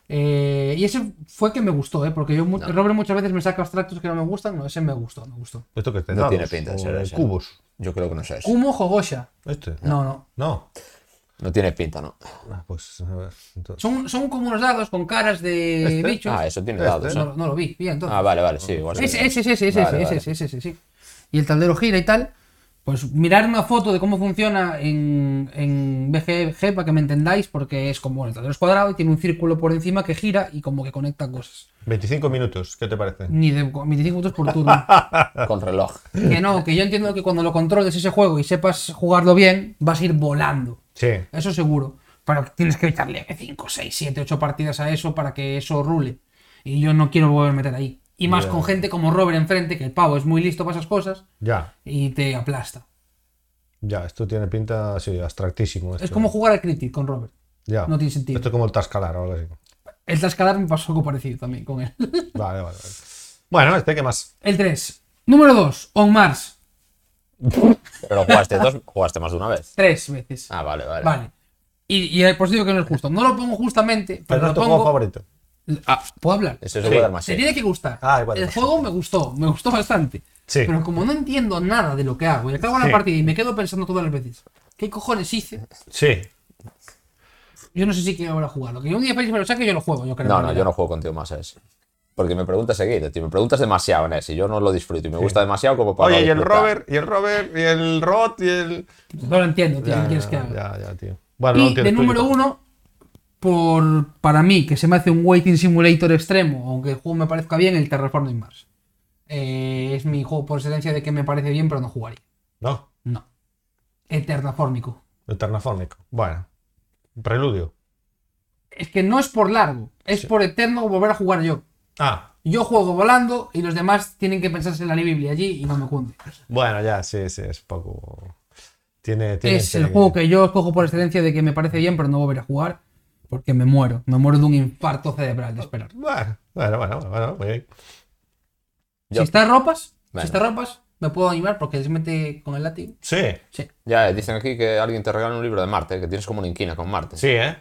Speaker 2: Eh, y ese fue que me gustó, ¿eh? porque yo mu- Robert muchas veces me saca abstractos que no me gustan, no, ese me gustó, me gustó.
Speaker 4: ¿Esto que es de
Speaker 3: No
Speaker 4: dados
Speaker 3: tiene pinta de
Speaker 4: o
Speaker 3: ser ese.
Speaker 4: Cubos.
Speaker 3: Yo creo que no es eso.
Speaker 2: Kumo Hogosha.
Speaker 4: ¿Este?
Speaker 2: No, no.
Speaker 4: No.
Speaker 3: No tiene pinta, ¿no?
Speaker 4: Ah, pues a ver. entonces-
Speaker 2: Son, son como unos dados con caras de
Speaker 4: ¿Este?
Speaker 2: bichos.
Speaker 3: Ah, eso tiene
Speaker 4: Este,
Speaker 3: dados.
Speaker 2: no,
Speaker 3: ¿eh?
Speaker 2: lo- no lo vi, bien, entonces.
Speaker 3: Ah, vale, vale, sí, igual. sí.
Speaker 2: Ese, ese, ese, ese, ese,
Speaker 3: Vale,
Speaker 2: ese,
Speaker 3: vale.
Speaker 2: ese, ese, ese, sí. Y el tablero gira y tal. Pues mirar una foto de cómo funciona en, en BGG para que me entendáis, porque es como bueno, el tablero es cuadrado y tiene un círculo por encima que gira y como que conecta cosas.
Speaker 4: 25 minutos, ¿qué te parece?
Speaker 2: Ni de 25 minutos por turno.
Speaker 3: Con reloj.
Speaker 2: que no, que yo entiendo que cuando lo controles ese juego y sepas jugarlo bien, vas a ir volando.
Speaker 4: Sí.
Speaker 2: Eso seguro. Pero tienes que echarle 5, 6, 7, 8 partidas a eso para que eso rule. Y yo no quiero volver a meter ahí. Y más con gente como Robert enfrente, que el pavo es muy listo para esas cosas
Speaker 4: Ya.
Speaker 2: y te aplasta.
Speaker 4: Ya, esto tiene pinta, sí, abstractísimo.
Speaker 2: Es
Speaker 4: esto.
Speaker 2: como jugar al Cryptid con Robert.
Speaker 4: Ya.
Speaker 2: no tiene sentido.
Speaker 4: Esto es como el Tascalar o algo así.
Speaker 2: El Tascadar me pasó algo parecido también con él.
Speaker 4: Vale, vale, vale. Bueno, este, ¿qué más?
Speaker 2: El 3. Número 2. On Mars.
Speaker 3: Pero lo jugaste dos, jugaste más de una vez.
Speaker 2: Tres veces.
Speaker 3: Ah, vale, vale.
Speaker 2: Vale. Y, y por eso digo que no es justo. No lo pongo justamente, pero,
Speaker 4: Pero no
Speaker 2: lo
Speaker 4: es tu juego
Speaker 2: pongo.
Speaker 4: favorito.
Speaker 2: Ah, ¿Puedo hablar?
Speaker 3: Eso se
Speaker 4: Sí.
Speaker 3: puede dar más.
Speaker 2: Se
Speaker 3: sí.
Speaker 2: tiene que gustar.
Speaker 4: Ah, igual,
Speaker 2: el
Speaker 4: igual.
Speaker 2: juego me gustó, me gustó bastante.
Speaker 4: Sí.
Speaker 2: Pero como no entiendo nada de lo que hago y acabo la
Speaker 4: Sí.
Speaker 2: partida y me quedo pensando todas las veces, ¿qué cojones hice?
Speaker 4: Sí.
Speaker 2: Yo no sé si quiero ahora jugarlo. Que un día Félix me lo saque, yo lo juego. Yo creo,
Speaker 3: No,
Speaker 2: en
Speaker 3: no,
Speaker 2: realidad.
Speaker 3: yo no juego contigo más a ese. Porque me preguntas seguido, tío. Me preguntas demasiado en ese. y Yo no lo disfruto y me gusta demasiado como para.
Speaker 4: Oye, y el
Speaker 3: disfrutar.
Speaker 4: Robert, y el Robert, y el Rod, y el.
Speaker 2: No lo entiendo, tío. ¿Qué
Speaker 4: Ya,
Speaker 2: quieres que
Speaker 4: ya,
Speaker 2: haga?
Speaker 4: ya, ya, tío. Bueno, no
Speaker 2: Y de
Speaker 4: entiendes tú, yo
Speaker 2: número
Speaker 4: tampoco.
Speaker 2: uno, por, para mí, que se me hace un waiting simulator extremo, aunque el juego me parezca bien, el Terraforming Mars. Eh, es mi juego por excelencia de que me parece bien, pero no jugaría.
Speaker 4: No,
Speaker 2: No. El Terraformico.
Speaker 4: el Ternafónico. Bueno, preludio.
Speaker 2: Es que no es por largo, es por eterno volver a jugar yo.
Speaker 4: Ah,
Speaker 2: Yo juego volando y los demás tienen que pensarse en la Biblia allí y no me cunde.
Speaker 4: bueno, ya, sí, sí, es poco. Tiene. tiene
Speaker 2: Es
Speaker 4: tiene
Speaker 2: el juego que yo escojo por excelencia de que me parece bien, pero no volver a jugar porque me muero. Me muero de un infarto cerebral de esperar.
Speaker 4: Bueno, bueno, bueno, bueno, bueno, muy bien.
Speaker 3: Yo-
Speaker 2: Si está ropas,
Speaker 3: Bueno.
Speaker 2: si está ropas, me puedo animar porque se mete con el látigo.
Speaker 4: Sí,
Speaker 2: Sí.
Speaker 3: Ya, eh, dicen aquí que alguien te regala un libro de Marte, que tienes como una inquina con Marte.
Speaker 4: sí, ¿eh?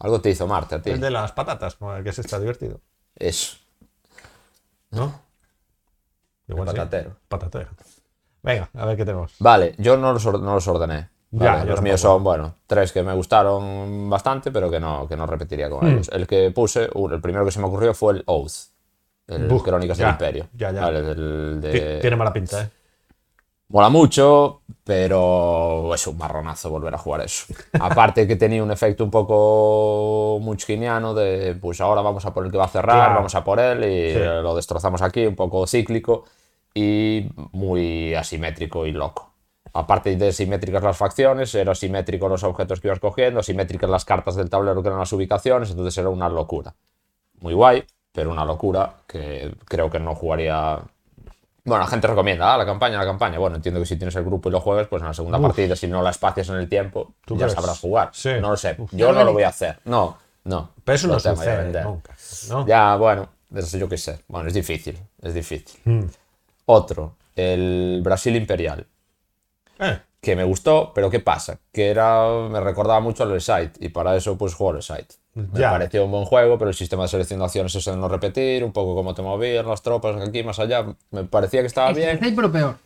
Speaker 3: Algo te hizo Marte a ti.
Speaker 4: El de las patatas, como el que se está divertido.
Speaker 3: Eso.
Speaker 4: ¿No?
Speaker 3: El patatero.
Speaker 4: Patatero. Venga, a ver qué tenemos.
Speaker 3: Vale, yo no los, or- no los ordené.
Speaker 4: Ya,
Speaker 3: Vale,
Speaker 4: yo
Speaker 3: los míos
Speaker 4: tampoco.
Speaker 3: son, bueno, tres que me gustaron bastante, pero que no, que no repetiría
Speaker 4: Hmm.
Speaker 3: con ellos. El que puse, uh, el primero que se me ocurrió fue el Oath, el
Speaker 4: Buh,
Speaker 3: Crónicas
Speaker 4: ya,
Speaker 3: del Imperio.
Speaker 4: ya, ya.
Speaker 3: Vale, del- de-
Speaker 4: Ti- Tiene mala pinta, ¿eh?
Speaker 3: Mola mucho, pero es un marronazo volver a jugar eso. Aparte que tenía un efecto un poco munchkiniano de pues ahora vamos a por el que va a cerrar,
Speaker 4: Claro.
Speaker 3: vamos a por él y
Speaker 4: Sí.
Speaker 3: lo destrozamos aquí, un poco cíclico y muy asimétrico y loco. Aparte de simétricas las facciones, eran simétricos los objetos que ibas cogiendo, simétricas las cartas del tablero que eran las ubicaciones, entonces era una locura. Muy guay, pero una locura que creo que no jugaría bueno, la gente recomienda, ah, la campaña, la campaña. Bueno, entiendo que si tienes el grupo y lo juegas, pues en la segunda partida, si no la espacias en el tiempo,
Speaker 4: ¿Tú
Speaker 3: ya
Speaker 4: crees?
Speaker 3: sabrás jugar.
Speaker 4: Sí.
Speaker 3: No lo sé.
Speaker 4: Uf.
Speaker 3: Yo no lo voy a hacer. No, no.
Speaker 4: Pero eso
Speaker 3: Lo
Speaker 4: no
Speaker 3: tema ya
Speaker 4: sucede
Speaker 3: vender.
Speaker 4: nunca. ¿no?
Speaker 3: Ya, bueno, eso yo qué sé. Bueno, es difícil, es difícil.
Speaker 4: Mm.
Speaker 3: Otro, el Brasil Imperial,
Speaker 4: Eh,
Speaker 3: que me gustó, pero ¿qué pasa? Que era, me recordaba mucho al Reside, y para eso pues juego al Reside. Me
Speaker 4: Ya.
Speaker 3: pareció un buen juego, pero el sistema de selección de acciones, eso de no repetir, un poco cómo te movías, las tropas, aquí, más allá, me parecía que estaba
Speaker 2: Este
Speaker 3: bien.
Speaker 2: Sensei, pero peor.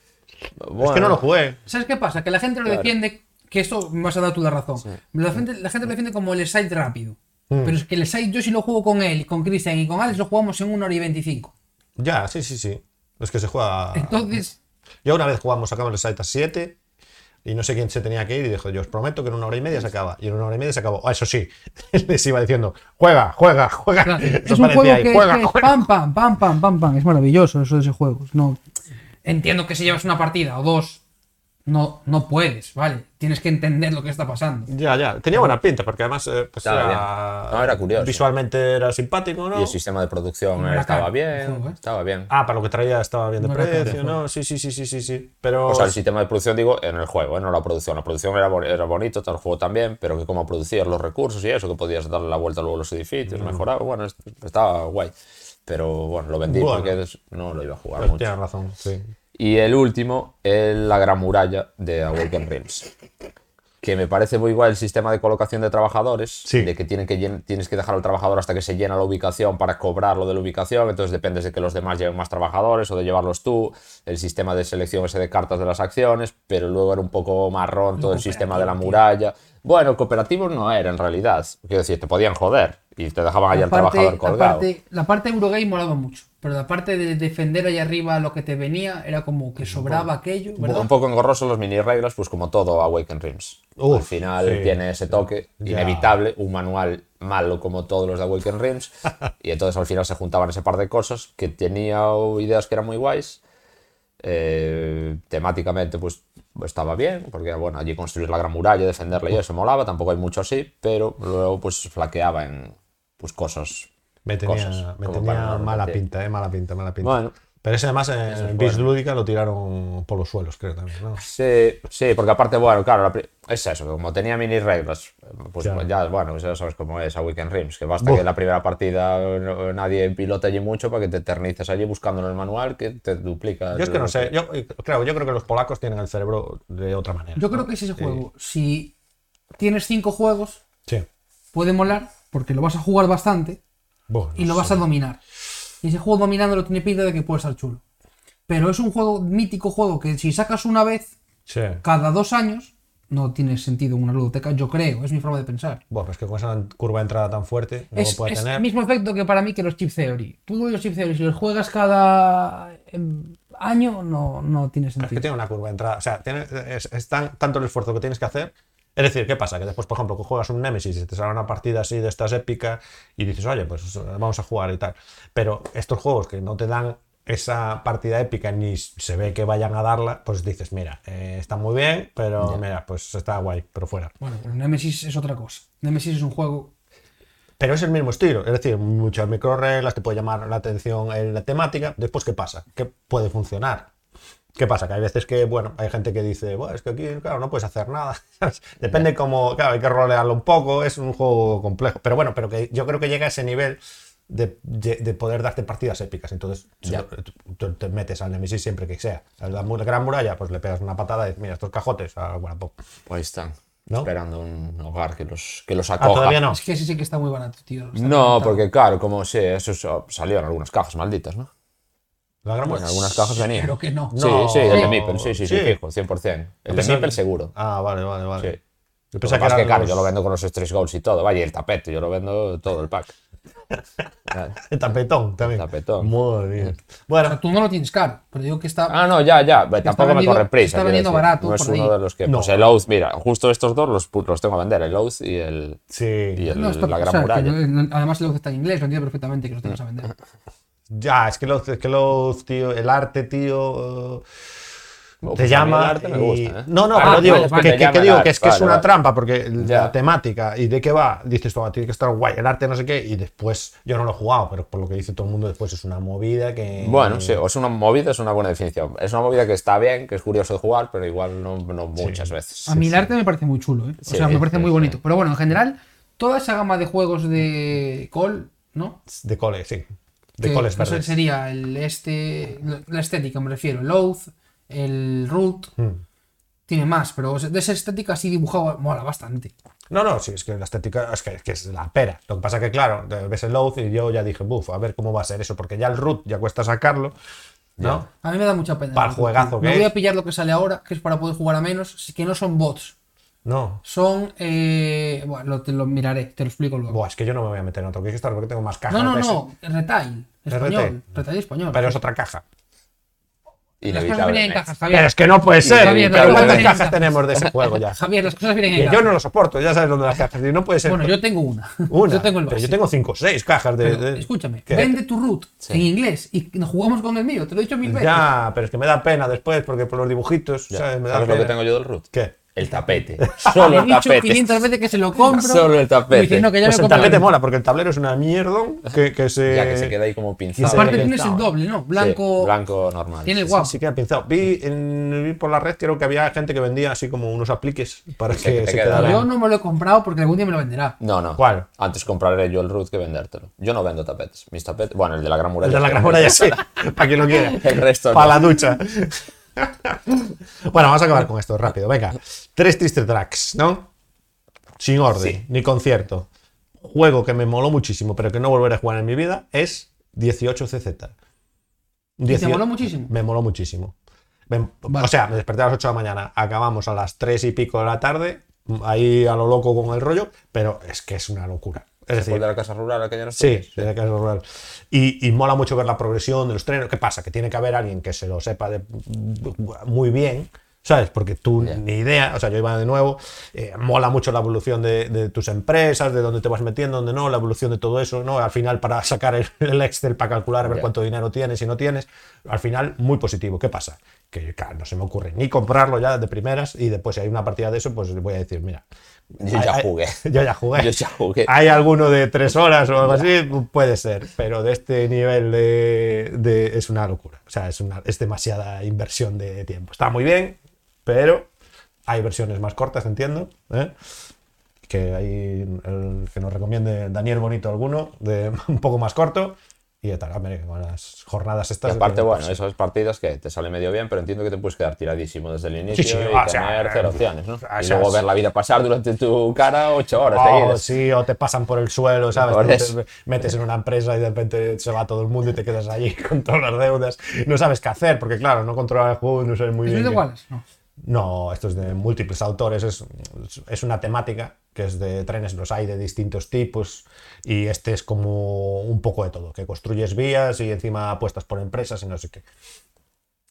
Speaker 4: es que no lo jugué.
Speaker 2: ¿Sabes qué pasa? Que la gente lo defiende, que esto me vas a dar tú la razón. La, gente, la gente lo defiende como el side rápido.
Speaker 4: Hmm.
Speaker 2: Pero es que el side, yo si lo juego con él, con Christian y con Alex, lo jugamos en 1 hora y 25.
Speaker 4: Ya, sí, sí, sí. Es que se juega.
Speaker 2: Entonces,
Speaker 4: Yo una vez jugamos, sacamos el Saita 7 y no sé quién se tenía que ir y dijo, yo os prometo que en una hora y media se acaba. Y en una hora y media se acabó. Ah, eso sí, les iba diciendo, juega, juega, juega.
Speaker 2: claro,
Speaker 4: Eso
Speaker 2: es un
Speaker 4: parecía
Speaker 2: juego
Speaker 4: ahí,
Speaker 2: que,
Speaker 4: juega,
Speaker 2: que es
Speaker 4: juega.
Speaker 2: pam, pam, pam, pam, pam, pam. Es maravilloso eso de ese juego. No. Entiendo que si llevas una partida o dos, no, no puedes, ¿vale? Tienes que entender lo que está pasando.
Speaker 4: Ya, ya. Tenía buena pinta porque además eh, pues
Speaker 3: Estaba
Speaker 4: era...
Speaker 3: bien. No, era curioso.
Speaker 4: Visualmente era simpático, ¿no?
Speaker 3: Y el sistema de producción
Speaker 2: Una
Speaker 3: eh, estaba
Speaker 2: cara,
Speaker 3: bien,
Speaker 2: un juego, ¿eh?
Speaker 3: estaba bien.
Speaker 4: Ah, para lo que traía estaba bien de
Speaker 2: No era
Speaker 4: precio,
Speaker 2: caro.
Speaker 4: ¿no? Sí, sí, sí, sí, sí, sí. Pero...
Speaker 3: O sea, el sistema de producción, digo, en el juego, ¿eh? no la producción. La producción era, bo- era bonito, tal, el juego también, pero que cómo producías los recursos y eso, que podías darle la vuelta luego a los edificios,
Speaker 2: Mm.
Speaker 3: mejorar, bueno, es- estaba guay. Pero bueno, lo vendí
Speaker 4: Bueno.
Speaker 3: porque des- no lo iba a jugar
Speaker 4: pues,
Speaker 3: mucho.
Speaker 4: tienes razón, sí.
Speaker 3: Y el último es la gran muralla de Awaken Realms. Que me parece muy guay el sistema de colocación de trabajadores,
Speaker 4: Sí.
Speaker 3: de que, tienen que llen- tienes que dejar al trabajador hasta que se llena la ubicación para cobrar lo de la ubicación, entonces dependes de que los demás lleven más trabajadores o de llevarlos tú, el sistema de selección ese de cartas de las acciones, pero luego era un poco marrón todo el sistema de la muralla. Bueno, cooperativos no era en realidad, quiero decir, te podían joder y te dejaban allá al trabajador
Speaker 2: la,
Speaker 3: colgado.
Speaker 2: parte, la parte Eurogame molaba mucho, pero la parte de defender allá arriba lo que te venía era como que sobraba aquello,
Speaker 3: Un po-
Speaker 2: ¿verdad?
Speaker 3: Un poco engorroso los mini reglas, pues como todo Awaken Rims.
Speaker 4: Uf,
Speaker 3: Al final
Speaker 4: sí.
Speaker 3: tiene ese toque
Speaker 4: Ya.
Speaker 3: inevitable, un manual malo como todos los de Awaken Rims. y entonces al final se juntaban ese par de cosas que tenía o ideas que eran muy guays. Eh, temáticamente, pues estaba bien, porque bueno, allí construir la gran muralla, defenderla y eso molaba, tampoco hay mucho así, pero luego pues flaqueaba en pues cosas.
Speaker 4: Me tenía,
Speaker 3: cosas,
Speaker 4: me
Speaker 3: como
Speaker 4: tenía
Speaker 3: para no
Speaker 4: mala
Speaker 3: repetir.
Speaker 4: pinta, eh, mala pinta, mala pinta.
Speaker 3: Bueno,
Speaker 4: Pero ese además en Bis Lúdica lo tiraron por los suelos, creo también. ¿no?
Speaker 3: Sí, sí, porque aparte, bueno, claro, la pri- es eso, como tenía mini reglas, pues
Speaker 4: Claro.
Speaker 3: ya, bueno, ya sabes cómo es a Weekend Rims, que basta
Speaker 4: Buh.
Speaker 3: que la primera partida no- nadie pilote allí mucho para que te eternices allí buscando en el manual que te duplica.
Speaker 4: Yo es que no sé, yo, eh, claro, yo creo que los polacos tienen el cerebro de otra manera.
Speaker 2: Yo creo que es ese juego. Si tienes cinco juegos,
Speaker 4: Sí.
Speaker 2: puede molar, porque lo vas a jugar bastante
Speaker 4: Bueno,
Speaker 2: y lo vas a dominar. Y ese juego dominándolo tiene pinta de que puede estar chulo. Pero es un juego, mítico juego, que si sacas una vez
Speaker 4: Sí.
Speaker 2: cada dos años, no tiene sentido una ludoteca, yo creo, es mi forma de pensar.
Speaker 4: Bueno, pues que con esa curva de entrada tan fuerte, no
Speaker 2: Es,
Speaker 4: lo puede
Speaker 2: es
Speaker 4: tener.
Speaker 2: el mismo efecto que para mí que los Chip Theory. Tú los Chip Theory, si los juegas cada em, año, no, no tiene
Speaker 4: Es que
Speaker 2: sentido.
Speaker 4: tiene una curva de entrada. O sea, tiene, es, es tan- tanto el esfuerzo que tienes que hacer. Es decir, ¿qué pasa? Que después, por ejemplo, que juegas un Nemesis y te sale una partida así de estas épicas y dices, oye, pues eh, vamos a jugar y tal. Pero estos juegos que no te dan esa partida épica ni s- se ve que vayan a darla, pues dices, mira, eh, está muy bien, pero mira, pues está guay, pero fuera.
Speaker 2: Bueno, pero Nemesis es otra cosa. Nemesis es un juego
Speaker 4: Pero es el mismo estilo, es decir, muchas microreglas, te puede llamar la atención en la temática. Después, ¿qué pasa? ¿Qué puede funcionar? ¿Qué pasa? Que hay veces que, bueno, hay gente que dice, bueno, es que aquí, claro, no puedes hacer nada. ¿sabes? Depende cómo, claro, hay que rolearlo un poco, es un juego complejo. Pero bueno, pero que yo creo que llega a ese nivel de, de- de poder darte partidas épicas. Entonces, se lo- tú te metes al Nemesis siempre que sea. A la mu- gran muralla, pues le pegas una patada y dices, mira, estos cajotes, ah, bueno, po-
Speaker 3: Pues están
Speaker 4: ¿No?
Speaker 3: esperando un hogar que los, que los
Speaker 4: Ah,
Speaker 3: acoja.
Speaker 4: todavía no.
Speaker 2: Es que ese sí que está muy barato, tío. Está
Speaker 3: No,
Speaker 2: encantado.
Speaker 3: porque claro, como sí, eso es- salieron algunas cajas malditas, ¿no?
Speaker 4: La gran
Speaker 3: En
Speaker 4: muralla.
Speaker 3: algunas cajas venían.
Speaker 2: Creo que no.
Speaker 3: Sí,
Speaker 4: Pues No.
Speaker 3: sí, el de Mipel, sí, sí, sí,
Speaker 4: Sí.
Speaker 3: fijo, 100%. El de
Speaker 4: Pensaba
Speaker 3: Mipel
Speaker 4: que-
Speaker 3: seguro.
Speaker 4: Ah, vale, vale,
Speaker 3: Sí.
Speaker 4: vale.
Speaker 3: Lo
Speaker 4: Yo
Speaker 3: que
Speaker 4: pensaba
Speaker 3: pasa es que,
Speaker 4: eran
Speaker 3: claro,
Speaker 4: los-
Speaker 3: yo lo vendo con los stress goals y todo. Vaya, y el tapete, yo lo vendo todo el pack. Claro.
Speaker 4: El tapetón también.
Speaker 3: Tapetón.
Speaker 4: Muy bien.
Speaker 2: O sea,
Speaker 4: Bueno,
Speaker 2: tú no lo tienes caro, pero digo que está.
Speaker 3: Ah, no, ya, ya. Bueno, Tampoco
Speaker 2: vendiendo-
Speaker 3: me corre prisa.
Speaker 2: está
Speaker 3: quiero
Speaker 2: vendiendo
Speaker 3: decir.
Speaker 2: barato,
Speaker 3: No es
Speaker 2: por
Speaker 3: uno
Speaker 2: ahí.
Speaker 3: de los que.
Speaker 4: No.
Speaker 3: Pues el Oath, mira, justo estos dos los, pu- los tengo a vender, el Oath y el. Y
Speaker 4: sí.
Speaker 3: el,
Speaker 2: No, está-
Speaker 3: la
Speaker 2: o
Speaker 3: gran
Speaker 2: sea, que
Speaker 3: muralla.
Speaker 2: no- además, lo que está en inglés, lo entiendo perfectamente que lo tengas a vender.
Speaker 4: Ya, es que los, es que los, tío, el arte, tío. eh,
Speaker 3: Bueno, pues a mí
Speaker 4: Te
Speaker 3: el
Speaker 4: llama.
Speaker 3: arte me
Speaker 4: y-
Speaker 3: gusta, ¿eh?
Speaker 4: No, no,
Speaker 3: Ah,
Speaker 4: pero
Speaker 3: vale,
Speaker 4: digo,
Speaker 3: vale,
Speaker 4: que,
Speaker 3: te
Speaker 4: que-
Speaker 3: llama
Speaker 4: que
Speaker 3: el
Speaker 4: digo
Speaker 3: arte,
Speaker 4: que es que es
Speaker 3: vale,
Speaker 4: una
Speaker 3: vale.
Speaker 4: trampa, porque
Speaker 3: Ya.
Speaker 4: la temática y de qué va, dices, toma, tiene que estar guay, el arte, no sé qué, y después, yo no lo he jugado, pero por lo que dice todo el mundo, después es una movida que.
Speaker 3: Bueno, sí, o es una movida, es una buena definición. Es una movida que está bien, que es curioso de jugar, pero igual no, no muchas veces.
Speaker 2: A mí el arte me parece muy chulo, ¿eh? O
Speaker 3: Sí,
Speaker 2: sea, me parece
Speaker 3: sí,
Speaker 2: muy
Speaker 3: sí.
Speaker 2: bonito. Pero bueno, en general, toda esa gama de juegos de Call, ¿no?
Speaker 4: De cole, sí. De
Speaker 2: Que,
Speaker 4: coles
Speaker 2: no sé,
Speaker 4: verdes.
Speaker 2: Sería el este. La estética, me refiero. El Oath, el Root.
Speaker 4: Hmm.
Speaker 2: Tiene más, pero o sea, de esa estética así dibujado mola bastante.
Speaker 4: No, no, sí, es que la estética es que, es que es la pera. Lo que pasa que, claro, te ves el Loath y yo ya dije, buf, a ver cómo va a ser eso, porque ya el root ya cuesta sacarlo, ¿no?
Speaker 2: A mí me da mucha pena.
Speaker 4: Para el
Speaker 2: tío.
Speaker 4: juegazo que
Speaker 2: Me voy
Speaker 4: es.
Speaker 2: a pillar lo que sale ahora, que es para poder jugar a menos, sí que no son bots.
Speaker 4: No.
Speaker 2: Son. eh, bueno, lo, te lo miraré, te lo explico luego.
Speaker 4: Buah, es que yo no me voy a meter en otro Kickstarter porque tengo más cajas.
Speaker 2: no, no,
Speaker 4: de ese.
Speaker 2: no, retail.
Speaker 4: ¿Es
Speaker 2: Español, retail español.
Speaker 4: Pero es otra caja.
Speaker 2: las cosas vienen en
Speaker 3: Inevitablemente.
Speaker 2: cajas,
Speaker 4: Pero
Speaker 2: Javier.
Speaker 4: es que no puede ser.
Speaker 2: Javier,
Speaker 4: Pero
Speaker 2: Javier,
Speaker 4: ¿Cuántas
Speaker 2: Javier,
Speaker 4: cajas
Speaker 2: Javier.
Speaker 4: tenemos de ese juego ya?
Speaker 2: Javier, las cosas vienen en
Speaker 4: Que
Speaker 2: cajas.
Speaker 4: yo no lo soporto, ya sabes dónde las cajas. Y no puede ser.
Speaker 2: Bueno, yo tengo una.
Speaker 4: una.
Speaker 2: Yo tengo el
Speaker 4: pero yo
Speaker 2: básico.
Speaker 4: tengo cinco o seis cajas de.
Speaker 2: Pero,
Speaker 4: de-
Speaker 2: escúchame,
Speaker 4: que-
Speaker 2: vende tu root en inglés y nos jugamos con el mío, te lo he dicho mil veces.
Speaker 4: Ya, pero es que me da pena después porque por los dibujitos,
Speaker 3: Ya.
Speaker 4: ¿sabes? Me da
Speaker 3: ¿Sabes lo
Speaker 4: pena.
Speaker 3: que tengo yo del root?
Speaker 4: ¿Qué?
Speaker 3: El tapete.
Speaker 2: Le
Speaker 3: Solo
Speaker 2: he
Speaker 3: el
Speaker 2: dicho
Speaker 3: tapete.
Speaker 2: 500 veces que se lo compro.
Speaker 3: Solo el tapete.
Speaker 2: Y dice, no, que ya
Speaker 4: Pues
Speaker 2: me
Speaker 4: el
Speaker 2: compro
Speaker 4: tablete
Speaker 2: el mío.
Speaker 4: mola porque el tablero es una mierda que, que se.
Speaker 3: Ya que se queda ahí como
Speaker 4: Y
Speaker 3: pinzado.
Speaker 2: Aparte
Speaker 4: Sí,
Speaker 2: tienes el
Speaker 4: estaba.
Speaker 2: doble, ¿no? Blanco.
Speaker 3: Sí, blanco normal.
Speaker 2: Tiene el
Speaker 3: Sí,
Speaker 2: guapo.
Speaker 4: Sí, queda pinzado. Vi, en- vi por la red, creo que había gente que vendía así como unos apliques para
Speaker 3: que
Speaker 4: que
Speaker 3: te
Speaker 4: se
Speaker 3: queda
Speaker 4: quedara.
Speaker 2: Yo no me lo he comprado porque algún día me lo venderá.
Speaker 3: No, no.
Speaker 4: ¿Cuál?
Speaker 3: Antes compraré yo el root que vendértelo. Yo no vendo tapetes. Mis tapetes. Bueno, el de la gran muralla.
Speaker 4: El de la
Speaker 3: sí.
Speaker 4: gran muralla, sí. Para quien lo quiera.
Speaker 3: El resto no.
Speaker 4: Para la ducha. bueno, vamos a acabar con esto rápido. Venga. Tres tristes tracks, ¿no? Sin orden,
Speaker 3: Sí.
Speaker 4: ni concierto. Juego que me moló muchísimo, pero que no volveré a jugar en mi vida, es 18CZ.
Speaker 2: te moló muchísimo?
Speaker 4: Me moló muchísimo. Me- O sea, me desperté a las 8 de la mañana, acabamos a las 3 y pico de la tarde, ahí a lo loco con el rollo, pero es que es una locura. Es
Speaker 3: ¿Fue
Speaker 4: decir,
Speaker 3: el de la casa rural aquella no
Speaker 4: Sí, de la casa rural. Y, y mola mucho ver la progresión de los trenes. ¿Qué pasa? Que tiene que haber alguien que se lo sepa de- muy bien, ¿sabes? Porque tú ni idea, o sea, yo iba de nuevo, eh, mola mucho la evolución de, de tus empresas, de dónde te vas metiendo, dónde no, la evolución de todo eso, ¿no? Al final, para sacar el, el Excel, para calcular, a ver cuánto dinero tienes y no tienes, al final, muy positivo. ¿Qué pasa? que claro, no se me ocurre ni comprarlo ya de primeras y después si hay una partida de eso, pues voy a decir, mira.
Speaker 3: Yo
Speaker 4: hay-
Speaker 3: ya
Speaker 4: hay-
Speaker 3: jugué.
Speaker 4: Yo ya jugué.
Speaker 3: Yo ya jugué.
Speaker 4: Hay alguno de tres horas o algo así, puede ser, pero de este nivel de, de- es una locura. O sea, es, una, es demasiada inversión de tiempo. Está muy bien, pero hay versiones más cortas, entiendo. ¿eh? Que, hay el- que nos recomiende Daniel Bonito alguno, de un poco más corto. Y de tal, hombre, con las jornadas
Speaker 3: Y
Speaker 4: estas.
Speaker 3: aparte,
Speaker 4: de-
Speaker 3: bueno, esas partidas que te sale medio bien, pero entiendo que te puedes quedar tiradísimo desde el inicio
Speaker 4: sí,
Speaker 3: y
Speaker 4: o
Speaker 3: tener
Speaker 4: sea, ah,
Speaker 3: cero opciones, ¿no?
Speaker 4: o
Speaker 3: y
Speaker 4: sea,
Speaker 3: luego
Speaker 4: es-
Speaker 3: ver la vida pasar durante tu cara ocho horas
Speaker 4: Oh,
Speaker 3: seguidas.
Speaker 4: sí, o te pasan por el suelo, ¿sabes?
Speaker 3: Por
Speaker 4: Tú te
Speaker 3: eso.
Speaker 4: metes en una empresa y de repente se va todo el mundo y te quedas allí con todas las deudas. No sabes qué hacer, porque claro, no controlas el juego, no sabes muy
Speaker 2: ¿Es
Speaker 4: bien.
Speaker 2: de
Speaker 4: qué-
Speaker 2: Wallace? No.
Speaker 4: No, esto es de múltiples autores, es, es una temática que es de trenes, los hay de distintos tipos y este es como un poco de todo, que construyes vías y encima apuestas por empresas y no sé qué.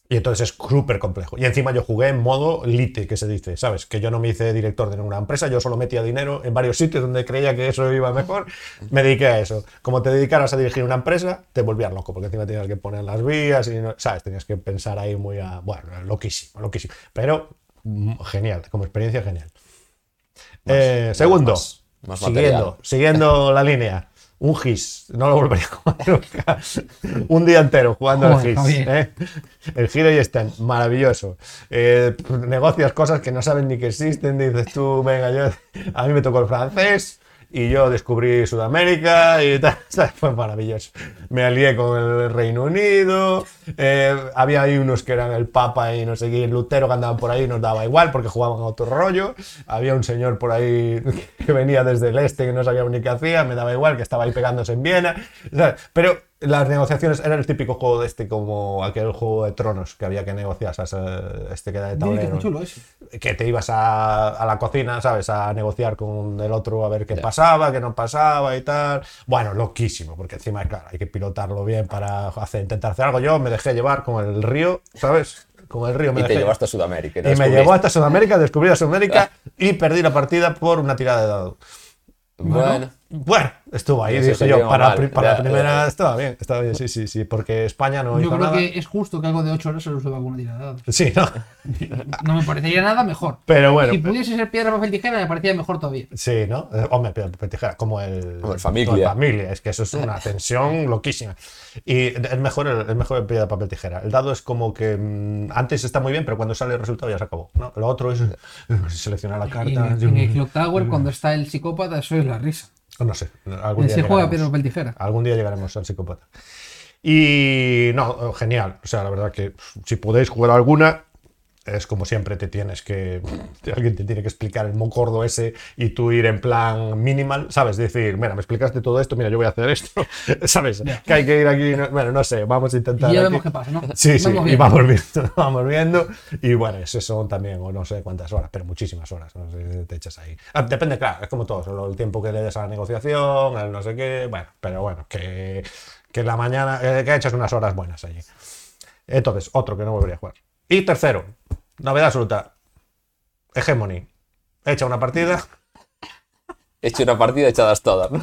Speaker 4: Y entonces es súper complejo. Y encima yo jugué en modo lite, que se dice, ¿sabes? Que yo no me hice director de ninguna empresa, yo solo metía dinero en varios sitios donde creía que eso iba mejor. Me dediqué a eso. Como te dedicaras a dirigir una empresa, te volvías loco, porque encima tenías que poner las vías y, no- ¿sabes? Tenías que pensar ahí muy a... Bueno, loquísimo, loquísimo. Pero mm, genial, como experiencia genial. Eh, segundo,
Speaker 3: más- más
Speaker 4: siguiendo,
Speaker 3: material.
Speaker 4: siguiendo la línea. Un GIS, no lo volvería a jugar nunca. Un día entero jugando al
Speaker 2: Joder,
Speaker 4: GIS.
Speaker 2: Javier.
Speaker 4: ¿eh? El giro y están, maravilloso. Eh, p- negocias cosas que no saben ni que existen, dices tú, venga, yo, a mí me tocó el francés y yo descubrí Sudamérica y tal, ¿sabes? fue maravilloso. Me alié con el Reino Unido, eh, había ahí unos que eran el Papa y no sé qué, Lutero que andaban por ahí, nos daba igual porque jugaban a otro rollo, había un señor por ahí que venía desde el este que no sabía ni qué hacía, me daba igual que estaba ahí pegándose en Viena, ¿sabes? pero las negociaciones eran el típico juego de este, como aquel juego de tronos que había que negociar, ¿sabes? Eh, este que era de
Speaker 2: Dile que es
Speaker 4: tablero.
Speaker 2: muy chulo ¿eh? ese.
Speaker 4: Que te ibas a, a la cocina, ¿sabes? A negociar con el otro a ver qué pasaba, qué no pasaba y tal. Bueno, loquísimo, porque encima, claro, hay que pilotarlo bien para hacer, intentar hacer algo. Yo me dejé llevar con el río, ¿sabes? Con el río me
Speaker 3: Y te
Speaker 4: dejé
Speaker 3: llevaste a Sudamérica.
Speaker 4: y me llevó hasta Sudamérica, descubrí a Sudamérica y perdí la partida por una tirada de dado.
Speaker 3: Bueno,
Speaker 4: Bueno, estuvo ahí,
Speaker 3: Eso
Speaker 4: dije
Speaker 3: se
Speaker 4: yo,
Speaker 3: lleva
Speaker 4: para,
Speaker 3: mal,
Speaker 4: pri- para
Speaker 3: ya,
Speaker 4: la primera
Speaker 3: ya, ya.
Speaker 4: estaba bien, estaba bien, sí, sí, sí, porque España no
Speaker 2: Yo
Speaker 4: hizo
Speaker 2: creo
Speaker 4: nada.
Speaker 2: que es justo que algo de 8 horas se lo suba con una tirada.
Speaker 4: Sí, no.
Speaker 2: "Ah, No me parecería nada mejor.
Speaker 4: Pero bueno, pues
Speaker 2: si
Speaker 4: pe-
Speaker 2: pudiese ser piedra, papel, tijera, me parecía mejor todavía.
Speaker 4: Sí, ¿no? Eh, Hombre, pero pero tijera, como el,
Speaker 3: Como el Familia.
Speaker 4: como el familia. Es que eso es una tensión loquísima. Y es mejor el, es mejor el piedra, papel, tijera. El dado es como que mm, antes está muy bien, pero cuando sale el resultado ya se acabó. ¿no? Lo otro es eh, seleccionar la
Speaker 2: Y en,
Speaker 4: carta.
Speaker 2: el- en el Clock Tower, cuando está el psicópata, eso es la risa.
Speaker 4: No sé. Algún día
Speaker 2: Se juega
Speaker 4: llegaremos.
Speaker 2: piedra, papel, tijera.
Speaker 4: Algún día llegaremos al psicópata. Y no, eh, genial. O sea, la verdad que pf, si podéis jugar alguna, es como siempre te tienes que... Alguien te tiene que explicar el mocordo ese y tú ir en plan minimal, ¿sabes? Decir, mira, me explicaste todo esto, mira, yo voy a hacer esto, ¿sabes? Que hay que ir aquí... no- bueno, no sé, vamos a intentar...
Speaker 2: Y ya
Speaker 4: aquí-
Speaker 2: vemos qué pasa, ¿no?
Speaker 4: Sí, sí,
Speaker 2: Vamos
Speaker 4: y
Speaker 2: bien.
Speaker 4: vamos viendo, vamos viendo. Y bueno, eso son también, o no sé cuántas horas, pero muchísimas horas, no sé, te echas ahí. Ah, Depende, claro, es como todo, solo el tiempo que le des a la negociación, al no sé qué, bueno, pero bueno, que, que en la mañana, eh, que echas unas horas buenas allí. Entonces, otro que no volvería a jugar. Y tercero, novedad absoluta, Hegemony. Echa una partida,
Speaker 3: he hecho una partida echadas todas. ¿no?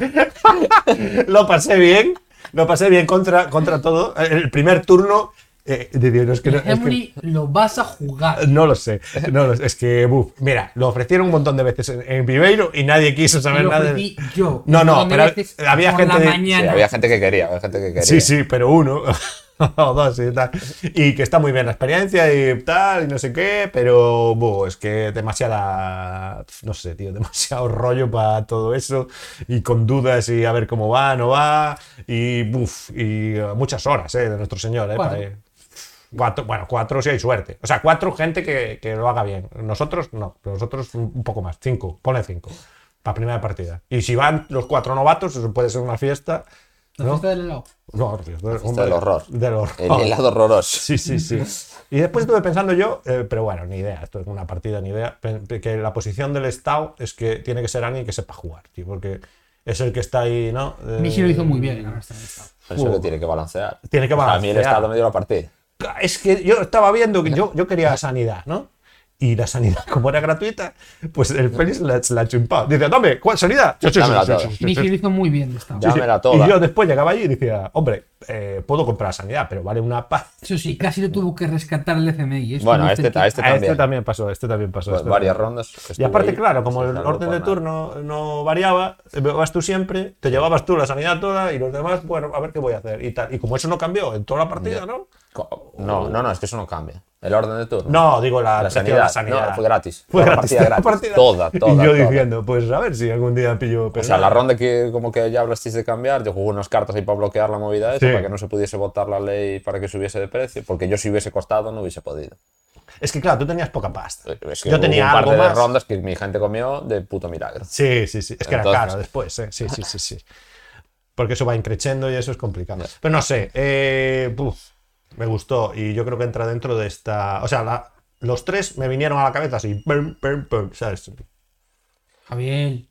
Speaker 4: lo pasé bien, lo pasé bien contra, contra todo. El primer turno, eh, de Dios, no, es que no- es que-
Speaker 2: Henry, lo vas a jugar.
Speaker 4: No lo sé, no lo sé. Es que, buf, mira, lo ofrecieron un montón de veces en, en Viveiro y nadie quiso saber
Speaker 2: Lo
Speaker 4: nada. de-
Speaker 2: ofrecí yo.
Speaker 4: No, no,
Speaker 2: Cuando
Speaker 4: pero
Speaker 2: veces
Speaker 4: había
Speaker 2: por
Speaker 4: gente
Speaker 2: la
Speaker 4: de-
Speaker 3: Sí,
Speaker 2: mañana.
Speaker 3: había gente que quería, había gente que quería.
Speaker 4: Sí, sí, pero uno o dos y tal. Y que está muy bien la experiencia y tal, y no sé qué, pero buh, es que demasiada, no sé, tío, demasiado rollo para todo eso. Y con dudas y a ver cómo va, no va. Y buf, y eh, muchas horas, eh, de nuestro señor, eh,
Speaker 2: Cuatro.
Speaker 4: para- Cuatro, bueno, cuatro si hay suerte. O sea, cuatro gente que, que lo haga bien. Nosotros no, nosotros un un poco más. Cinco, pone cinco. Para primera partida. Y si van los cuatro novatos, eso puede ser una fiesta.
Speaker 2: La
Speaker 4: ¿no?
Speaker 2: fiesta del helado.
Speaker 4: No, tío, del,
Speaker 3: fiesta del horror.
Speaker 4: Del horror.
Speaker 3: El helado horroroso.
Speaker 4: Sí, sí, sí. Y después estuve pensando yo, eh, pero bueno, ni idea, esto es una partida, ni idea, pe- pe- que la posición del Estado es que tiene que ser alguien que sepa jugar, tío, porque es el que está ahí, ¿no? Eh,
Speaker 2: Michi lo hizo muy bien en la fiesta del helado.
Speaker 3: Eso que tiene que balancear.
Speaker 4: Uh. Tiene que
Speaker 3: O sea, A mí el
Speaker 4: balancear. Pues
Speaker 3: Estado me dio la partida.
Speaker 4: Es que yo estaba viendo que yo, yo quería sanidad, ¿no? Y la sanidad, como era gratuita, pues el Félix la, la chumpaba. Dice, dame, ¿cuál sanidad? Yo, sí, sí,
Speaker 3: Dámela
Speaker 4: sí,
Speaker 3: toda.
Speaker 4: sí, sí, sí,
Speaker 2: Miki
Speaker 4: sí.
Speaker 2: lo hizo muy bien esta vez.
Speaker 3: Ya. Dámela toda.
Speaker 4: Y yo después llegaba allí y decía, hombre, eh, puedo comprar sanidad, pero vale una paz.
Speaker 2: Eso sí, casi lo tuvo que rescatar el FMI. esto
Speaker 3: Bueno,
Speaker 2: no
Speaker 3: a
Speaker 2: ¿eh? es
Speaker 3: este, ta- a
Speaker 2: cerquita.
Speaker 3: este
Speaker 4: A
Speaker 3: también.
Speaker 4: este también pasó, este también pasó.
Speaker 3: Pues
Speaker 4: este
Speaker 3: varias
Speaker 4: también.
Speaker 3: rondas. que
Speaker 4: Y
Speaker 3: estuvo
Speaker 4: aparte,
Speaker 3: ahí,
Speaker 4: claro, como
Speaker 3: se
Speaker 4: el
Speaker 3: salvó
Speaker 4: orden
Speaker 3: por
Speaker 4: de
Speaker 3: nada.
Speaker 4: turno no variaba, vas tú siempre, te llevabas tú la sanidad toda y los demás, bueno, a ver qué voy a hacer y tal. Y como eso no cambió en toda la partida, ¿no?
Speaker 3: Co- No, no, no, es que eso no cambia. El orden de turno.
Speaker 4: Uh. No, digo la,
Speaker 3: La
Speaker 4: precio de
Speaker 3: sanidad.
Speaker 4: la sanidad.
Speaker 3: No, fue gratis.
Speaker 4: Fue
Speaker 3: Toda la
Speaker 4: gratis.
Speaker 3: partida gratis. Toda, toda,
Speaker 4: Y yo
Speaker 3: toda.
Speaker 4: diciendo, pues a ver si algún día pillo.
Speaker 3: O sea, la ronda que como que ya hablasteis de cambiar, yo jugué unas cartas ahí para bloquear la movida esa,
Speaker 4: Sí.
Speaker 3: para que no se pudiese votar la ley para que subiese de precio, porque yo si hubiese costado no hubiese podido.
Speaker 4: Es que claro, tú tenías poca pasta.
Speaker 3: Es que
Speaker 4: Yo
Speaker 3: hubo
Speaker 4: tenía
Speaker 3: un par
Speaker 4: algo
Speaker 3: de
Speaker 4: más.
Speaker 3: rondas que mi gente comió de puto milagro.
Speaker 4: Sí, sí, sí. Es que
Speaker 3: Entonces-
Speaker 4: era caro después, ¿eh? Sí, sí, sí, sí. Porque eso va increchendo y eso es complicado. Pero no sé, eh, buf, me gustó y yo creo que entra dentro de esta... O sea, la- los tres me vinieron a la cabeza así, pum, pum, pum, ¿sabes?
Speaker 2: Javier.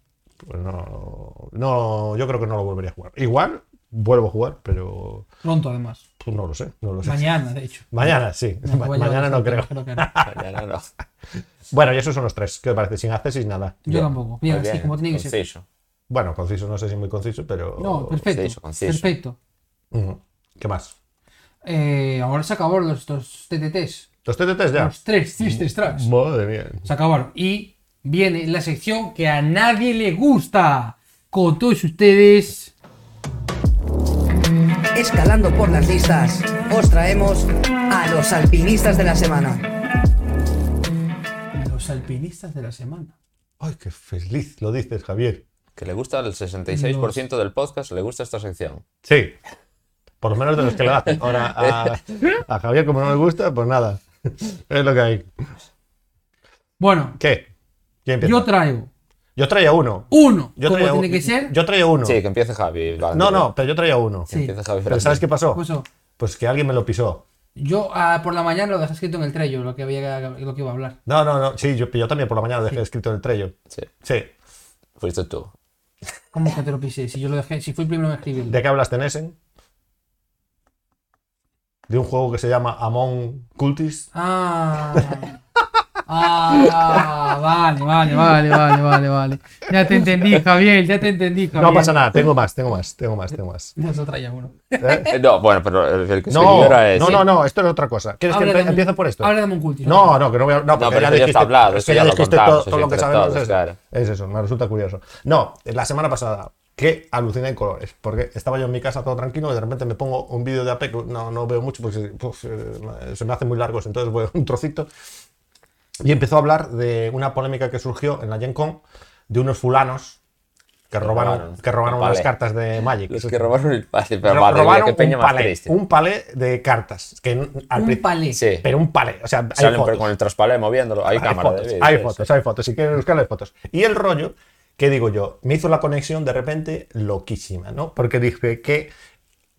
Speaker 4: Pues no, no, yo creo que no lo volvería a jugar. Igual vuelvo a jugar, pero
Speaker 2: Pronto, además.
Speaker 4: pues, no lo sé, no lo sé.
Speaker 2: Mañana, de hecho.
Speaker 4: Mañana, sí.
Speaker 2: No,
Speaker 4: Ma-
Speaker 2: voy a llevar
Speaker 4: mañana no
Speaker 2: esto,
Speaker 4: creo.
Speaker 2: que no.
Speaker 3: Mañana no.
Speaker 4: Bueno, y esos son los tres, ¿qué os parece? Sin hacer, sin nada.
Speaker 2: Yo tampoco. Bien,
Speaker 3: Muy
Speaker 2: así
Speaker 3: bien,
Speaker 2: como tenía que ser.
Speaker 3: conciso.
Speaker 4: Bueno, conciso, no sé si muy conciso, pero...
Speaker 2: No, perfecto.
Speaker 3: conciso, conciso.
Speaker 2: Perfecto.
Speaker 4: Ujú. ¿Qué más?
Speaker 2: Eh, ahora se acabaron los, estos TTTs.
Speaker 4: Los TTTs ya.
Speaker 2: Los tres tristes tracks.
Speaker 4: Madre mía.
Speaker 2: Se acabaron. Y viene la sección que a nadie le gusta. Con todos ustedes.
Speaker 5: Escalando por las listas, os traemos a los alpinistas de la semana.
Speaker 2: Los alpinistas de la semana.
Speaker 4: Ay, qué feliz lo dices, Javier.
Speaker 3: Que le gusta el 66% del podcast, le gusta esta sección.
Speaker 4: Sí. Por lo menos de los que lo hacen. Ahora, a, a Javier, como no le gusta, pues nada. Es lo que hay.
Speaker 2: Bueno,
Speaker 4: ¿Qué? ¿Quién empieza?
Speaker 2: yo traigo
Speaker 4: Yo traía uno.
Speaker 2: uno.
Speaker 4: Yo
Speaker 2: como
Speaker 4: traía
Speaker 2: tiene
Speaker 4: un-
Speaker 2: que ser.
Speaker 4: Yo traía uno.
Speaker 3: Sí, que empiece Javi.
Speaker 4: no, no, pero yo traía uno.
Speaker 2: Sí.
Speaker 3: Empieza Javi.
Speaker 4: Pero ¿sabes qué pasó?
Speaker 2: Pues eso.
Speaker 4: Pues que alguien me lo pisó.
Speaker 2: Yo ah, por la mañana lo dejé escrito en el trello, lo que, había, lo que iba a hablar.
Speaker 4: No, no, no. Sí, yo, yo también por la mañana lo dejé escrito en el trello.
Speaker 3: Sí,
Speaker 4: Sí.
Speaker 3: fuiste tú.
Speaker 2: ¿Cómo que te lo pisé? Si yo lo dejé, si fui el primero en escribirlo.
Speaker 4: ¿De qué hablas, Tenesen? De un juego que se llama Among Cultists.
Speaker 2: Ah. Ah, vale, vale, vale, vale, vale, vale. Ya te entendí, Javier, ya te entendí, Javier.
Speaker 4: No pasa nada, tengo más, tengo más, tengo más, tengo más.
Speaker 2: Ya se traía uno.
Speaker 4: ¿Eh?
Speaker 3: Eh, no, bueno, pero el el que se
Speaker 4: No,
Speaker 3: era ese.
Speaker 4: no, no, no, esto era otra cosa. ¿Quieres
Speaker 2: Ahora
Speaker 4: que
Speaker 2: dame
Speaker 4: empe-
Speaker 2: un-
Speaker 4: empiece por esto?
Speaker 2: Ahora dame un cultivo.
Speaker 4: No, no, que no voy a. No, porque
Speaker 3: pero eso
Speaker 4: ya
Speaker 3: ya está
Speaker 4: dijiste,
Speaker 3: hablado,
Speaker 4: es
Speaker 3: eso
Speaker 4: que
Speaker 3: ya
Speaker 4: ya
Speaker 3: lo
Speaker 4: dijiste
Speaker 3: contamos,
Speaker 4: todo,
Speaker 3: eso
Speaker 4: todo lo que
Speaker 3: entre
Speaker 4: sabemos.
Speaker 3: todos,
Speaker 4: es,
Speaker 3: claro.
Speaker 4: es eso, me resulta curioso. No, la semana pasada, que alucina en colores, porque estaba yo en mi casa todo tranquilo y de repente me pongo un vídeo de AP que no, no veo mucho porque puf, eh, se me hacen muy largos, entonces voy a un trocito. Y empezó a hablar de una polémica que surgió en la Gen Con de unos fulanos que robaron,
Speaker 3: robaron.
Speaker 4: que robaron
Speaker 3: Vale.
Speaker 4: las cartas de Magic.
Speaker 3: Los
Speaker 4: Eso-
Speaker 3: que robaron el pase, pero
Speaker 4: Ro-
Speaker 3: madre mía,
Speaker 4: robaron
Speaker 3: qué peña
Speaker 4: un
Speaker 3: más
Speaker 4: palé,
Speaker 3: triste.
Speaker 4: un palé de cartas. Que n- al
Speaker 2: Un
Speaker 4: principio-
Speaker 2: palé.
Speaker 3: Sí.
Speaker 4: Pero un palé. O sea, hay
Speaker 3: Salen
Speaker 4: fotos.
Speaker 3: pero con el traspalé moviéndolo. Hay,
Speaker 4: hay
Speaker 3: cámara
Speaker 4: fotos,
Speaker 3: de vídeo.
Speaker 4: hay
Speaker 3: sí.
Speaker 4: fotos, hay fotos. Si quieres buscar, hay fotos. Y el rollo, que digo yo, me hizo la conexión de repente loquísima, ¿no? Porque dije que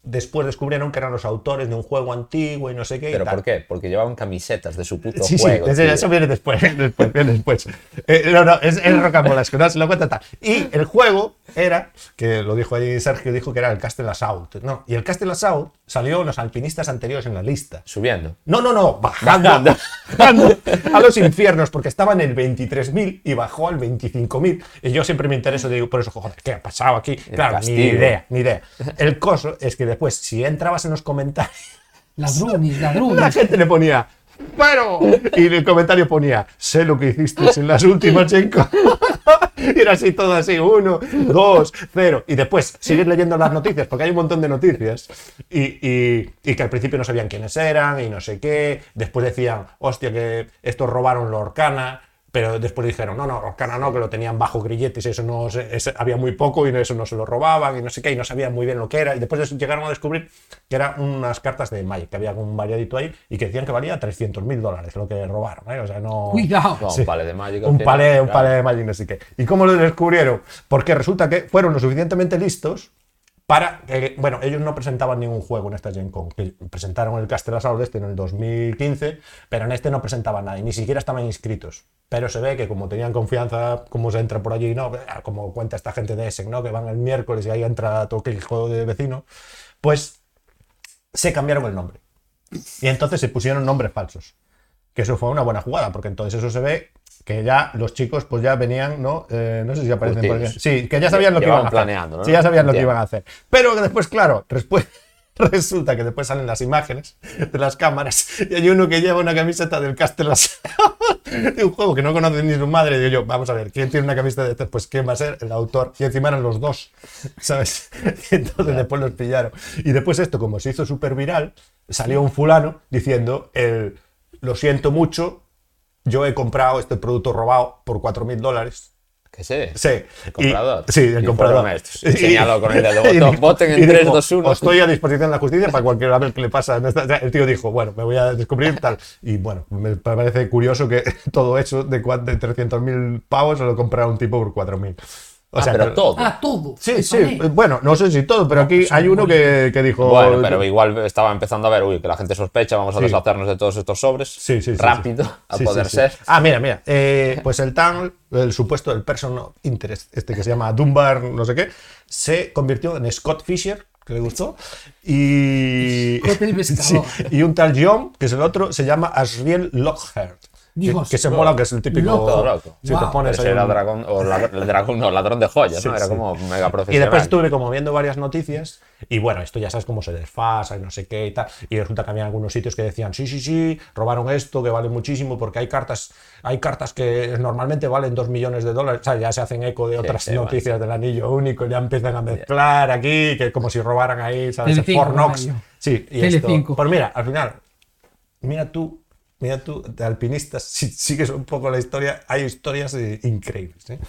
Speaker 4: después descubrieron que eran los autores de un juego antiguo y no sé qué. y
Speaker 3: ¿Pero
Speaker 4: tal.
Speaker 3: por qué? Porque llevaban camisetas de su puto
Speaker 4: Sí, sí,
Speaker 3: juego.
Speaker 4: ese-
Speaker 3: tío.
Speaker 4: eso viene después, después, viene después. Eh, no, no, es, es rocambolesco, no se lo cuenta tal. Y el juego era, que lo dijo ahí Sergio, dijo que era el Castle Assault. No, y el Castle Assault salió en los alpinistas anteriores en la lista.
Speaker 3: Subiendo.
Speaker 4: No, no, no, bajando,
Speaker 3: Bajando.
Speaker 4: bajando a los infiernos, porque estaba en el 23.000 y bajó al 25.000. Y yo siempre me intereso, digo, por eso, joder, ¿qué ha pasado aquí? Claro, ni
Speaker 3: castigo.
Speaker 4: idea, ni idea. El coso es que después, si entrabas en los comentarios,
Speaker 2: Ladrunis,
Speaker 4: la
Speaker 2: ladrunis.
Speaker 4: gente le ponía, pero, y en el comentario ponía, sé lo que hiciste en las últimas cinco. Y era así todo así, uno, dos, cero. Y después sigues leyendo las noticias, porque hay un montón de noticias. Y, y- y que al principio no sabían quiénes eran y no sé qué. Después decían, hostia, que estos robaron la Orcana. Pero después dijeron, no, no, Orcana no, que lo tenían bajo grilletes, eso no se- es- había muy poco y no- eso no se lo robaban y no sé qué, y no sabían muy bien lo que era. Y después llegaron a descubrir que eran unas cartas de Magic, que había un variadito ahí y que decían que valía 300 mil dólares lo que robaron. ¿eh? O sea, no.
Speaker 2: Cuidado.
Speaker 3: No,
Speaker 4: Sí.
Speaker 3: un palé de Magic. al
Speaker 4: Un
Speaker 3: final,
Speaker 4: palé, un
Speaker 3: claro.
Speaker 4: palé de Magic, no sé qué. ¿Y cómo lo descubrieron? Porque resulta que fueron lo suficientemente listos para. eh, bueno, ellos no presentaban ningún juego en esta Gen Con. que presentaron el Castle Assault este en el 2015, pero en este no presentaban nada y ni siquiera estaban inscritos. Pero se ve que como tenían confianza, como se entra por allí, ¿no? Ah, Como cuenta esta gente de Essen, ¿no? Que van el miércoles y ahí entra toque el juego de vecino. Pues se cambiaron el nombre. Y entonces se pusieron nombres falsos. Que que eso fue una buena jugada, porque entonces eso se ve que ya los chicos pues ya venían, ¿no? Eh, no sé si aparecen por
Speaker 3: Curtidos.
Speaker 4: aquí. Sí, que ya sabían lo que
Speaker 3: Llevaban
Speaker 4: iban a hacer.
Speaker 3: planeando, ¿no?
Speaker 4: Sí, ya sabían lo que
Speaker 3: Entiendo.
Speaker 4: iban a hacer. Pero que después, claro, después resulta que después salen las imágenes de las cámaras y hay uno que lleva una camiseta del Castle de un juego que no conoce ni su madre. Y digo yo, vamos a ver, ¿quién tiene una camiseta de este? Pues ¿quién va a ser? El autor. Y encima eran los dos, ¿sabes? Y entonces después los pillaron. Y después esto, como se hizo súper viral, salió un fulano diciendo, el, lo siento mucho, yo he comprado este producto robado por 4.000 dólares.
Speaker 3: ¿Qué sé?
Speaker 4: Sí.
Speaker 3: El comprador.
Speaker 4: Y- sí, el
Speaker 3: Y
Speaker 4: comprador.
Speaker 3: fueron estos. Señaló con el dedo. Botón. Voten en
Speaker 4: y dijo,
Speaker 3: 3, 2, 1.
Speaker 4: Estoy a disposición de la justicia para cualquier vez que le pasa. en esta-". O sea, El tío dijo, bueno, me voy a descubrir tal. Y bueno, me parece curioso que todo eso de, cua- de 300.000 pavos se lo comprara un tipo por 4.000. O
Speaker 3: Ah, pero todo.
Speaker 2: Ah, todo.
Speaker 4: Sí, sí.
Speaker 2: Vale.
Speaker 4: eh, Bueno, no sé si todo, pero aquí hay uno que, que dijo.
Speaker 3: Bueno, pero igual estaba empezando a ver, uy, que la gente sospecha, vamos a
Speaker 4: Sí.
Speaker 3: deshacernos de todos estos sobres.
Speaker 4: Sí, sí, sí,
Speaker 3: Rápido,
Speaker 4: sí.
Speaker 3: a
Speaker 4: Sí, sí,
Speaker 3: poder
Speaker 4: sí.
Speaker 3: ser.
Speaker 4: Ah, mira, mira. eh, pues el town, el supuesto del person of interest, este que se llama Dunbar, no sé qué, se convirtió en Scott Fisher, que le gustó, y.
Speaker 2: Scott el pescador.
Speaker 4: y un tal John, que es el otro, se llama Asriel Lockhart. Que,
Speaker 2: Dios.
Speaker 4: que se mola, que es el típico.
Speaker 2: Loco.
Speaker 3: Loco.
Speaker 4: Si
Speaker 2: Wow.
Speaker 4: te pones
Speaker 3: Ese
Speaker 4: ahí
Speaker 3: era
Speaker 4: un-
Speaker 3: dragón, o ladr- el dragón, no, ladrón de joyas,
Speaker 4: Sí,
Speaker 3: ¿no? Era
Speaker 4: sí.
Speaker 3: como mega profesional.
Speaker 4: Y después estuve como viendo varias noticias y bueno, esto ya sabes cómo se desfasa y no sé qué y tal. Y resulta que había algunos sitios que decían, sí, sí, sí, robaron esto, que vale muchísimo, porque hay cartas, hay cartas que normalmente valen 2 millones de dólares. O sea, ya se hacen eco de otras
Speaker 3: sí,
Speaker 4: noticias del anillo único, ya empiezan a mezclar aquí, que como si robaran ahí, ¿sabes? El
Speaker 2: Telecinco,
Speaker 4: Fornox.
Speaker 2: Mario.
Speaker 4: Sí, y esto.
Speaker 2: Telecinco.
Speaker 4: Pues mira, al final, mira tú, mira tú, de alpinistas, si sigues un poco la historia, hay historias eh, increíbles, ¿eh?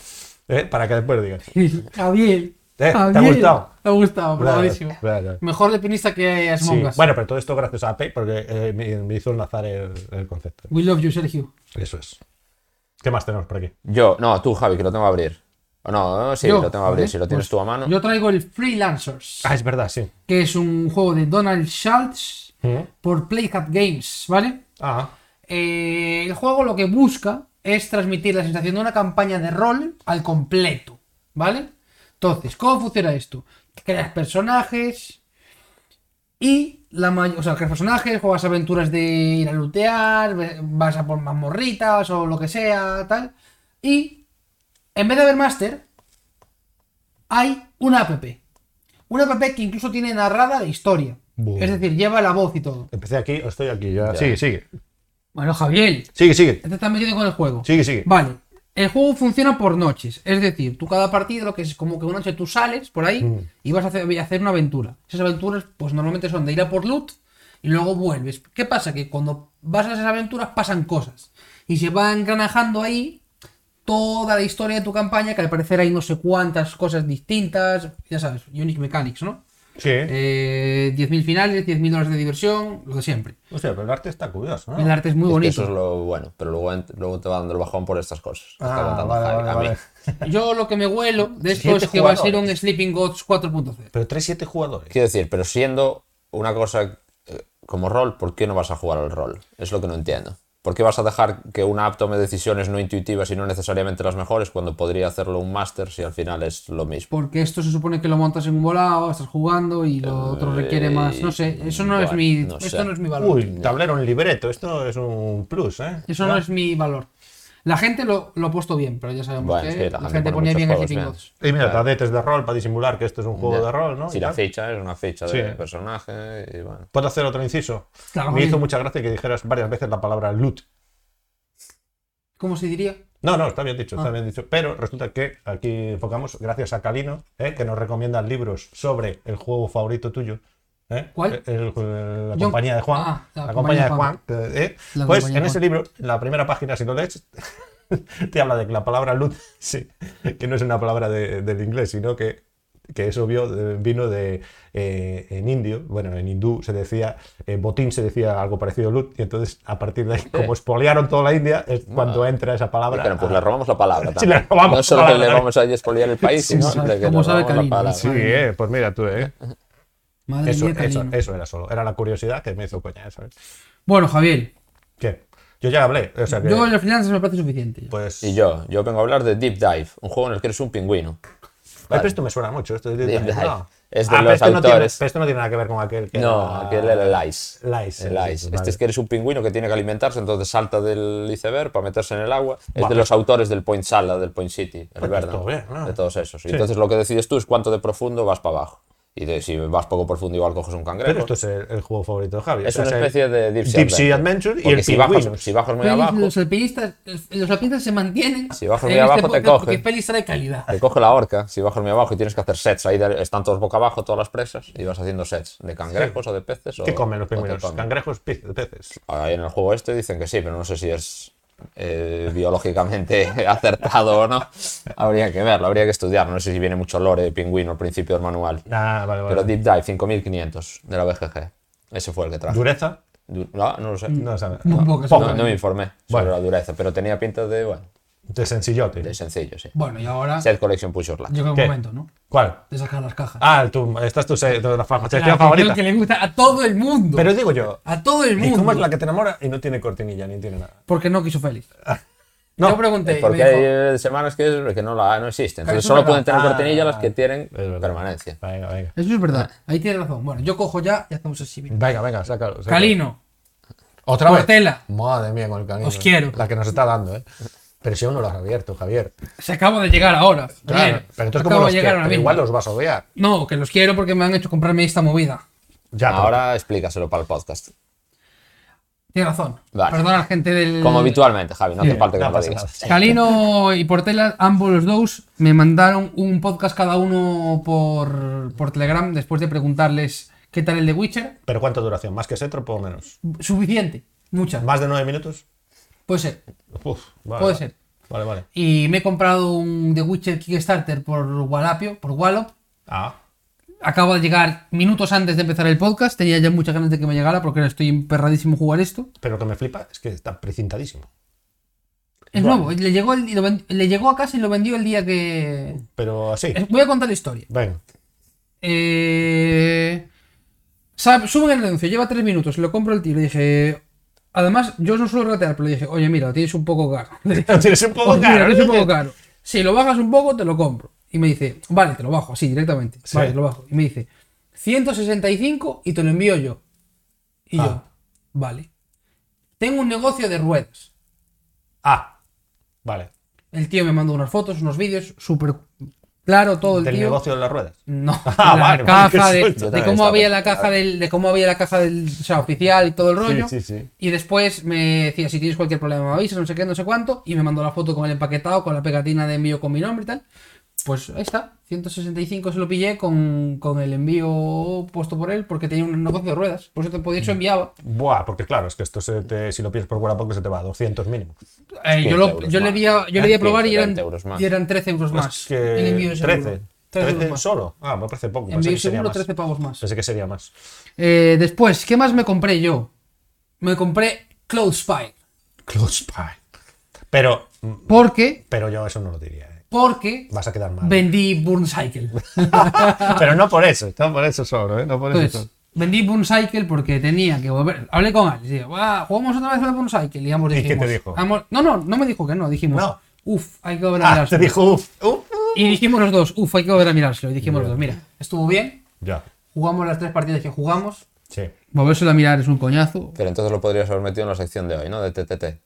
Speaker 4: ¿Eh? Para que después digas.
Speaker 2: Javier.
Speaker 4: Eh, ¿te ha
Speaker 2: Javier,
Speaker 4: gustado?
Speaker 2: Me ha gustado,
Speaker 4: Claro,
Speaker 2: bravísimo.
Speaker 4: claro.
Speaker 2: Mejor de pinista que
Speaker 4: Sí,
Speaker 2: Asmongas.
Speaker 4: Bueno, pero todo esto gracias a Ape porque eh, me, me hizo enlazar el, el concepto.
Speaker 2: We love you, Sergio.
Speaker 4: Eso es. ¿Qué más tenemos por aquí?
Speaker 3: Yo, no, tú, Javi, que lo tengo que abrir. O No, no, sí,
Speaker 2: Yo,
Speaker 3: lo tengo que abrir,
Speaker 2: ¿vale?
Speaker 3: si lo tienes
Speaker 2: Pues
Speaker 3: tú a mano.
Speaker 2: Yo traigo el Freelancers,
Speaker 4: Ah, es verdad, sí.
Speaker 2: que es un juego de Donald Schultz
Speaker 4: ¿Mm?
Speaker 2: por Playhat Games, ¿vale?
Speaker 4: Ah,
Speaker 2: Eh, el juego lo que busca es transmitir la sensación de una campaña de rol al completo, ¿vale? Entonces, ¿cómo funciona esto? Creas personajes y la mayor, o sea, creas personajes, juegas aventuras de ir a lootear, ve- vas a por mazmorritas o lo que sea, tal. Y en vez de haber máster, hay una app. Una app que incluso tiene narrada la historia.
Speaker 4: Buah.
Speaker 2: Es decir, lleva la voz y todo.
Speaker 4: empecé aquí o estoy aquí ya.
Speaker 3: Ya.
Speaker 4: Sigue, sigue.
Speaker 2: Bueno, Javier,
Speaker 4: Sigue, sigue.
Speaker 2: te estás metiendo con el juego.
Speaker 4: Sigue, sigue.
Speaker 2: Vale. El juego funciona por noches. Es decir, tú cada partida lo que es como que una noche tú sales por ahí
Speaker 3: Mm.
Speaker 2: y vas a hacer, a hacer una aventura. Esas aventuras, pues normalmente son de ir a por loot y luego vuelves. ¿Qué pasa? Que cuando vas a esas aventuras pasan cosas. Y se va engranajando ahí toda la historia de tu campaña, que al parecer hay no sé cuántas cosas distintas. Ya sabes, Unique Mechanics, ¿no?
Speaker 4: Sí.
Speaker 2: Eh, 10.000 finales, 10.000 dólares de diversión, lo de siempre.
Speaker 4: Hostia, pero el arte está curioso, ¿no?
Speaker 2: El arte es muy
Speaker 3: Ah. Es que
Speaker 2: bonito.
Speaker 3: eso es lo bueno, pero luego, ent- luego te va dando el bajón por estas cosas. que está
Speaker 4: Ah,
Speaker 3: contando
Speaker 4: vale,
Speaker 3: Javi,
Speaker 4: vale,
Speaker 3: a mí.
Speaker 4: vale.
Speaker 2: Yo lo que me huelo de esto
Speaker 4: Siete
Speaker 2: es que va a ser un
Speaker 4: jugadores.
Speaker 2: Sleeping Gods 4.0.
Speaker 4: Pero 3-7 jugadores.
Speaker 3: Quiero decir, pero siendo una cosa eh, como rol, ¿por qué no vas a jugar al rol? Es lo que no entiendo. ¿Por qué vas a dejar que una app tome decisiones no intuitivas y no necesariamente las mejores cuando podría hacerlo un máster si al final es lo mismo?
Speaker 2: Porque esto se supone que lo montas en un volado, estás jugando y lo otro requiere más. No sé, eso no es
Speaker 3: bueno,
Speaker 2: mi.
Speaker 3: no
Speaker 2: esto
Speaker 3: sé.
Speaker 2: no es mi valor.
Speaker 4: Uy, tablero en libreto. Esto es un plus, ¿eh?
Speaker 2: Eso no es mi valor. La gente lo, lo ha puesto bien, pero ya sabemos
Speaker 3: Bueno,
Speaker 2: que
Speaker 3: sí, la
Speaker 2: la,
Speaker 3: gente
Speaker 2: gente
Speaker 3: pone
Speaker 2: ponía
Speaker 3: muchos
Speaker 2: bien el
Speaker 3: juegos,
Speaker 2: Sleeping
Speaker 3: bien.
Speaker 2: Gods.
Speaker 4: Y mira, tadetes de rol para disimular que esto es un juego de rol, ¿no?
Speaker 3: Si
Speaker 4: Y
Speaker 3: la
Speaker 4: tal.
Speaker 3: ficha es una ficha
Speaker 4: Sí.
Speaker 3: de personaje y bueno.
Speaker 4: ¿Puedo hacer otro inciso?
Speaker 2: Claro,
Speaker 4: Me hizo
Speaker 2: bien.
Speaker 4: mucha gracia que dijeras varias veces la palabra loot.
Speaker 2: ¿Cómo se diría?
Speaker 4: No, no, está bien dicho,
Speaker 2: Ah.
Speaker 4: está bien dicho. Pero resulta que aquí enfocamos, gracias a Calino, ¿eh? que nos recomienda libros sobre el juego favorito tuyo. ¿eh?
Speaker 2: ¿Cuál?
Speaker 4: El- el- la
Speaker 2: Yo-
Speaker 4: compañía de Juan.
Speaker 2: Ah, la
Speaker 4: la,
Speaker 2: compañía
Speaker 4: compañía
Speaker 2: de
Speaker 4: de Juan. ¿eh?
Speaker 2: La
Speaker 4: Pues
Speaker 2: compañía
Speaker 4: en
Speaker 2: de
Speaker 4: ese
Speaker 2: Juan.
Speaker 4: libro, en la primera página, si lo lees, te habla de que la palabra luz, sí, que no es una palabra de- del inglés, sino que, que eso vio, de- vino de eh, en indio, bueno, en hindú se decía, eh, botín se decía algo parecido a luz, y entonces a partir de ahí, como espolearon toda la India, es cuando entra esa palabra.
Speaker 3: Pero pues
Speaker 4: a-
Speaker 3: le robamos la palabra.
Speaker 4: Sí,
Speaker 3: también.
Speaker 4: le robamos
Speaker 3: no solo
Speaker 4: la
Speaker 3: que le
Speaker 4: palabra.
Speaker 3: vamos a expoliar el país, sino
Speaker 2: sabe-
Speaker 3: de que
Speaker 2: cómo
Speaker 3: le
Speaker 2: sabe
Speaker 3: robamos
Speaker 2: Calino,
Speaker 3: la palabra.
Speaker 2: sí.
Speaker 4: Sí, eh, pues mira tú, eh.
Speaker 2: Madre
Speaker 4: Eso,
Speaker 2: mía,
Speaker 4: eso,
Speaker 3: eh.
Speaker 2: Calino.
Speaker 4: eso era solo, era la curiosidad que me hizo coña, ¿sabes?
Speaker 2: Bueno, Javier,
Speaker 4: ¿Qué? Yo ya hablé, o sea que,
Speaker 2: yo en las finanzas me parece suficiente.
Speaker 4: pues...
Speaker 3: Y yo, yo vengo a hablar de Deep Dive, un juego en el que eres un pingüino.
Speaker 4: Ay, pero esto me suena mucho, esto de-
Speaker 3: Deep Dive.
Speaker 4: no.
Speaker 3: Es de
Speaker 4: Ah, pero
Speaker 3: los
Speaker 4: esto no tiene-
Speaker 3: autores.
Speaker 4: pero esto no tiene nada que ver con aquel que
Speaker 3: No,
Speaker 4: era-
Speaker 3: aquel era el Ice.
Speaker 4: Lice,
Speaker 3: El Ice.
Speaker 4: sí, sí,
Speaker 3: Este
Speaker 4: vale.
Speaker 3: es que eres un pingüino que tiene que alimentarse, entonces salta del iceberg para meterse en el agua. Es
Speaker 4: Guau.
Speaker 3: de los autores del Point Sala, del Point City, el
Speaker 4: Pues
Speaker 3: Verdant,
Speaker 4: todo bien, ¿no?
Speaker 3: de todos esos. Y
Speaker 4: Sí.
Speaker 3: Entonces lo que decides tú es cuánto de profundo vas para abajo. Y de- si vas poco profundo igual coges un
Speaker 4: Pero
Speaker 3: cangrejo.
Speaker 4: esto es el, el juego favorito de Javi.
Speaker 3: es
Speaker 4: o
Speaker 3: una
Speaker 4: sea, es
Speaker 3: especie
Speaker 4: el
Speaker 3: de Deep Sea
Speaker 4: Deep Sea Adventure y
Speaker 3: Porque
Speaker 4: el
Speaker 3: si bajas,
Speaker 4: Pingüinos.
Speaker 3: si bajas muy
Speaker 2: Félix,
Speaker 3: abajo,
Speaker 2: los alpinistas, los alpinistas se mantienen.
Speaker 3: Si bajas
Speaker 2: en
Speaker 3: muy abajo, te
Speaker 2: podcast
Speaker 3: cogen.
Speaker 2: Porque Félix trae calidad.
Speaker 3: te coge la horca. Si bajas muy abajo y tienes que hacer sets, ahí de- están todos boca abajo, todas las presas, y vas haciendo sets de cangrejos o de peces. o-
Speaker 4: ¿Qué comen los
Speaker 3: o te
Speaker 4: pingüinos?
Speaker 3: comen.
Speaker 4: Cangrejos, pe- peces.
Speaker 3: Ahí en el juego este dicen que sí, pero no sé si es eh, biológicamente acertado o no. Habría que verlo, habría que estudiarlo. No sé si viene mucho lore de pingüino al principio del manual.
Speaker 4: Ah, vale, vale.
Speaker 3: Pero Deep Dive 5500 de la BGG. Ese fue el que trajo.
Speaker 4: Dureza,
Speaker 3: Du- No, no lo sé.
Speaker 4: no sabe.
Speaker 2: Un poco,
Speaker 3: No,
Speaker 2: seguro.
Speaker 3: no me informé sobre
Speaker 4: Bueno.
Speaker 3: la dureza, pero tenía pinta de, bueno,
Speaker 4: De sencillote.
Speaker 3: de sencillo, sí.
Speaker 2: Bueno, y ahora
Speaker 3: Set Collection Push Your Luck.
Speaker 2: llega el
Speaker 4: ¿Qué?
Speaker 2: momento, ¿no?
Speaker 4: ¿Cuál?
Speaker 2: De sacar las cajas.
Speaker 4: Ah, tú, esta es tu se- tu- la fa- sección
Speaker 2: La
Speaker 4: favorita.
Speaker 2: que le gusta a todo el mundo.
Speaker 4: Pero digo yo,
Speaker 2: a todo el
Speaker 4: ¿y
Speaker 2: mundo.
Speaker 4: cómo es la que te enamora y no tiene cortinilla ni tiene nada?
Speaker 2: Porque no quiso Félix.
Speaker 4: Ah, No,
Speaker 2: Yo pregunté. y me
Speaker 3: Porque
Speaker 2: dijo,
Speaker 3: hay eh, semanas que, es- que no, la, no existe. Entonces
Speaker 2: Eso es
Speaker 3: solo
Speaker 2: verdad.
Speaker 3: pueden tener
Speaker 4: Ah,
Speaker 3: cortinilla las que tienen
Speaker 4: verdad.
Speaker 3: permanencia.
Speaker 4: Venga, venga.
Speaker 2: Eso es verdad. Ahí tiene razón. Bueno, yo cojo ya y hacemos así. mira.
Speaker 4: Venga, venga, sácalo. sácalo.
Speaker 2: Calino.
Speaker 4: Otra
Speaker 2: Portela.
Speaker 4: vez. Madre mía, con el calino.
Speaker 2: Os quiero.
Speaker 4: La que nos está dando, ¿eh? Pero si aún no lo has abierto, Javier.
Speaker 2: Se acaba de llegar ahora.
Speaker 4: Claro.
Speaker 2: Ayer.
Speaker 4: Pero entonces,
Speaker 2: Acabo de
Speaker 4: ¿cómo
Speaker 2: llegar
Speaker 4: los quieres?
Speaker 2: ahora
Speaker 4: Pero
Speaker 2: mismo.
Speaker 4: igual los vas a odiar.
Speaker 2: No, que los quiero porque me han hecho comprarme esta movida.
Speaker 4: Ya, pero-
Speaker 3: Ahora explícaselo para el podcast.
Speaker 2: Tiene razón.
Speaker 3: Vale.
Speaker 2: Perdona a la gente del.
Speaker 3: Como habitualmente, Javi, no hace
Speaker 4: Sí,
Speaker 3: falta que
Speaker 4: no
Speaker 3: me lo
Speaker 4: pasa
Speaker 3: digas.
Speaker 4: nada.
Speaker 2: Calino y Portela, ambos los dos, me mandaron un podcast cada uno por, por Telegram después de preguntarles qué tal el de Witcher.
Speaker 4: ¿Pero cuánto duración? ¿Más que Setro o menos?
Speaker 2: Suficiente. Muchas.
Speaker 4: ¿Más de nueve minutos?
Speaker 2: Puede ser.
Speaker 4: Uf, vale,
Speaker 2: Puede
Speaker 4: vale.
Speaker 2: ser.
Speaker 4: Vale, vale.
Speaker 2: Y me he comprado un The Witcher Kickstarter por Wallapio, por Wallop.
Speaker 4: Ah,
Speaker 2: Acabo de llegar minutos antes de empezar el podcast. Tenía ya muchas ganas de que me llegara porque ahora estoy emperradísimo en jugar esto.
Speaker 4: pero lo que me flipa es que está precintadísimo.
Speaker 2: Es
Speaker 4: Vale.
Speaker 2: nuevo. Le llegó, el- y lo ven- le llegó a casa y lo vendió el día que.
Speaker 4: Pero así.
Speaker 2: Es- Voy a contar la historia.
Speaker 4: Venga.
Speaker 2: Eh, sab- suben el anuncio, lleva tres minutos, lo compro el tío. Le dije. Además, yo no suelo ratear, pero le dije, oye, mira, lo tienes un poco caro. Le dije,
Speaker 4: Tienes un poco
Speaker 2: "Oye, mira,
Speaker 4: caro.
Speaker 2: lo
Speaker 4: ¿no?
Speaker 2: tienes un poco caro. Si lo bajas un poco, te lo compro. Y me dice, vale, te lo bajo, así directamente.
Speaker 4: Sí.
Speaker 2: Vale, te lo bajo. Y me dice, 165 y te lo envío yo. Y
Speaker 4: Ah.
Speaker 2: yo, vale. Tengo un negocio de ruedas.
Speaker 4: Ah, vale.
Speaker 2: El tío me mandó unas fotos, unos vídeos, súper claro todo el
Speaker 4: Del
Speaker 2: tío.
Speaker 4: negocio de las ruedas.
Speaker 2: No,
Speaker 4: Ah,
Speaker 2: la
Speaker 4: vale, vale,
Speaker 2: caja
Speaker 4: qué
Speaker 2: de-
Speaker 4: suerte. Yo
Speaker 2: de,
Speaker 3: también
Speaker 2: cómo
Speaker 3: estaba
Speaker 2: había la
Speaker 3: pensando.
Speaker 2: caja del, de cómo había la caja del o sea, oficial y todo el rollo.
Speaker 4: sí, sí.
Speaker 2: Y después me decía, si tienes cualquier problema me avisas, no sé qué, no sé cuánto. Y me mandó la foto con el empaquetado, con la pegatina de envío con mi nombre y tal. Pues ahí está, 165 se lo pillé con, con el envío puesto por él porque tenía un negocio de ruedas. Por eso, te, por
Speaker 4: Mm.
Speaker 2: eso enviaba.
Speaker 4: Buah, porque claro, es que esto se te- si lo pides por Wallapop se te va a 200 mínimo.
Speaker 2: Eh, yo,
Speaker 3: 15
Speaker 2: lo,
Speaker 3: euros
Speaker 2: yo le
Speaker 3: más.
Speaker 2: di a, yo le di a probar y
Speaker 3: 15,
Speaker 2: eran,
Speaker 3: 20 euros más.
Speaker 2: y eran 13 euros más.
Speaker 4: Es Pues que
Speaker 2: el envío seguro.
Speaker 4: 13.
Speaker 2: 13 euros
Speaker 4: 13
Speaker 2: más.
Speaker 4: solo. Ah, me parece poco. Pensé
Speaker 2: Envío
Speaker 4: que sería
Speaker 2: seguro,
Speaker 4: más.
Speaker 2: 13 pavos más.
Speaker 4: Pensé que sería más.
Speaker 2: Eh, después, ¿qué más me compré yo? Me compré Cloud Spy.
Speaker 4: Close by. Pero,
Speaker 2: ¿Por qué?
Speaker 4: pero yo eso no lo diría. ¿eh?
Speaker 2: Porque
Speaker 4: Vas a quedar mal.
Speaker 2: vendí Burn Cycle.
Speaker 4: Pero no por eso. No por eso solo, ¿eh? No por eso
Speaker 2: Entonces,
Speaker 4: solo.
Speaker 2: vendí Burn Cycle porque tenía que volver. Hablé con Alex y dije, "Buah, jugamos otra vez a Burn Cycle. Y ambos
Speaker 4: ¿Y qué
Speaker 2: dijimos,
Speaker 4: te dijo?
Speaker 2: ambos- no, no, no me dijo que no. Dijimos,
Speaker 4: No.
Speaker 2: uff, hay que volver a
Speaker 4: Ah,
Speaker 2: mirarlo.
Speaker 4: te dijo uff. uff, uff.
Speaker 2: Y dijimos los dos, uff, hay que volver a mirarlo. Y dijimos los dos, mira, estuvo bien.
Speaker 4: Ya.
Speaker 2: Jugamos las tres partidas que jugamos.
Speaker 4: Sí.
Speaker 2: Volvérselo a mirar es un coñazo.
Speaker 3: Pero entonces lo podrías haber metido en la sección de hoy, ¿no? De TTT.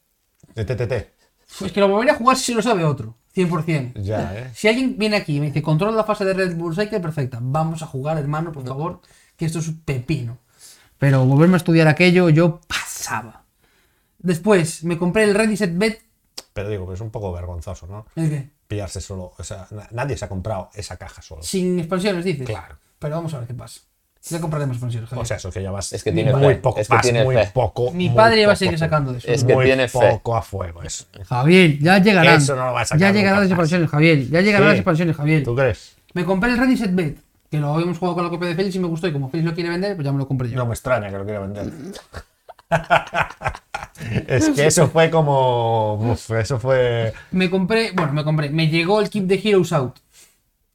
Speaker 4: De TTT.
Speaker 2: Es Pues que lo volveré a jugar si lo sabe otro. 100%.
Speaker 4: Ya, ¿eh?
Speaker 2: Si alguien viene aquí y me dice, controla la fase de Red Bull Cycle, perfecta. Vamos a jugar, hermano, por favor, que esto es un pepino. Pero volverme a estudiar aquello, yo pasaba. Después, me compré el Ready Set Bet.
Speaker 4: Pero digo, pues es un poco vergonzoso, ¿no?
Speaker 2: ¿El qué?
Speaker 4: Pillarse solo. O sea, na- nadie se ha comprado esa caja solo.
Speaker 2: Sin expansiones, dices.
Speaker 4: Claro.
Speaker 2: Pero vamos a ver qué pasa. Ya compraremos expansiones.
Speaker 4: O
Speaker 2: Javier.
Speaker 4: sea, eso que ya vas.
Speaker 3: Es que tiene
Speaker 4: muy
Speaker 3: fe,
Speaker 4: poco.
Speaker 3: es que
Speaker 4: vas
Speaker 3: tiene
Speaker 4: muy
Speaker 3: fe.
Speaker 4: poco.
Speaker 2: Mi
Speaker 4: muy
Speaker 2: padre va a
Speaker 4: poco,
Speaker 2: seguir
Speaker 4: tú.
Speaker 2: sacando de eso.
Speaker 3: Es que
Speaker 4: muy
Speaker 3: tiene fe.
Speaker 4: poco a fuego eso.
Speaker 2: Javier, ya llegarán.
Speaker 4: Eso no lo va a sacar
Speaker 2: ya
Speaker 4: nunca
Speaker 2: llegarán las
Speaker 4: más.
Speaker 2: expansiones, Javier. Ya llegarán
Speaker 4: Sí.
Speaker 2: las expansiones, Javier.
Speaker 4: ¿Tú crees?
Speaker 2: Me compré el Ready Set Bet. Que lo habíamos jugado con la copia de Félix y me gustó. Y como Félix lo quiere vender, pues ya me lo compré yo.
Speaker 4: No me extraña que lo quiera vender. es que eso fue como. uf, eso fue.
Speaker 2: Me compré, bueno, me compré. Me llegó el kit de Heroes Out.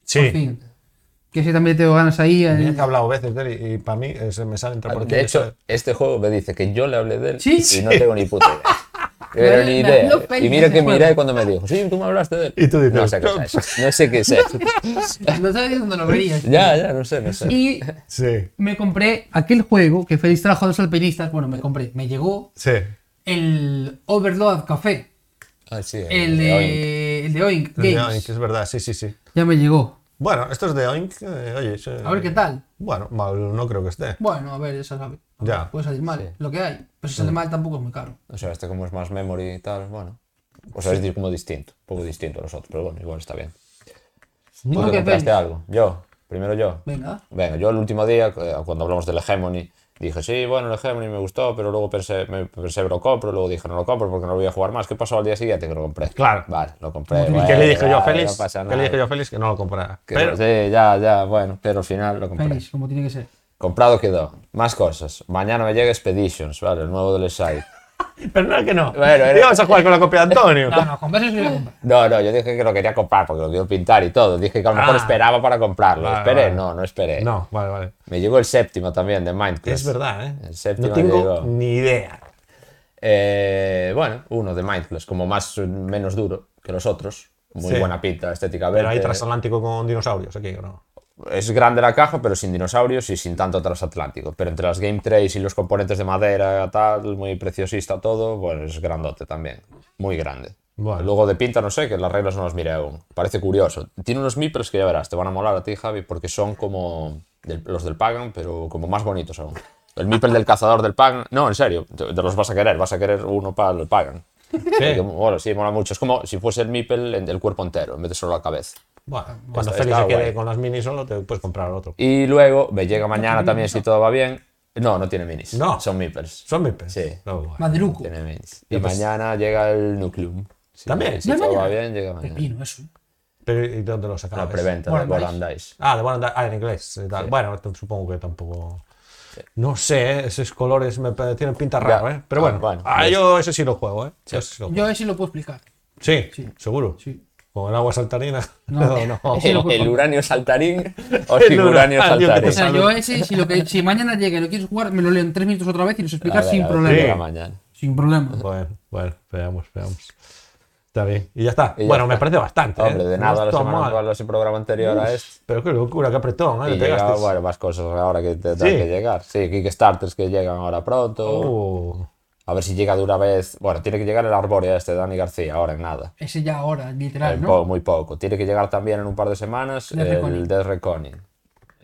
Speaker 4: Sí.
Speaker 2: En fin. Que si también tengo ganas ahí. eh.
Speaker 4: Mira que he hablado veces de él y, para
Speaker 3: Ah,
Speaker 4: mí eh, se me sale entre por aquí.
Speaker 3: De hecho, este juego me dice que yo le hablé de él
Speaker 2: Sí.
Speaker 3: y no tengo ni puta idea. Pero ni
Speaker 6: Me
Speaker 3: idea.
Speaker 6: hacía ofensa
Speaker 3: Y mira
Speaker 6: ese
Speaker 3: que
Speaker 6: juego.
Speaker 3: miré cuando me dijo, sí, tú me hablaste de él.
Speaker 4: Y tú dices,
Speaker 3: no sé qué
Speaker 4: "No".
Speaker 3: es eso, No sé qué es eso.
Speaker 2: No sabes dónde lo verías.
Speaker 3: ya, ya, no sé, no sé.
Speaker 2: Y
Speaker 4: Sí,
Speaker 2: me compré aquel juego que Félix trajo a los alpinistas. Bueno, me compré, me llegó
Speaker 4: sí.
Speaker 2: el Overload Café,
Speaker 3: Ah, sí,
Speaker 2: el
Speaker 3: de Oink.
Speaker 2: de, el de Oink
Speaker 4: De
Speaker 2: Games.
Speaker 4: Oink, es verdad, sí, sí, sí.
Speaker 2: Ya me llegó.
Speaker 4: Bueno, estos de Oink, eh, oye. sí.
Speaker 2: A ver qué tal.
Speaker 4: Bueno, mal, no creo que esté.
Speaker 2: Bueno, a ver, esa sabe.
Speaker 4: Ya.
Speaker 2: Puede salir mal, lo que hay. Pero si sale mal tampoco es muy caro.
Speaker 3: O sea, este como es más memory y tal, bueno. O sea, es di- como distinto, un poco distinto a los otros, pero bueno, igual está bien.
Speaker 4: Pues
Speaker 3: ¿Tú
Speaker 2: Bueno, que
Speaker 3: te compraste
Speaker 2: ven.
Speaker 3: algo? Yo, primero yo.
Speaker 2: Venga.
Speaker 3: Venga, yo el último día, eh, cuando hablamos del Hegemony, dije, sí, bueno, el Hegemony me gustó, pero luego pensé, me, pensé, lo compro, luego dije, no lo compro porque no lo voy a jugar más. ¿Qué pasó al día siguiente que lo compré?
Speaker 4: Claro.
Speaker 3: Vale, lo compré.
Speaker 4: ¿Y qué le
Speaker 3: bueno,
Speaker 4: dije yo a
Speaker 3: vale,
Speaker 4: Félix?
Speaker 3: no pasa
Speaker 4: ¿Qué le dije
Speaker 3: nada.
Speaker 4: yo a Félix? Que no lo comprara.
Speaker 3: Que-
Speaker 4: Pero,
Speaker 3: Sí, ya, ya, bueno, pero al final lo compré.
Speaker 2: Félix, como tiene que ser.
Speaker 3: Comprado quedó. Más cosas. Mañana me llega Expeditions, vale, el nuevo del Side.
Speaker 4: pero no, que no.
Speaker 3: Bueno, era-
Speaker 4: Íbamos a jugar con la copia de Antonio.
Speaker 2: No, Ah, no, con besos yo voy a comprar.
Speaker 3: No, no, yo dije que lo quería comprar porque lo quiero pintar y todo. Dije que a lo mejor
Speaker 4: Ah.
Speaker 3: esperaba para comprarlo.
Speaker 4: Vale,
Speaker 3: esperé,
Speaker 4: vale.
Speaker 3: no, no esperé.
Speaker 4: No, vale, vale.
Speaker 3: Me llegó el séptimo también de Minecraft.
Speaker 4: Es verdad, ¿eh?
Speaker 3: El séptimo
Speaker 4: no tengo
Speaker 3: llegó.
Speaker 4: ni idea.
Speaker 3: Eh, bueno, uno de Mindless, como más menos duro que los otros. Muy
Speaker 4: Sí.
Speaker 3: buena pinta estéticamente.
Speaker 4: Pero hay transatlántico con dinosaurios aquí, ¿o ¿no?
Speaker 3: Es grande la caja, pero sin dinosaurios y sin tanto transatlántico. Pero entre las game trays y los componentes de madera, tal, muy preciosista todo, bueno, es grandote también. Muy grande.
Speaker 4: Bueno.
Speaker 3: Luego de pinta, no sé, que las reglas no las miré aún. Parece curioso. Tiene unos meeples que ya verás, te van a molar a ti, Javi, porque son como del- los del Pagan, pero como más bonitos aún. El meeple del cazador del Pagan. No, en serio, te, te los vas a querer, vas a querer uno para el Pagan. Porque, bueno, sí, mola mucho. Es como si fuese el meeple en- del cuerpo entero, en vez de solo la cabeza.
Speaker 4: Bueno, cuando
Speaker 3: está-
Speaker 4: Félix
Speaker 3: está
Speaker 4: se quede
Speaker 3: guay.
Speaker 4: con las minis solo, te puedes comprar otro.
Speaker 3: Y luego me llega mañana también, si todo va bien. No, no tiene minis.
Speaker 4: No.
Speaker 3: Son meeples.
Speaker 4: Son meeples.
Speaker 3: Sí.
Speaker 4: No, bueno.
Speaker 2: Madruco.
Speaker 3: Tiene minis. Y mañana llega el Nucleum. Si-
Speaker 4: También.
Speaker 3: Si
Speaker 2: ¿Ya
Speaker 3: todo va
Speaker 2: mañana?
Speaker 3: bien, llega mañana.
Speaker 2: Pepino, eso.
Speaker 4: Pero ¿y dónde lo sacabas?
Speaker 3: La preventa de
Speaker 2: Warren
Speaker 3: Ball and Dice.
Speaker 4: Ah, de Warren Di- ah, en inglés. y tal. Bueno, t- supongo que tampoco. No sé, ¿eh? esos colores me pa- tienen pinta rara, ¿eh? Pero
Speaker 3: Ah,
Speaker 4: bueno,
Speaker 3: bueno,
Speaker 4: ah,
Speaker 3: pues-
Speaker 4: yo ese sí lo juego, ¿eh? Yo ese sí, lo juego.
Speaker 2: Yo a ver si lo puedo explicar.
Speaker 4: Sí, seguro. Con el agua saltarina. No, no.
Speaker 2: Sí, lo
Speaker 3: El, el
Speaker 2: culpo.
Speaker 3: uranio saltarín o
Speaker 4: El
Speaker 3: sin uranio
Speaker 4: uranio
Speaker 2: O
Speaker 3: saltarín.
Speaker 2: sea,
Speaker 4: Salud.
Speaker 2: yo ese, si, lo que, si mañana llega y lo quieres jugar, me lo leo en tres minutos otra vez y los
Speaker 3: A ver,
Speaker 2: explicas
Speaker 3: a
Speaker 2: sin
Speaker 3: ver,
Speaker 2: problema.
Speaker 3: llega mañana.
Speaker 2: Sin problema.
Speaker 4: Bueno, bueno, veamos, veamos. Está bien. Y ya está.
Speaker 3: Y ya
Speaker 4: bueno, me
Speaker 3: está.
Speaker 4: parece bastante. ¿eh?
Speaker 3: Hombre, de nada,
Speaker 4: No
Speaker 3: la
Speaker 4: está
Speaker 3: semana
Speaker 4: mal.
Speaker 3: pasada, ese programa anterior a este.
Speaker 4: Pero qué locura, qué apretón, ¿eh?
Speaker 3: Y
Speaker 4: Le
Speaker 3: llega,
Speaker 4: pegaste.
Speaker 3: bueno, más cosas ahora que tendrán
Speaker 4: Sí.
Speaker 3: que llegar. Sí, Kickstarters que llegan ahora pronto.
Speaker 4: Uh,
Speaker 3: A ver si llega de una vez. Bueno, tiene que llegar el Arborea este, Dani García, ahora en nada.
Speaker 2: Ese ya ahora,
Speaker 3: En
Speaker 4: Ah,
Speaker 2: literal, ¿no?
Speaker 3: po- muy poco. Tiene que llegar también en un par de semanas
Speaker 2: Death
Speaker 3: el
Speaker 2: Reckoning.
Speaker 3: Death Reckoning.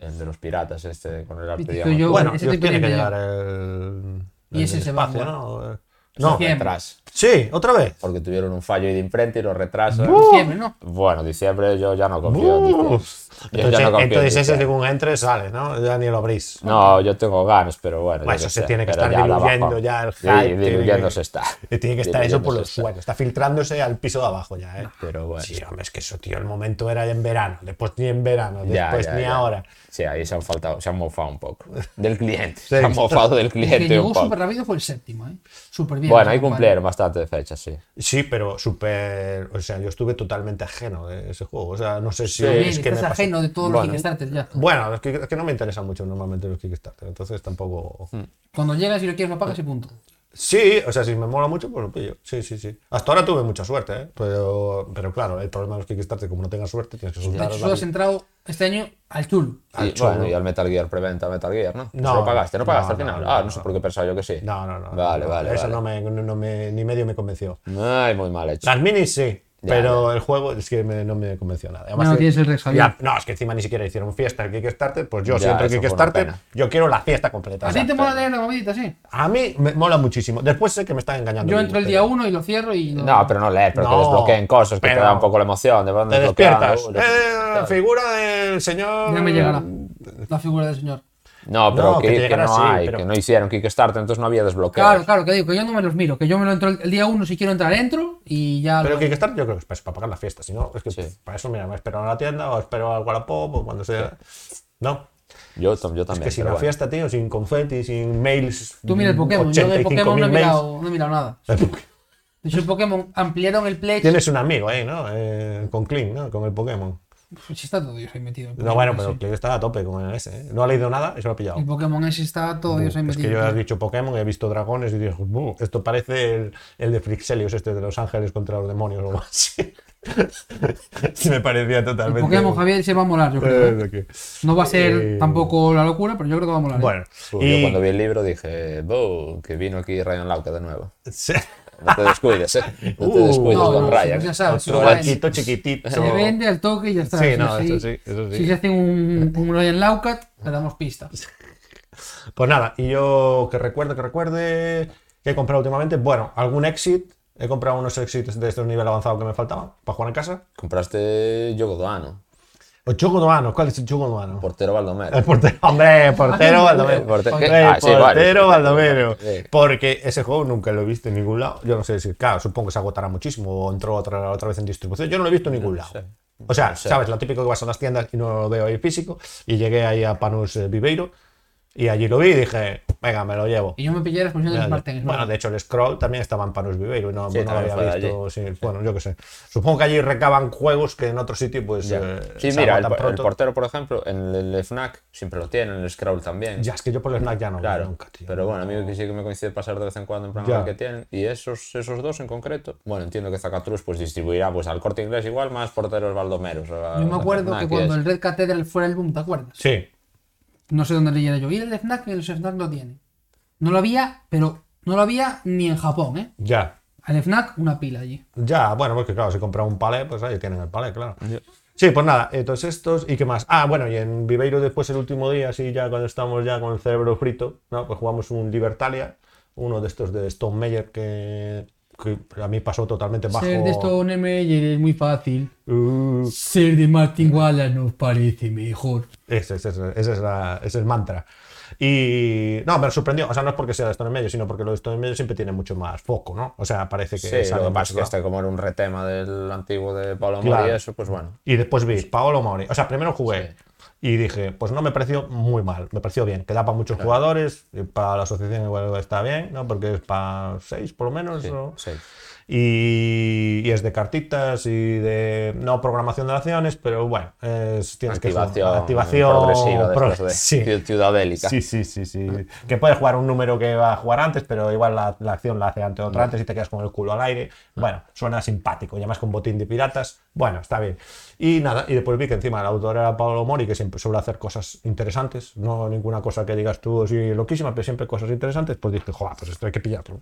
Speaker 3: El de los piratas, este, con el arte
Speaker 2: Mítico,
Speaker 3: diamante.
Speaker 2: yo-
Speaker 4: bueno,
Speaker 2: ese
Speaker 4: Dios,
Speaker 2: tipo
Speaker 4: tiene que
Speaker 2: tiene
Speaker 4: llegar el.
Speaker 2: Y ese
Speaker 4: el
Speaker 2: se va a
Speaker 4: espacio,
Speaker 2: jugar.
Speaker 4: ¿no? Eh,
Speaker 3: No,
Speaker 4: No.
Speaker 2: Diciembre.
Speaker 3: retrás.
Speaker 4: Sí, otra vez.
Speaker 3: Porque tuvieron un fallo de imprenta y lo retrasan.
Speaker 2: Diciembre, ¿no?
Speaker 3: Bueno, diciembre yo ya no confío en diciembre.
Speaker 4: Uf.
Speaker 3: Yo ya
Speaker 4: Entonces,
Speaker 3: no confío en
Speaker 4: entonces ese
Speaker 3: diciembre.
Speaker 4: según entre sale, ¿no? Ya ni lo abrís.
Speaker 3: No, yo tengo ganas, pero bueno.
Speaker 4: Bueno,
Speaker 3: yo
Speaker 4: eso
Speaker 3: qué
Speaker 4: se
Speaker 3: sé,
Speaker 4: tiene que
Speaker 3: pero
Speaker 4: estar
Speaker 3: da
Speaker 4: diluyendo
Speaker 3: bajón.
Speaker 4: ya el
Speaker 3: Sí,
Speaker 4: hype. tiene que-
Speaker 3: diluyéndose está.
Speaker 4: Y tiene que estar eso por
Speaker 3: Diluyéndose
Speaker 4: los
Speaker 3: está.
Speaker 4: suelos. Está filtrándose al piso de abajo ya, ¿eh?
Speaker 3: Pero bueno.
Speaker 4: Sí, hombre, es que eso, tío, el momento era en verano. Después ni en verano,
Speaker 3: Ya,
Speaker 4: después
Speaker 3: ya,
Speaker 4: ni
Speaker 3: ya.
Speaker 4: ahora.
Speaker 3: Sí, ahí se han faltado, se han mofado un poco. Del cliente. Se han mofado del
Speaker 2: El que
Speaker 3: cliente un
Speaker 2: llegó
Speaker 3: poco.
Speaker 2: súper rápido fue el séptimo, ¿eh? Súper bien.
Speaker 3: Bueno, ahí
Speaker 2: compadre.
Speaker 3: cumplieron bastante de fechas, sí.
Speaker 4: Sí, pero súper. O sea, yo estuve totalmente ajeno de ese juego. O sea, no sé
Speaker 3: Sí,
Speaker 4: si
Speaker 2: Bien,
Speaker 4: es que me
Speaker 2: estás
Speaker 4: pasó.
Speaker 2: ajeno de todos
Speaker 3: Bueno.
Speaker 2: los Kickstarters ya.
Speaker 4: Bueno, es que, es que no me interesan mucho normalmente los Kickstarter, entonces tampoco.
Speaker 3: Mm.
Speaker 2: Cuando llegas y lo quieres, lo pagas y punto.
Speaker 4: Sí, o sea, si me mola mucho, pues lo pillo. Sí, sí, sí. Hasta ahora tuve mucha suerte, ¿eh? Pero, pero claro, el problema de los Kickstarter, como no tengas suerte, tienes que
Speaker 2: De
Speaker 4: soltar.
Speaker 2: hecho,
Speaker 4: la-
Speaker 2: solo has entrado este año al chulo.
Speaker 4: al
Speaker 3: Y,
Speaker 4: chulo.
Speaker 3: bueno, y al Metal Gear preventa Metal Gear, ¿no?
Speaker 4: No,
Speaker 3: ¿Lo pagaste? ¿No pagaste al
Speaker 4: no,
Speaker 3: final?
Speaker 4: no,
Speaker 3: ah, no,
Speaker 4: no.
Speaker 3: sé por qué pensaba yo que sí.
Speaker 4: No, no, no.
Speaker 3: Vale,
Speaker 4: no,
Speaker 3: vale.
Speaker 4: Eso
Speaker 3: vale.
Speaker 4: no me, no- no me- ni medio me convenció.
Speaker 3: Ay, muy mal hecho.
Speaker 4: Las minis sí,
Speaker 3: Ya,
Speaker 4: pero el juego es que me- no me convenció nada. Además,
Speaker 2: No,
Speaker 4: eh,
Speaker 2: tienes el Rex, Javier.
Speaker 4: ya, no, es que encima ni siquiera hicieron fiesta en Kickstarter, pues yo
Speaker 3: Ya,
Speaker 4: siento
Speaker 3: eso fue una
Speaker 4: Kickstarter,
Speaker 3: pena.
Speaker 4: yo quiero la fiesta completa.
Speaker 2: A
Speaker 4: o sea,
Speaker 2: ti te mola leer la movidita, sí.
Speaker 4: a mí me mola muchísimo. Después sé que me están engañando.
Speaker 2: Yo
Speaker 4: bien,
Speaker 2: entro el
Speaker 4: pero-
Speaker 2: día uno y lo cierro y.
Speaker 3: No, pero no leer, pero que
Speaker 4: No,
Speaker 3: desbloqueen cosas, que te
Speaker 4: pero-
Speaker 3: da un poco la emoción. De van
Speaker 4: Te
Speaker 3: desbloqueando, uh,
Speaker 4: despiertas. Eh, figura del señor.
Speaker 2: Ya me llegará la figura del señor.
Speaker 3: No, pero
Speaker 4: No,
Speaker 3: que,
Speaker 4: que
Speaker 3: que
Speaker 4: llegara
Speaker 3: no
Speaker 4: así,
Speaker 3: hay,
Speaker 4: pero-
Speaker 3: que no hicieron Kickstarter, entonces no había desbloqueo.
Speaker 2: Claro, claro, que digo, que yo no me los miro, que yo me lo entro el el día uno si quiero entrar, entro y ya.
Speaker 4: Pero
Speaker 2: lo-
Speaker 4: Kickstarter yo creo que es para- para pagar la fiesta, si no, es que
Speaker 3: Sí.
Speaker 4: pf, para eso, mira, me espero a la tienda o espero al Wallapop o cuando sea. No,
Speaker 3: Yo, tam- yo
Speaker 4: es
Speaker 3: también.
Speaker 4: que sin
Speaker 3: pero
Speaker 4: la
Speaker 3: bueno.
Speaker 4: fiesta, tío, sin confeti, sin mails.
Speaker 2: Tú mira el Pokémon, yo del
Speaker 4: 85.000
Speaker 2: Pokémon no he,
Speaker 4: mails.
Speaker 2: mirado, no he mirado nada.
Speaker 4: El Poké-
Speaker 2: De hecho, el Pokémon ampliaron el Pledge.
Speaker 4: Tienes un amigo ahí, ¿no? Eh, con Clint, ¿no? Con el Pokémon.
Speaker 2: Pues está todo Dios ahí metido.
Speaker 4: No, bueno, pero Clive está a tope con ese. ¿eh? No ha leído nada y se lo ha pillado.
Speaker 2: En Pokémon ese está todo Dios ahí
Speaker 4: Es
Speaker 2: metido.
Speaker 4: que yo has dicho Pokémon, he visto dragones y digo, "Bu, esto parece el, el de Frixelius, este de los ángeles contra los demonios o algo así. Se me parecía
Speaker 2: El
Speaker 4: totalmente.
Speaker 2: Pokémon Javier se va a molar, yo creo.
Speaker 4: Eh,
Speaker 2: ¿eh?
Speaker 4: de que-
Speaker 2: No va a ser
Speaker 4: Eh,
Speaker 2: tampoco la locura, pero yo creo que va a molar. ¿eh?
Speaker 4: Bueno,
Speaker 3: Pues Yo
Speaker 4: y-
Speaker 3: cuando vi el libro dije, "Bo, que vino aquí Ryan Lauca de nuevo.
Speaker 4: Sí.
Speaker 3: No te descuides, ¿eh? No te
Speaker 4: Uh,
Speaker 3: descuides
Speaker 2: no,
Speaker 3: con
Speaker 2: no,
Speaker 3: Ryan.
Speaker 2: ya sabes,
Speaker 3: Otro
Speaker 2: no,
Speaker 3: Ryan.
Speaker 2: es-
Speaker 4: Chiquitito, chiquitito.
Speaker 2: Se vende al toque y ya está.
Speaker 4: Sí,
Speaker 2: Si
Speaker 4: no,
Speaker 2: así-
Speaker 4: eso sí, eso sí. Eh.
Speaker 2: Si se hace un, un Ryan Laucat, le damos pistas.
Speaker 4: Pues nada, y yo que recuerde, que recuerde que he comprado últimamente, bueno, algún exit. He comprado unos exits de este nivel avanzado que me faltaban para jugar en casa.
Speaker 3: Compraste Yogodoano,
Speaker 4: O Choco Noano, ¿cuál es el Choco Noano?
Speaker 3: portero
Speaker 4: El
Speaker 3: Baldomero.
Speaker 4: portero, hombre, portero Baldomero.
Speaker 3: El portero.
Speaker 4: Hombre,
Speaker 3: Ah, sí, vale.
Speaker 4: portero Baldomero.
Speaker 3: Sí.
Speaker 4: Porque ese juego nunca lo he visto en ningún lado. Yo no sé decir, claro, supongo que se agotará muchísimo o entró otra, otra vez en distribución. Yo no lo he visto en ningún lado. O sea, ¿sabes? Lo típico que vas a las tiendas y no lo veo ahí físico. Y llegué ahí a Panus eh, Viveiro y allí lo vi y dije, venga, me lo llevo.
Speaker 2: Y yo me pillé la expulsión de
Speaker 4: Grande.
Speaker 2: Smart Tennis.
Speaker 4: Bueno, de hecho, el scroll también estaba en Panus Viveiro y no,
Speaker 3: Sí,
Speaker 4: no lo
Speaker 3: también
Speaker 4: había
Speaker 3: fue de
Speaker 4: visto. sí, bueno, yo qué sé. Supongo que allí recaban juegos que en otro sitio, pues.
Speaker 3: Ya.
Speaker 4: eh,
Speaker 3: Sí,
Speaker 4: se
Speaker 3: mira, el,
Speaker 4: agotan
Speaker 3: el
Speaker 4: pronto.
Speaker 3: portero, por ejemplo, en el, el FNAC siempre lo tiene, en el Scrawl también.
Speaker 4: Ya, es que yo por el snack ya no
Speaker 3: Claro,
Speaker 4: voy nunca, tío.
Speaker 3: pero bueno, a mí que sí que me coincide pasar de vez en cuando en plan
Speaker 4: Ya.
Speaker 3: a ver qué tienen. Y esos, esos dos en concreto, bueno, entiendo que Zacatrus pues distribuirá pues al corte inglés igual más porteros baldomeros.
Speaker 2: Yo me acuerdo que cuando el Red Cathedral fuera el boom, ¿te acuerdas?
Speaker 4: Sí,
Speaker 2: No sé dónde leyera yo. Ir al FNAC, que el FNAC lo tiene. No lo había, pero no lo había ni en Japón, ¿eh?
Speaker 4: ya.
Speaker 2: Al FNAC, una pila allí.
Speaker 4: Ya, bueno, porque claro, si compras un palé, pues ahí tienen el palé, claro. Sí, pues nada, entonces estos y qué más. Ah, bueno, y en Viveiro después el último día, así ya cuando estamos ya con el cerebro frito, ¿no? Pues jugamos un Libertalia, uno de estos de Stone Meyer que, que a mí pasó totalmente bajo.
Speaker 2: Ser de Stone Meyer es muy fácil.
Speaker 4: Uh,
Speaker 2: Ser de Martin Wallace nos parece mejor.
Speaker 4: Ese, ese, ese, ese es la- ese es el mantra. Y no, me sorprendió. O sea, no es porque sea de Stone Meyer, sino porque los de Stone Meyer siempre tienen mucho más foco, ¿no? O sea, parece que
Speaker 3: Sí, lo
Speaker 4: algo
Speaker 3: que pasa es que
Speaker 4: más-
Speaker 3: este como era un retema del antiguo de Pablo
Speaker 4: Claro.
Speaker 3: Mori y eso, pues bueno.
Speaker 4: Y después vi Paolo Mauri. O sea, primero jugué y dije, pues no me pareció muy mal, me pareció bien. Queda para muchos jugadores, y para la asociación igual está bien, ¿no? Porque es para seis por lo menos. ¿no?
Speaker 3: sí.
Speaker 4: Y, y es de cartitas y de no programación de acciones, pero bueno, es- tienes que
Speaker 3: Activación,
Speaker 4: jugar. Activación
Speaker 3: progresiva de, estas
Speaker 4: pro-
Speaker 3: de
Speaker 4: sí.
Speaker 3: ciu- ciudadélica.
Speaker 4: Sí, sí, sí, sí. Que puedes jugar un número que va a jugar antes, pero igual la, la acción la hace antes otra antes y te quedas con el culo al aire. Bueno, suena simpático. Y además con botín de piratas. Bueno, está bien. Y nada, y después vi que encima el autor era Paolo Mori, que siempre suele hacer cosas interesantes. No ninguna cosa que digas tú así loquísima, pero siempre cosas interesantes. Pues dije, joder, pues esto hay que pillarlo.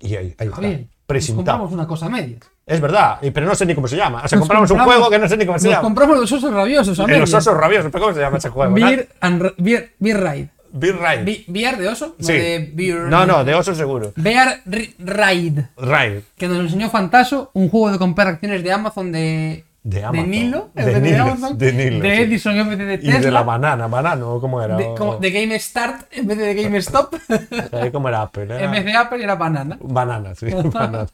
Speaker 4: Y ahí, ahí está.
Speaker 2: Javier, nos
Speaker 4: Presentado.
Speaker 2: compramos una cosa media.
Speaker 4: Es verdad, y- pero no sé ni cómo se llama. O sea,
Speaker 2: Nos
Speaker 4: compramos, un juego que no sé ni cómo se
Speaker 2: nos
Speaker 4: llama.
Speaker 2: compramos los osos rabiosos, a
Speaker 4: Eh, los
Speaker 2: medias.
Speaker 4: osos rabiosos, pero ¿cómo se llama ese juego?
Speaker 2: Beer, and ra- beer, beer Ride.
Speaker 4: Beer Ride.
Speaker 2: Bi- ¿Beer de oso? No,
Speaker 4: Sí.
Speaker 2: de beer-
Speaker 4: No, no, de oso seguro.
Speaker 2: Bear Ri- Ride.
Speaker 4: Ride.
Speaker 2: Que nos enseñó Fantaso, un juego de comprar acciones de Amazon de.
Speaker 4: De Amazon.
Speaker 2: Nilo.
Speaker 4: De
Speaker 2: en vez
Speaker 4: Nilo,
Speaker 2: Amazon,
Speaker 4: de Nilo, sí.
Speaker 2: Edison en vez de
Speaker 4: Y de la
Speaker 2: Tesla.
Speaker 4: banana, banano, ¿cómo era?
Speaker 2: de, como- de Game Start en vez de GameStop.
Speaker 4: Ahí ¿Cómo era Apple? Era
Speaker 2: en vez de Apple era banana.
Speaker 4: Banana, sí, banana.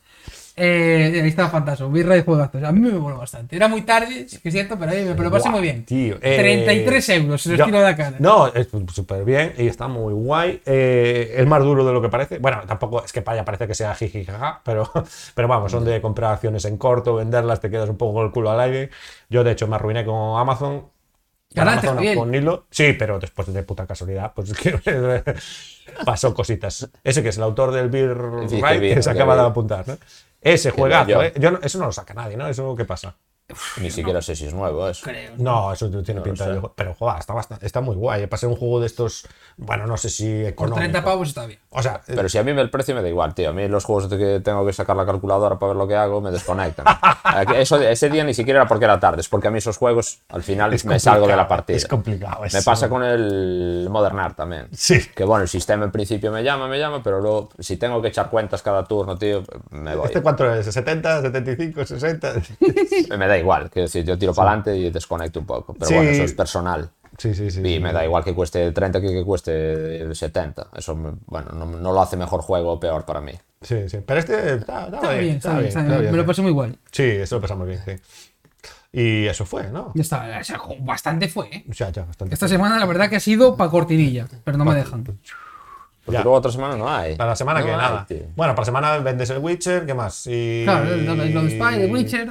Speaker 2: Eh, ahí estaba Fantaso, Beer Ride juegazo. O sea, a mí me voló bastante. Era muy tarde, sí que es cierto, pero, a mí me- pero lo pasé
Speaker 4: Guau,
Speaker 2: muy bien.
Speaker 4: tío, eh,
Speaker 2: 33 euros, se
Speaker 4: yo-
Speaker 2: los tiro de la cara.
Speaker 4: No, es pues, súper bien y está muy guay. Eh, es más duro de lo que parece. Bueno, tampoco es que vaya, parece que sea jiji, jaja, pero, pero vamos, son de comprar acciones en corto, venderlas, te quedas un poco con el culo al aire. Yo, de hecho, me arruiné con Amazon. Con
Speaker 2: Ganaste,
Speaker 4: Amazon, no,
Speaker 2: Javier.
Speaker 4: con Nilo. Sí, pero después de puta casualidad, pues es que pasó cositas. Ese que es el autor del Beer
Speaker 3: Sí,
Speaker 4: Right,
Speaker 3: que vi,
Speaker 4: que se
Speaker 3: que
Speaker 4: acaba
Speaker 3: vi.
Speaker 4: de apuntar, ¿no? Ese juegazo,
Speaker 3: yo.
Speaker 4: ¿eh? Yo no- eso no lo saca nadie, ¿no? ¿Eso qué pasa?
Speaker 3: Ni siquiera sé si es nuevo eso.
Speaker 4: No, eso no tiene pinta
Speaker 3: sé.
Speaker 4: de. Pero joder, está, bastante, está muy guay. Pasé un juego de estos. Bueno, no sé si
Speaker 2: Por
Speaker 4: económico.
Speaker 2: 30 pavos está bien.
Speaker 4: O sea, eh,
Speaker 3: Pero si a mí me- el precio me da igual, tío. A mí los juegos de que tengo que sacar la calculadora para ver lo que hago me desconectan. Eh, que Eso, ese día ni siquiera era porque era tarde, es porque a mí esos juegos al final
Speaker 4: Es
Speaker 3: me salgo de
Speaker 4: complicado,
Speaker 3: la partida.
Speaker 4: es complicado
Speaker 3: Me
Speaker 4: eso.
Speaker 3: pasa con el Modern Art también.
Speaker 4: Sí.
Speaker 3: Que bueno, el sistema en principio me llama, me llama, pero luego si tengo que echar cuentas cada turno, tío, me voy.
Speaker 4: ¿este cuánto es? ¿70, 75, 60?
Speaker 3: Me da igual, quiero decir, yo tiro para adelante y desconecto un poco. Pero
Speaker 4: Sí.
Speaker 3: bueno, eso es personal.
Speaker 4: sí, sí, sí.
Speaker 3: Y me da igual que cueste 30 que que cueste 70. Eso, me- bueno, no, no lo hace mejor juego o peor para mí.
Speaker 4: Sí, sí. Pero este. Está, está
Speaker 2: Está
Speaker 4: bien,
Speaker 2: bien, está bien, está bien. Me lo pasé muy guay.
Speaker 4: Sí, eso lo pasamos bien, sí. Y eso fue, ¿no?
Speaker 2: Ya está, o sea, jo, bastante fue, ¿eh?
Speaker 4: Ya, ya, bastante.
Speaker 2: Esta semana la verdad que ha sido pa' cortinilla, pero no me dejan.
Speaker 3: Porque
Speaker 4: Ya.
Speaker 3: luego otra semana no hay.
Speaker 4: Para la semana
Speaker 3: No
Speaker 4: que
Speaker 3: hay,
Speaker 4: nada.
Speaker 3: tío.
Speaker 2: eh,
Speaker 4: Bueno, para la semana vendes el Witcher, ¿qué más? Y...
Speaker 2: Claro, lo de Spy, The Witcher.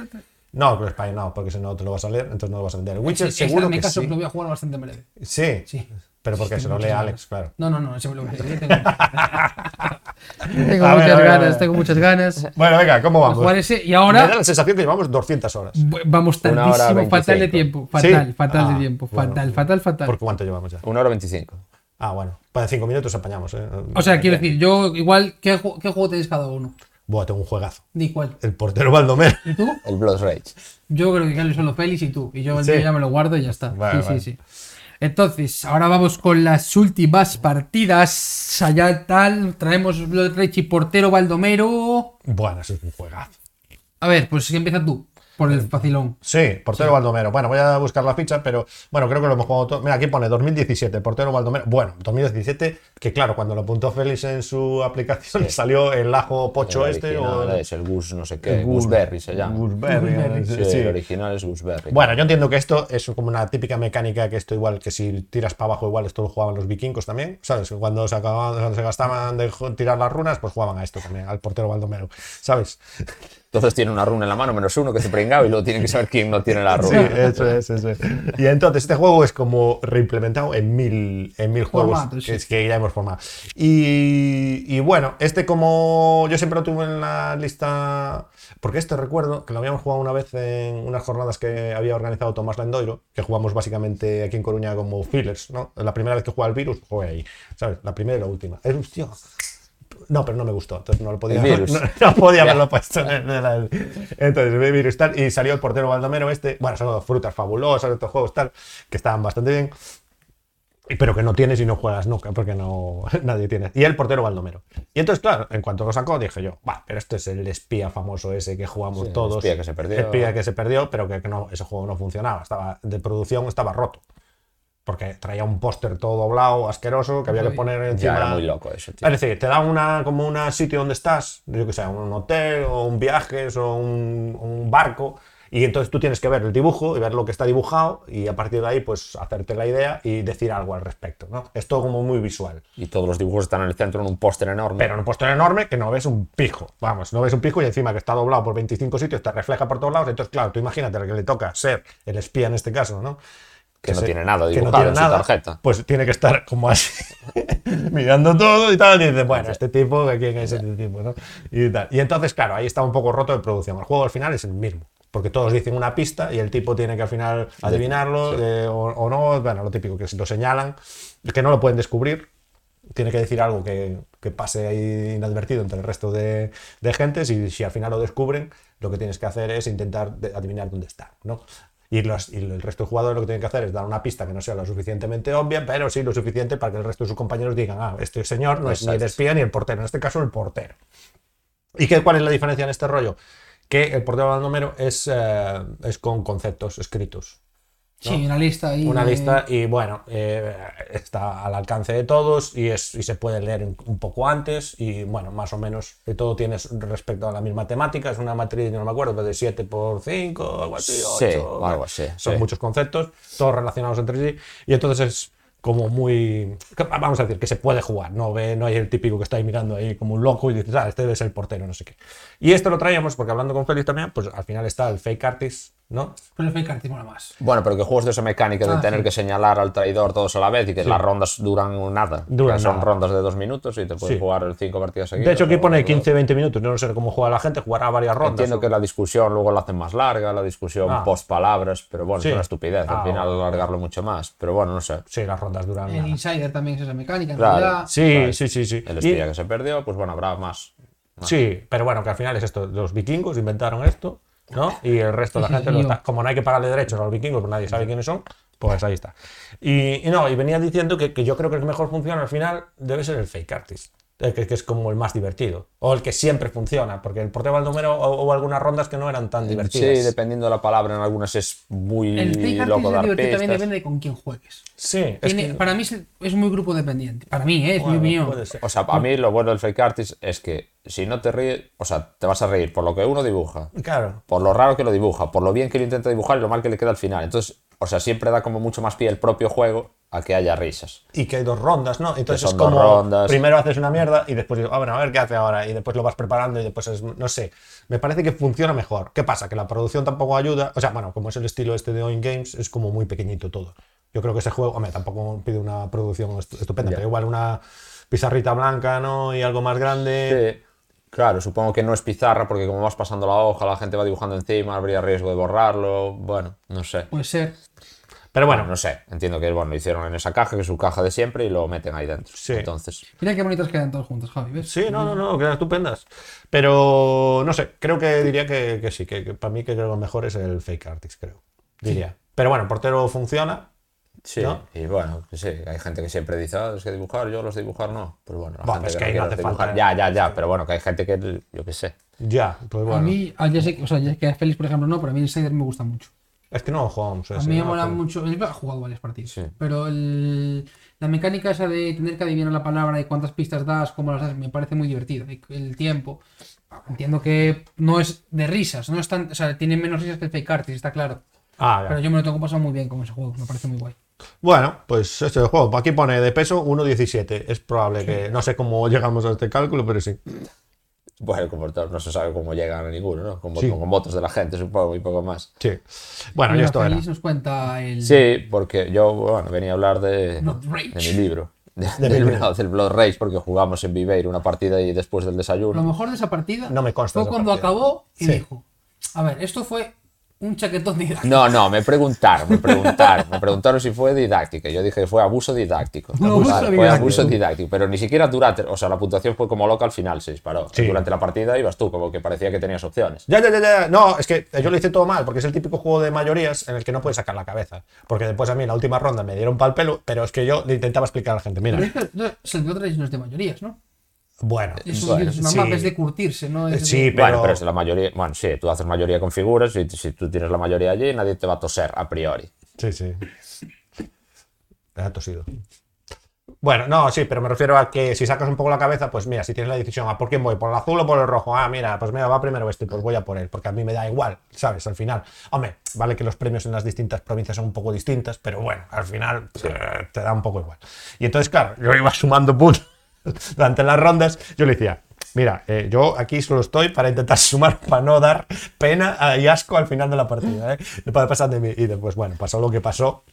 Speaker 4: No, Cross Spy no, porque si no te lo vas a leer, entonces no lo vas a entender. Witcher
Speaker 2: Sí,
Speaker 4: seguro
Speaker 2: en mi
Speaker 4: que
Speaker 2: caso
Speaker 4: sí.
Speaker 2: lo voy a jugar bastante en breve.
Speaker 4: Sí,
Speaker 2: Sí.
Speaker 4: pero porque se lo lee Alex, claro.
Speaker 2: No, no, no, ese me lo voy a leer, yo Tengo, tengo
Speaker 4: A ver, a
Speaker 2: muchas
Speaker 4: ver, a
Speaker 2: ganas,
Speaker 4: ver.
Speaker 2: tengo muchas ganas.
Speaker 4: Bueno, venga, ¿cómo
Speaker 2: A
Speaker 4: vamos?
Speaker 2: jugar ese. Y
Speaker 4: Me da
Speaker 2: ahora
Speaker 4: la sensación que llevamos 200 horas.
Speaker 2: bu- vamos
Speaker 3: Una hora
Speaker 2: tantísimo, fatal de
Speaker 3: 25.
Speaker 2: tiempo. Fatal,
Speaker 4: ¿Sí?
Speaker 2: fatal de
Speaker 4: Ah,
Speaker 2: tiempo.
Speaker 4: bueno,
Speaker 2: Fatal, fatal, fatal.
Speaker 4: ¿Por cuánto llevamos ya?
Speaker 3: 1 hora 25.
Speaker 4: Ah, bueno. Para 5 minutos apañamos, ¿eh?
Speaker 2: O sea, quiero decir, yo igual, ¿qué, ju- qué juego tenéis cada uno?
Speaker 4: Buah, tengo un juegazo.
Speaker 2: Ni cuál.
Speaker 4: El portero Baldomero.
Speaker 2: ¿Y tú?
Speaker 3: El Blood Rage.
Speaker 2: Yo creo que Carlos son los pelis y tú. Y yo,
Speaker 4: Sí.
Speaker 2: yo ya me lo guardo y ya está.
Speaker 4: Vale,
Speaker 2: sí,
Speaker 4: vale.
Speaker 2: sí, sí. Entonces, ahora vamos con las últimas partidas. Allá tal, traemos Blood Rage y portero Baldomero.
Speaker 4: Bueno, eso es un juegazo.
Speaker 2: A ver, pues empieza tú, por el facilón.
Speaker 4: Sí, portero Baldomero. Bueno, voy a buscar la ficha, pero bueno, creo que lo hemos jugado todo. Mira, aquí pone 2017, portero Baldomero. Bueno, 2017, que claro, cuando lo apuntó Félix en su aplicación le salió el ajo pocho
Speaker 3: El
Speaker 4: este
Speaker 3: Eh, original
Speaker 4: o
Speaker 3: es el Gus no sé qué, Gooseberry se llama.
Speaker 4: Gooseberry,
Speaker 3: Sí,
Speaker 4: eh, sí, sí.
Speaker 3: el original es Gooseberry.
Speaker 4: Bueno, yo entiendo que esto es como una típica mecánica que esto igual que si tiras para abajo igual esto lo jugaban los vikingos también, ¿sabes? Cuando se, acababan, cuando se gastaban de jo- tirar las runas, pues jugaban a esto también, al portero Baldomero, ¿sabes?
Speaker 3: Entonces tiene una runa en la mano, menos uno que se pringado y luego tienen que saber quién no tiene la runa.
Speaker 4: Sí, eso es, eso es. Y entonces este juego es como reimplementado en mil, en mil juegos
Speaker 2: Formatos, sí.
Speaker 4: que, que ya hemos formado. Y, y bueno, este como yo siempre lo tuve en la lista, porque esto recuerdo que lo habíamos jugado una vez en unas jornadas que había organizado Tomás Landoiro, que jugamos básicamente aquí en Coruña como fillers, ¿no? La primera vez que jugaba el virus, jugué ahí, ¿sabes? La primera y la última. Es, hostia, no, pero no me gustó, entonces no lo podía,
Speaker 3: El virus.
Speaker 4: no, no podía haberlo puesto. en el- en el- Entonces, el virus tal, y salió el portero Baldomero este, bueno, son frutas fabulosas, estos juegos tal, que estaban bastante bien, y- pero que no tienes y no juegas nunca, porque no nadie tiene. Y el portero Baldomero. Y entonces, claro, en cuanto lo sacó, dije yo, va, pero este es el espía famoso ese que jugamos todos.
Speaker 3: espía que se perdió.
Speaker 4: Espía que se perdió, pero que, que no, ese juego no funcionaba, estaba de producción estaba roto. Porque traía un póster todo doblado, asqueroso, que había que
Speaker 2: Uy.
Speaker 4: poner encima.
Speaker 3: Ya era muy loco eso, tío.
Speaker 4: Es decir, te da una, como un sitio donde estás, yo que sé, un hotel o un viajes o un, un barco, y entonces tú tienes que ver el dibujo y ver lo que está dibujado y a partir de ahí pues hacerte la idea y decir algo al respecto. ¿no? Es todo como muy visual.
Speaker 3: Y todos los dibujos están en el centro en un póster enorme.
Speaker 4: Pero en un postor enorme que no ves un pijo. Vamos, no ves un pijo y encima que está doblado por 25 sitios, te refleja por todos lados. Entonces, claro, tú imagínate que le toca ser el espía en este caso, ¿no?
Speaker 3: Que no
Speaker 4: se-
Speaker 3: tiene nada
Speaker 4: que no
Speaker 3: dibujado
Speaker 4: tiene
Speaker 3: en su
Speaker 4: nada,
Speaker 3: tarjeta.
Speaker 4: Pues tiene que estar como así, mirando todo y tal. Y dice, bueno, este tipo, que ¿quién es este tipo? ¿no? Y, tal. y entonces, claro, ahí está un poco roto de producción. El juego al final es el mismo. Porque todos dicen una pista y el tipo tiene que al final adivinarlo eh, o, o no. Bueno, lo típico, que si lo señalan, que no lo pueden descubrir. Tiene que decir algo que, que pase ahí inadvertido entre el resto de, de gentes y si al final lo descubren, lo que tienes que hacer es intentar de- adivinar dónde está. ¿no? Y, los- y el resto de jugadores lo que tienen que hacer es dar una pista que no sea lo suficientemente obvia, pero sí lo suficiente para que el resto de sus compañeros digan, ah, este señor no es ni el espía ni el portero, en este caso el portero. ¿Y qué, cuál es la diferencia en este rollo? Que el portero baldomero es, eh, es con conceptos escritos.
Speaker 2: Sí, una lista ahí.
Speaker 4: Una
Speaker 2: de-
Speaker 4: lista y bueno, eh, está al alcance de todos y, es, y se puede leer un- un poco antes y bueno, más o menos de todo tienes respecto a la misma temática, es una matriz, yo no me acuerdo, pero de 7 por 5, algo así,
Speaker 3: Sí,
Speaker 4: 8,
Speaker 3: algo así,
Speaker 4: son
Speaker 3: sí.
Speaker 4: muchos conceptos, todos relacionados entre sí y entonces es como muy, que- vamos a decir, que se puede jugar, no, ve, no hay el típico que está ahí mirando ahí como un loco y dices, ah, este debe ser el portero, no sé qué. Y esto lo traíamos porque hablando con Félix también, pues al final está el fake artist, ¿no?
Speaker 2: Pero el Fake Artist mola más.
Speaker 3: Bueno, pero que juegos de esa mecánica de
Speaker 2: Ah,
Speaker 3: tener
Speaker 2: sí.
Speaker 3: que señalar al traidor todos a la vez y que las rondas duran nada.
Speaker 4: Duran
Speaker 3: Que son
Speaker 4: nada.
Speaker 3: rondas de dos minutos y te puedes
Speaker 4: Sí.
Speaker 3: jugar cinco partidas seguidas.
Speaker 4: De hecho, aquí
Speaker 3: o-
Speaker 4: pone 15-20 minutos. No sé cómo juega la gente, jugará varias rondas.
Speaker 3: Entiendo que la discusión luego la hacen más larga, la discusión
Speaker 4: Ah.
Speaker 3: post palabras, pero bueno,
Speaker 4: Sí.
Speaker 3: es una estupidez
Speaker 4: Ah,
Speaker 3: al final
Speaker 4: bueno.
Speaker 3: alargarlo mucho más. Pero bueno, no sé.
Speaker 4: Sí, las rondas duran.
Speaker 2: El
Speaker 4: nada.
Speaker 2: Insider también es esa mecánica, en
Speaker 3: Claro.
Speaker 2: realidad.
Speaker 4: Sí,
Speaker 3: Vale.
Speaker 4: sí, sí, sí.
Speaker 3: El
Speaker 4: Y-
Speaker 3: espía que se perdió, pues bueno, habrá más.
Speaker 4: sí, pero bueno, que al final es esto. Los vikingos inventaron esto, ¿no? Y el resto de la
Speaker 2: Sí, sí,
Speaker 4: gente lo
Speaker 2: sí, yo.
Speaker 4: está. Como no hay que pagarle derechos a los vikingos, porque nadie sabe quiénes son, pues ahí está. Y, y no, y venía diciendo que, que yo creo que el que mejor funciona al final debe ser el fake artist. El que, que es como el más divertido. O el que siempre funciona. Porque el portero número o, o algunas rondas que no eran tan divertidas.
Speaker 3: Sí, dependiendo de la palabra, en algunas es muy
Speaker 2: El Fake Artist
Speaker 3: loco
Speaker 2: es
Speaker 3: dar
Speaker 2: divertido
Speaker 3: pistas.
Speaker 2: también depende de con quién juegues.
Speaker 4: Sí, es
Speaker 2: Tiene-
Speaker 4: que-
Speaker 2: Para mí es, es muy grupo dependiente. Para mí, ¿eh? es mi
Speaker 4: Bueno,
Speaker 2: opinión.
Speaker 4: puede ser.
Speaker 3: O sea, a mí lo bueno del fake artist es que si no te ríes, o sea, te vas a reír por lo que uno dibuja,
Speaker 4: Claro.
Speaker 3: por lo raro que lo dibuja, por lo bien que lo intenta dibujar y lo mal que le queda al final. Entonces, o sea, siempre da como mucho más pie el propio juego a que haya risas.
Speaker 4: Y que hay dos rondas, ¿no? Entonces
Speaker 3: son
Speaker 4: es como
Speaker 3: dos rondas.
Speaker 4: primero haces una mierda y después digo, ah, bueno, a ver qué hace ahora. Y después lo vas preparando y después es, no sé. Me parece que funciona mejor. ¿Qué pasa? Que la producción tampoco ayuda. O sea, bueno, como es el estilo este de Oin Games, es como muy pequeñito todo. Yo creo que ese juego, hombre, tampoco pide una producción est- estupenda, pero igual una pizarrita blanca, ¿no? Y algo más grande.
Speaker 3: Sí, Eh, claro, supongo que no es pizarra porque como vas pasando la hoja, la gente va dibujando encima, habría riesgo de borrarlo, bueno, no sé.
Speaker 2: Puede ser.
Speaker 4: Pero bueno,
Speaker 3: No sé, entiendo que bueno, lo hicieron en esa caja, que es su caja de siempre, y lo meten ahí dentro.
Speaker 4: Sí.
Speaker 3: Entonces,
Speaker 2: Mira qué bonitas quedan todos juntos, Javi. ¿ves?
Speaker 4: Sí, no, no, no, quedan estupendas. Pero no sé, creo que diría que, que sí, que, que para mí que creo que lo mejor es el fake artist, creo. Diría. Pero bueno, portero funciona.
Speaker 3: sí.
Speaker 4: ¿No?
Speaker 3: Y bueno, que sí, hay gente que siempre dice, ah, es que dibujar, yo los dibujar no. Pues bueno, la
Speaker 4: Bah,
Speaker 3: gente
Speaker 4: es que
Speaker 3: no
Speaker 4: ahí no
Speaker 3: quiere
Speaker 4: hace
Speaker 3: dibujar.
Speaker 4: falta,
Speaker 3: Ya,
Speaker 4: ¿eh?
Speaker 3: ya, ya, pero bueno, que hay gente que, yo qué sé.
Speaker 4: Ya, pues bueno.
Speaker 2: A mí, a- ya sé, que- o sea, ya sé que a Félix, por ejemplo, no, pero a mí el Sider me gusta mucho.
Speaker 4: Es que no jugamos. eh,
Speaker 2: A mí me mola mucho. Yo he jugado varios partidos.
Speaker 3: Sí.
Speaker 2: Pero el- la mecánica esa de tener que adivinar la palabra y cuántas pistas das, cómo las das, me parece muy divertido. Y El tiempo. Entiendo que no es de risas, no es tan, o sea, tiene menos risas que el fake artist, está claro.
Speaker 4: Ah, ya.
Speaker 2: Pero yo me lo tengo pasado muy bien con ese juego, me parece muy guay.
Speaker 4: Bueno, pues este es el juego. Aquí pone de peso 1.17. Es probable que. No sé cómo llegamos a este cálculo, pero sí.
Speaker 3: Bueno, como tal, Pues no se sabe cómo llegan a ninguno, ¿no? Como,
Speaker 4: Sí.
Speaker 3: con votos de la gente, supongo, y poco más.
Speaker 4: Sí. Bueno, y
Speaker 2: Mira,
Speaker 4: esto era.
Speaker 2: Félix nos cuenta el.
Speaker 3: Sí, porque yo, bueno, venía a hablar de, de
Speaker 2: Not Rage.
Speaker 3: mi libro. de- del, no, del Blood Rage, porque jugamos en Viveiro una partida y después del
Speaker 2: Lo
Speaker 3: desayuno.
Speaker 2: mejor de esa partida
Speaker 4: No me consta
Speaker 2: fue
Speaker 4: esa
Speaker 2: cuando
Speaker 4: partida.
Speaker 2: acabó y
Speaker 4: Sí.
Speaker 2: dijo: A ver, esto fue un chaquetón de idea.
Speaker 3: No, no, me preguntaron, me preguntaron, me preguntaron si fue didáctica. Yo dije que fue abuso didáctico.
Speaker 2: Un abuso
Speaker 3: fue
Speaker 2: didáctico.
Speaker 3: abuso didáctico, pero ni siquiera durante, o sea, la puntuación fue como loca al final, se disparó.
Speaker 4: Sí.
Speaker 3: Durante la partida ibas tú, como que parecía que tenías opciones.
Speaker 4: Ya, ya, ya, ya. No, es que yo lo hice todo mal, porque es el típico juego de mayorías en el que no puedes sacar la cabeza. Porque después a mí en la última ronda me dieron pal pelo, pero es que yo le intentaba explicar a la gente, mira,
Speaker 2: Pero es que no, es el de otra no es de mayorías, ¿no?
Speaker 4: bueno,
Speaker 2: Es un
Speaker 3: Bueno,
Speaker 2: es una mapa,
Speaker 4: sí. Eh,
Speaker 2: es de curtirse, ¿no? Es de-
Speaker 4: sí,
Speaker 3: Pero... Bueno,
Speaker 4: pero,
Speaker 3: pero es la mayoría, bueno, sí, tú haces mayoría con figuras y si tú tienes la mayoría allí, nadie te va a toser a priori.
Speaker 4: Sí, sí. Ha tosido. Bueno, no, sí, pero me refiero a que si sacas un poco la cabeza, pues mira, si tienes la decisión, ¿a por quién voy? ¿Por el azul o por el rojo? Ah, mira, pues mira, va primero este, pues voy a por él, porque a mí me da igual, ¿sabes? Al final, hombre, vale que los premios en las distintas provincias son un poco distintas, pero bueno, al final eh, te da un poco igual. Y entonces, claro, yo iba sumando puntos durante las rondas, yo le decía, mira, eh, yo aquí solo estoy para intentar sumar, para no dar pena ah, y asco al final de la partida, ¿eh? No puede pasar de mí. Y después, bueno, pasó lo que pasó,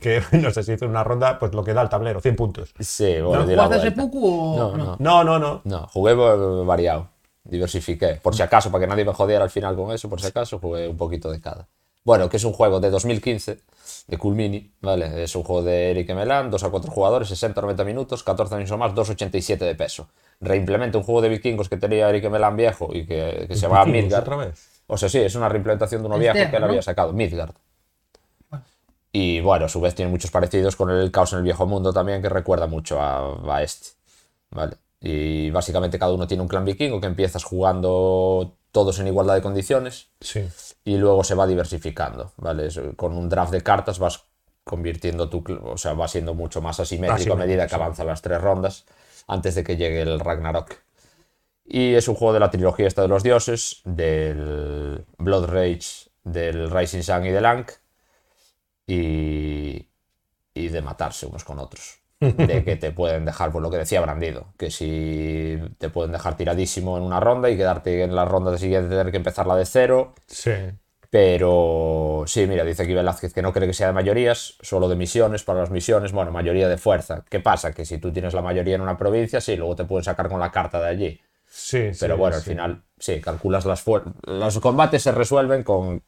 Speaker 4: que no sé si hizo una ronda, pues lo que da el tablero, 100 puntos.
Speaker 3: Sí, bueno, di la
Speaker 2: ¿Guardas
Speaker 3: vuelta.
Speaker 2: ese puku o
Speaker 3: No, no.
Speaker 4: No, no, no.
Speaker 3: No, jugué eh, variado. Diversifiqué. Por si acaso, para que nadie me jodiera al final con eso, por si acaso, jugué un poquito de cada. Bueno, que es un juego de 2015, de Culmini, ¿vale? Es un juego de Eric Melan, 2 a 4 jugadores, 60-90 minutos, 14 años o más, 2,87 de peso. Reimplementa un juego de vikingos que tenía Eric Melan viejo y que, que se llama
Speaker 4: vikingos
Speaker 3: Midgard.
Speaker 4: otra vez?
Speaker 3: O sea, sí, es una reimplementación de uno
Speaker 2: Es
Speaker 3: viejo
Speaker 2: de-
Speaker 3: que él
Speaker 2: ¿no?
Speaker 3: había sacado, Midgard. Y bueno, a su vez tiene muchos parecidos con el Caos en el Viejo Mundo también, que recuerda mucho a, a este. ¿Vale? Y básicamente cada uno tiene un clan vikingo que empiezas jugando todos en igualdad de condiciones
Speaker 4: Sí.
Speaker 3: y luego se va diversificando, ¿vale? Es- Con un draft de cartas vas convirtiendo tu, cl- o sea, va siendo mucho más asimétrico,
Speaker 4: Asimétrico,
Speaker 3: a medida que
Speaker 4: sí.
Speaker 3: avanzan las tres rondas antes de que llegue el Ragnarok. Y es un juego de la trilogía esta de los dioses, del Blood Rage, del Rising Sun y del Ankh, y, y de matarse unos con otros. De que te pueden dejar, por lo que decía Brandido, que si te pueden dejar tiradísimo en una ronda y quedarte en la ronda siguiente tener que empezarla de cero,
Speaker 4: Sí.
Speaker 3: pero sí, mira, dice aquí Velázquez que no cree que sea de mayorías, solo de misiones, para las misiones, bueno, mayoría de fuerza. ¿Qué pasa? Que si tú tienes la mayoría en una provincia, sí, luego te pueden sacar con la carta de allí.
Speaker 4: Sí, sí,
Speaker 3: Pero bueno, al
Speaker 4: sí.
Speaker 3: final, sí, calculas las fuerzas. Los combates se resuelven con,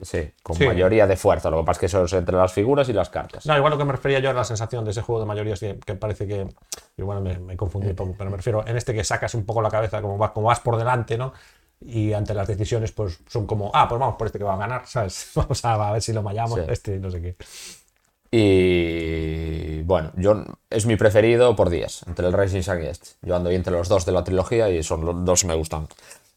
Speaker 3: sí, con
Speaker 4: Sí.
Speaker 3: mayoría de fuerza. Lo que pasa es que eso es entre las figuras y las cartas.
Speaker 4: No, igual lo que me refería yo era la sensación de ese juego de mayorías que, que parece que. Igual me, me confundí un poco, pero me refiero en este que sacas un poco la cabeza, como vas, como vas por delante, ¿no? Y ante las decisiones, pues son como, ah, pues vamos por este que va a ganar, ¿sabes? Vamos a, a ver si lo mallamos,
Speaker 3: Sí.
Speaker 4: este, no sé qué.
Speaker 3: Y bueno, yo es mi preferido por días, entre el Rising Sun y este. Yo ando ahí entre los dos de la trilogía y son los dos que me gustan.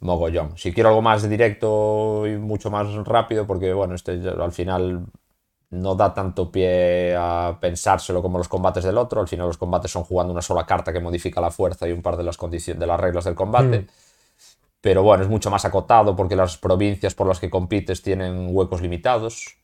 Speaker 3: Mogollón. Si quiero algo más directo y mucho más rápido, porque bueno, este ya al final no da tanto pie a pensárselo como los combates del otro. Al final los combates son jugando una sola carta que modifica la fuerza y un par de las condiciones de las reglas del combate. pero bueno, es mucho más acotado porque las provincias por las que compites tienen huecos limitados.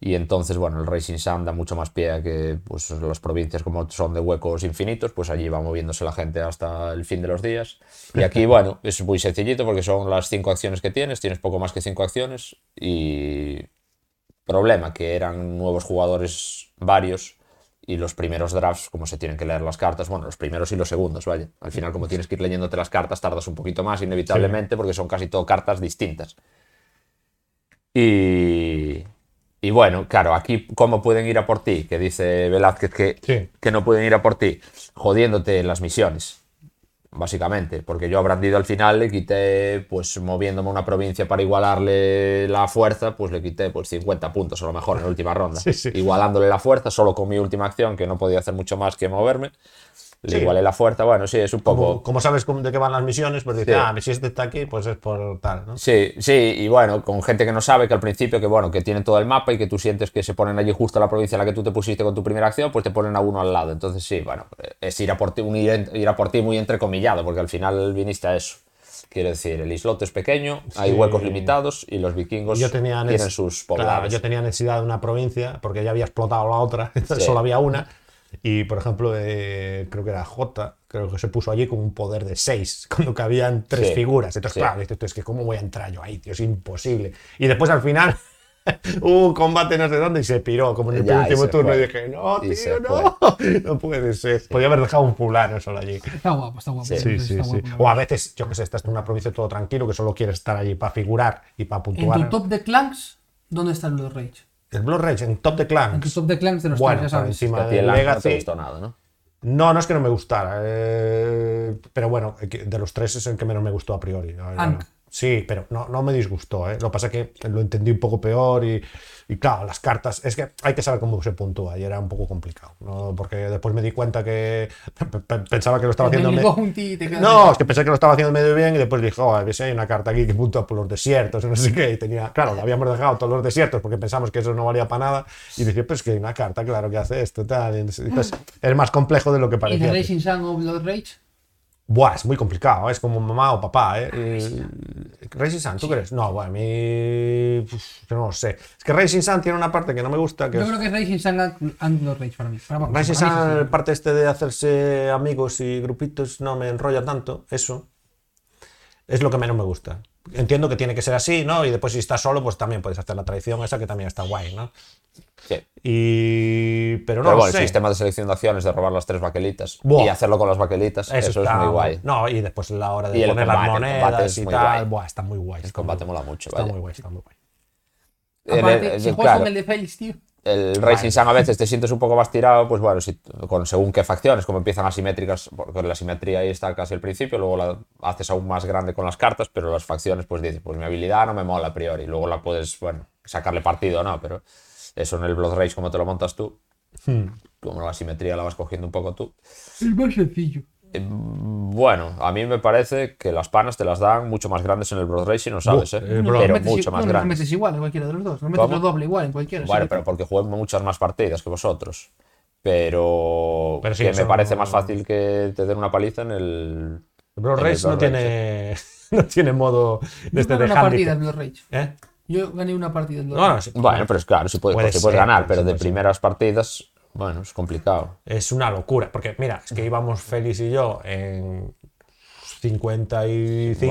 Speaker 3: Y entonces, bueno, el Racing Sun da mucho más pie a que pues, las provincias, como son de huecos infinitos, pues allí va moviéndose la gente hasta el fin de los días. Y aquí, bueno, es muy sencillito porque son las cinco acciones que tienes, tienes poco más que cinco acciones. Y problema, que eran nuevos jugadores varios y los primeros drafts, como se tienen que leer las cartas, bueno, los primeros y los segundos, vaya. Al final, como tienes que ir leyéndote las cartas, tardas un poquito más, inevitablemente, porque son casi todo cartas distintas. Y, y bueno, claro, aquí, ¿cómo pueden ir a por ti? Que dice Velázquez que,
Speaker 4: Sí.
Speaker 3: que no pueden ir a por ti, jodiéndote en las misiones, básicamente, porque yo a Brandido al final le quité, pues moviéndome a una provincia para igualarle la fuerza, pues le quité pues 50 puntos a lo mejor en la última ronda,
Speaker 4: Sí, sí.
Speaker 3: igualándole la fuerza solo con mi última acción, que no podía hacer mucho más que moverme. Le
Speaker 4: Sí.
Speaker 3: igualé la fuerza, bueno, sí, es un poco.
Speaker 4: Como, como sabes cómo- de qué van las misiones, pues dices,
Speaker 3: Sí.
Speaker 4: ah, si este está aquí, pues es por tal, ¿no?
Speaker 3: Sí, sí, y bueno, con gente que no sabe que al principio, que bueno, que tienen todo el mapa y que tú sientes que se ponen allí justo a la provincia en la que tú te pusiste con tu primera acción, pues te ponen a uno al lado. Entonces sí, bueno, eh, es ir a por ti, un ir, en- ir a por ti muy entrecomillado, porque al final viniste a eso. Quiero decir, el islote es pequeño, hay
Speaker 4: Sí.
Speaker 3: huecos limitados y los vikingos
Speaker 4: Yo tenía, neces-
Speaker 3: tienen Pues sus
Speaker 4: claro,
Speaker 3: poblados.
Speaker 4: yo tenía necesidad de una provincia porque ya había explotado la otra, entonces
Speaker 3: Sí.
Speaker 4: solo había una. Y por ejemplo, eh, creo que era J, creo que se puso allí con un poder de 6, cuando cabían tres
Speaker 3: Sí.
Speaker 4: figuras. Entonces,
Speaker 3: Sí.
Speaker 4: claro, dices, tú, es que ¿cómo voy a entrar yo ahí, tío? Es imposible. Y después al final hubo un combate no sé dónde y se piró, como en el
Speaker 3: Ya, y
Speaker 4: penúltimo
Speaker 3: se
Speaker 4: turno.
Speaker 3: fue.
Speaker 4: Y dije, no,
Speaker 3: Y se
Speaker 4: tío, no, no puede ser. Podía haber dejado un fulano solo allí.
Speaker 2: Está guapo, está guapo.
Speaker 4: Sí, sí,
Speaker 2: está
Speaker 4: sí.
Speaker 2: guapo, la
Speaker 4: O a
Speaker 2: verdad.
Speaker 4: veces, yo que sé, estás en una provincia todo tranquilo que solo quieres estar allí para figurar y para puntuar.
Speaker 2: En tu top de clans, ¿dónde está el Blood Rage?
Speaker 4: El Blood Rage en top de clans.
Speaker 2: En tu top de clans de los
Speaker 4: bueno,
Speaker 2: tres, ya
Speaker 4: por
Speaker 2: sabes.
Speaker 4: encima
Speaker 3: Que a ti
Speaker 4: de
Speaker 3: el Lance no te
Speaker 4: Legacy.
Speaker 3: gustó nada, ¿no?
Speaker 4: No, no es que no me gustara. eh, pero bueno, eh, que de los tres es el que menos me gustó a priori. No, no,
Speaker 2: Ankh.
Speaker 4: no. Sí, pero no, no me disgustó. eh. Lo que pasa es que lo entendí un poco peor y, y claro, las cartas. Es que hay que saber cómo se puntúa y era un poco complicado. ¿no? Porque después me di cuenta que pe- pe- pensaba que lo estaba
Speaker 2: Te
Speaker 4: haciendo.
Speaker 2: obligó
Speaker 4: me-
Speaker 2: un ti y te quedas
Speaker 4: No,
Speaker 2: ahí.
Speaker 4: es Pues que pensé que lo estaba haciendo medio bien y después dije, oh, a ver si hay una carta aquí que punta por los desiertos, no sé qué. Y tenía, claro, lo habíamos dejado todos los desiertos porque pensamos que eso no valía para nada. Y dije, pues que hay una carta, claro, que hace esto, tal. y Entonces, es más complejo de lo
Speaker 2: Mm.
Speaker 4: que
Speaker 2: ¿Y The
Speaker 4: parecía.
Speaker 2: Racing Sun o Blood Rage?
Speaker 4: Buah, es muy complicado, ¿eh? es como mamá o papá, ¿eh? Eh, Racing Sun, ¿tú crees? No, bueno, a mí. pues, yo no lo sé. Es que Racing Sun tiene una parte que no me gusta, que
Speaker 2: Yo
Speaker 4: es.
Speaker 2: creo que es Racing Sun and- and Blood Rage para mí. Para- para
Speaker 4: Racing
Speaker 2: mí sí,
Speaker 4: Sun,
Speaker 2: sí.
Speaker 4: el parte este de hacerse amigos y grupitos, no me enrolla tanto, eso. Es lo que menos me gusta. Entiendo que tiene que ser así, ¿no? Y después si estás solo, pues también puedes hacer la traición esa que también está guay, ¿no?
Speaker 3: Sí.
Speaker 4: Y... Pero no
Speaker 3: Pero
Speaker 4: lo
Speaker 3: bueno, el
Speaker 4: sé.
Speaker 3: sistema de selección de acciones de robar las tres baquelitas
Speaker 4: Buah.
Speaker 3: y hacerlo con las baquelitas, eso, es
Speaker 4: está
Speaker 3: muy guay.
Speaker 4: No, y después la hora de
Speaker 3: Y el
Speaker 4: poner
Speaker 3: combate, el
Speaker 4: las
Speaker 3: combate
Speaker 4: monedas
Speaker 3: es
Speaker 4: y
Speaker 3: muy
Speaker 4: tal.
Speaker 3: guay.
Speaker 4: Buah, está muy guay.
Speaker 3: El
Speaker 4: está
Speaker 3: combate
Speaker 4: muy guay.
Speaker 3: mola mucho,
Speaker 4: Está
Speaker 3: vaya.
Speaker 4: muy guay, está muy guay.
Speaker 3: En el-
Speaker 2: Aparte,
Speaker 3: en-
Speaker 2: si juegas
Speaker 3: claro.
Speaker 2: con el de Félix, tío.
Speaker 3: El Racing Sun a veces te sientes un poco más tirado, pues bueno, si- con según qué facciones, como empiezan asimétricas, porque la simetría ahí está casi al principio, luego la haces aún más grande con las cartas, pero las facciones pues dices, pues mi habilidad no me mola a priori, luego la puedes, bueno, sacarle partido o no, pero eso en el Blood Rage como te lo montas tú,
Speaker 4: Hmm.
Speaker 3: como la simetría la vas cogiendo un poco tú.
Speaker 2: El más sencillo.
Speaker 3: Eh, Bueno, a mí me parece que las panas te las dan mucho más grandes en el Blood Rage si no sabes, ¿eh?
Speaker 4: el Blood-
Speaker 2: Lo
Speaker 3: pero
Speaker 2: metes i-
Speaker 3: mucho más
Speaker 2: bueno, Lo
Speaker 3: grandes.
Speaker 2: metes igual en cualquiera de los dos. Lo metes
Speaker 3: ¿Cómo?
Speaker 2: lo doble igual en cualquiera.
Speaker 3: Bueno,
Speaker 2: sí.
Speaker 3: pero porque juego muchas más partidas que vosotros. Pero,
Speaker 4: Pero sí,
Speaker 3: que
Speaker 4: eso
Speaker 3: me parece
Speaker 4: no-
Speaker 3: más fácil que te den una paliza en el.
Speaker 4: El Blood
Speaker 3: en el
Speaker 4: Rage no
Speaker 3: Blood
Speaker 4: tiene, no tiene modo de
Speaker 2: Yo
Speaker 4: este
Speaker 2: gané
Speaker 4: de
Speaker 2: una partida en
Speaker 4: handicap.
Speaker 2: Blood Rage.
Speaker 4: ¿Eh?
Speaker 2: Yo gané una partida en Blood
Speaker 4: No,
Speaker 2: Rage.
Speaker 4: no, sí.
Speaker 3: Bueno, pero es claro, si puedes,
Speaker 4: Puede
Speaker 3: pues sí puedes
Speaker 4: ser,
Speaker 3: ganar,
Speaker 4: puede
Speaker 3: pero
Speaker 4: ser,
Speaker 3: de
Speaker 4: puede ser.
Speaker 3: primeras partidas, bueno, es complicado.
Speaker 4: Es una locura, porque mira, es que íbamos Félix y yo en 55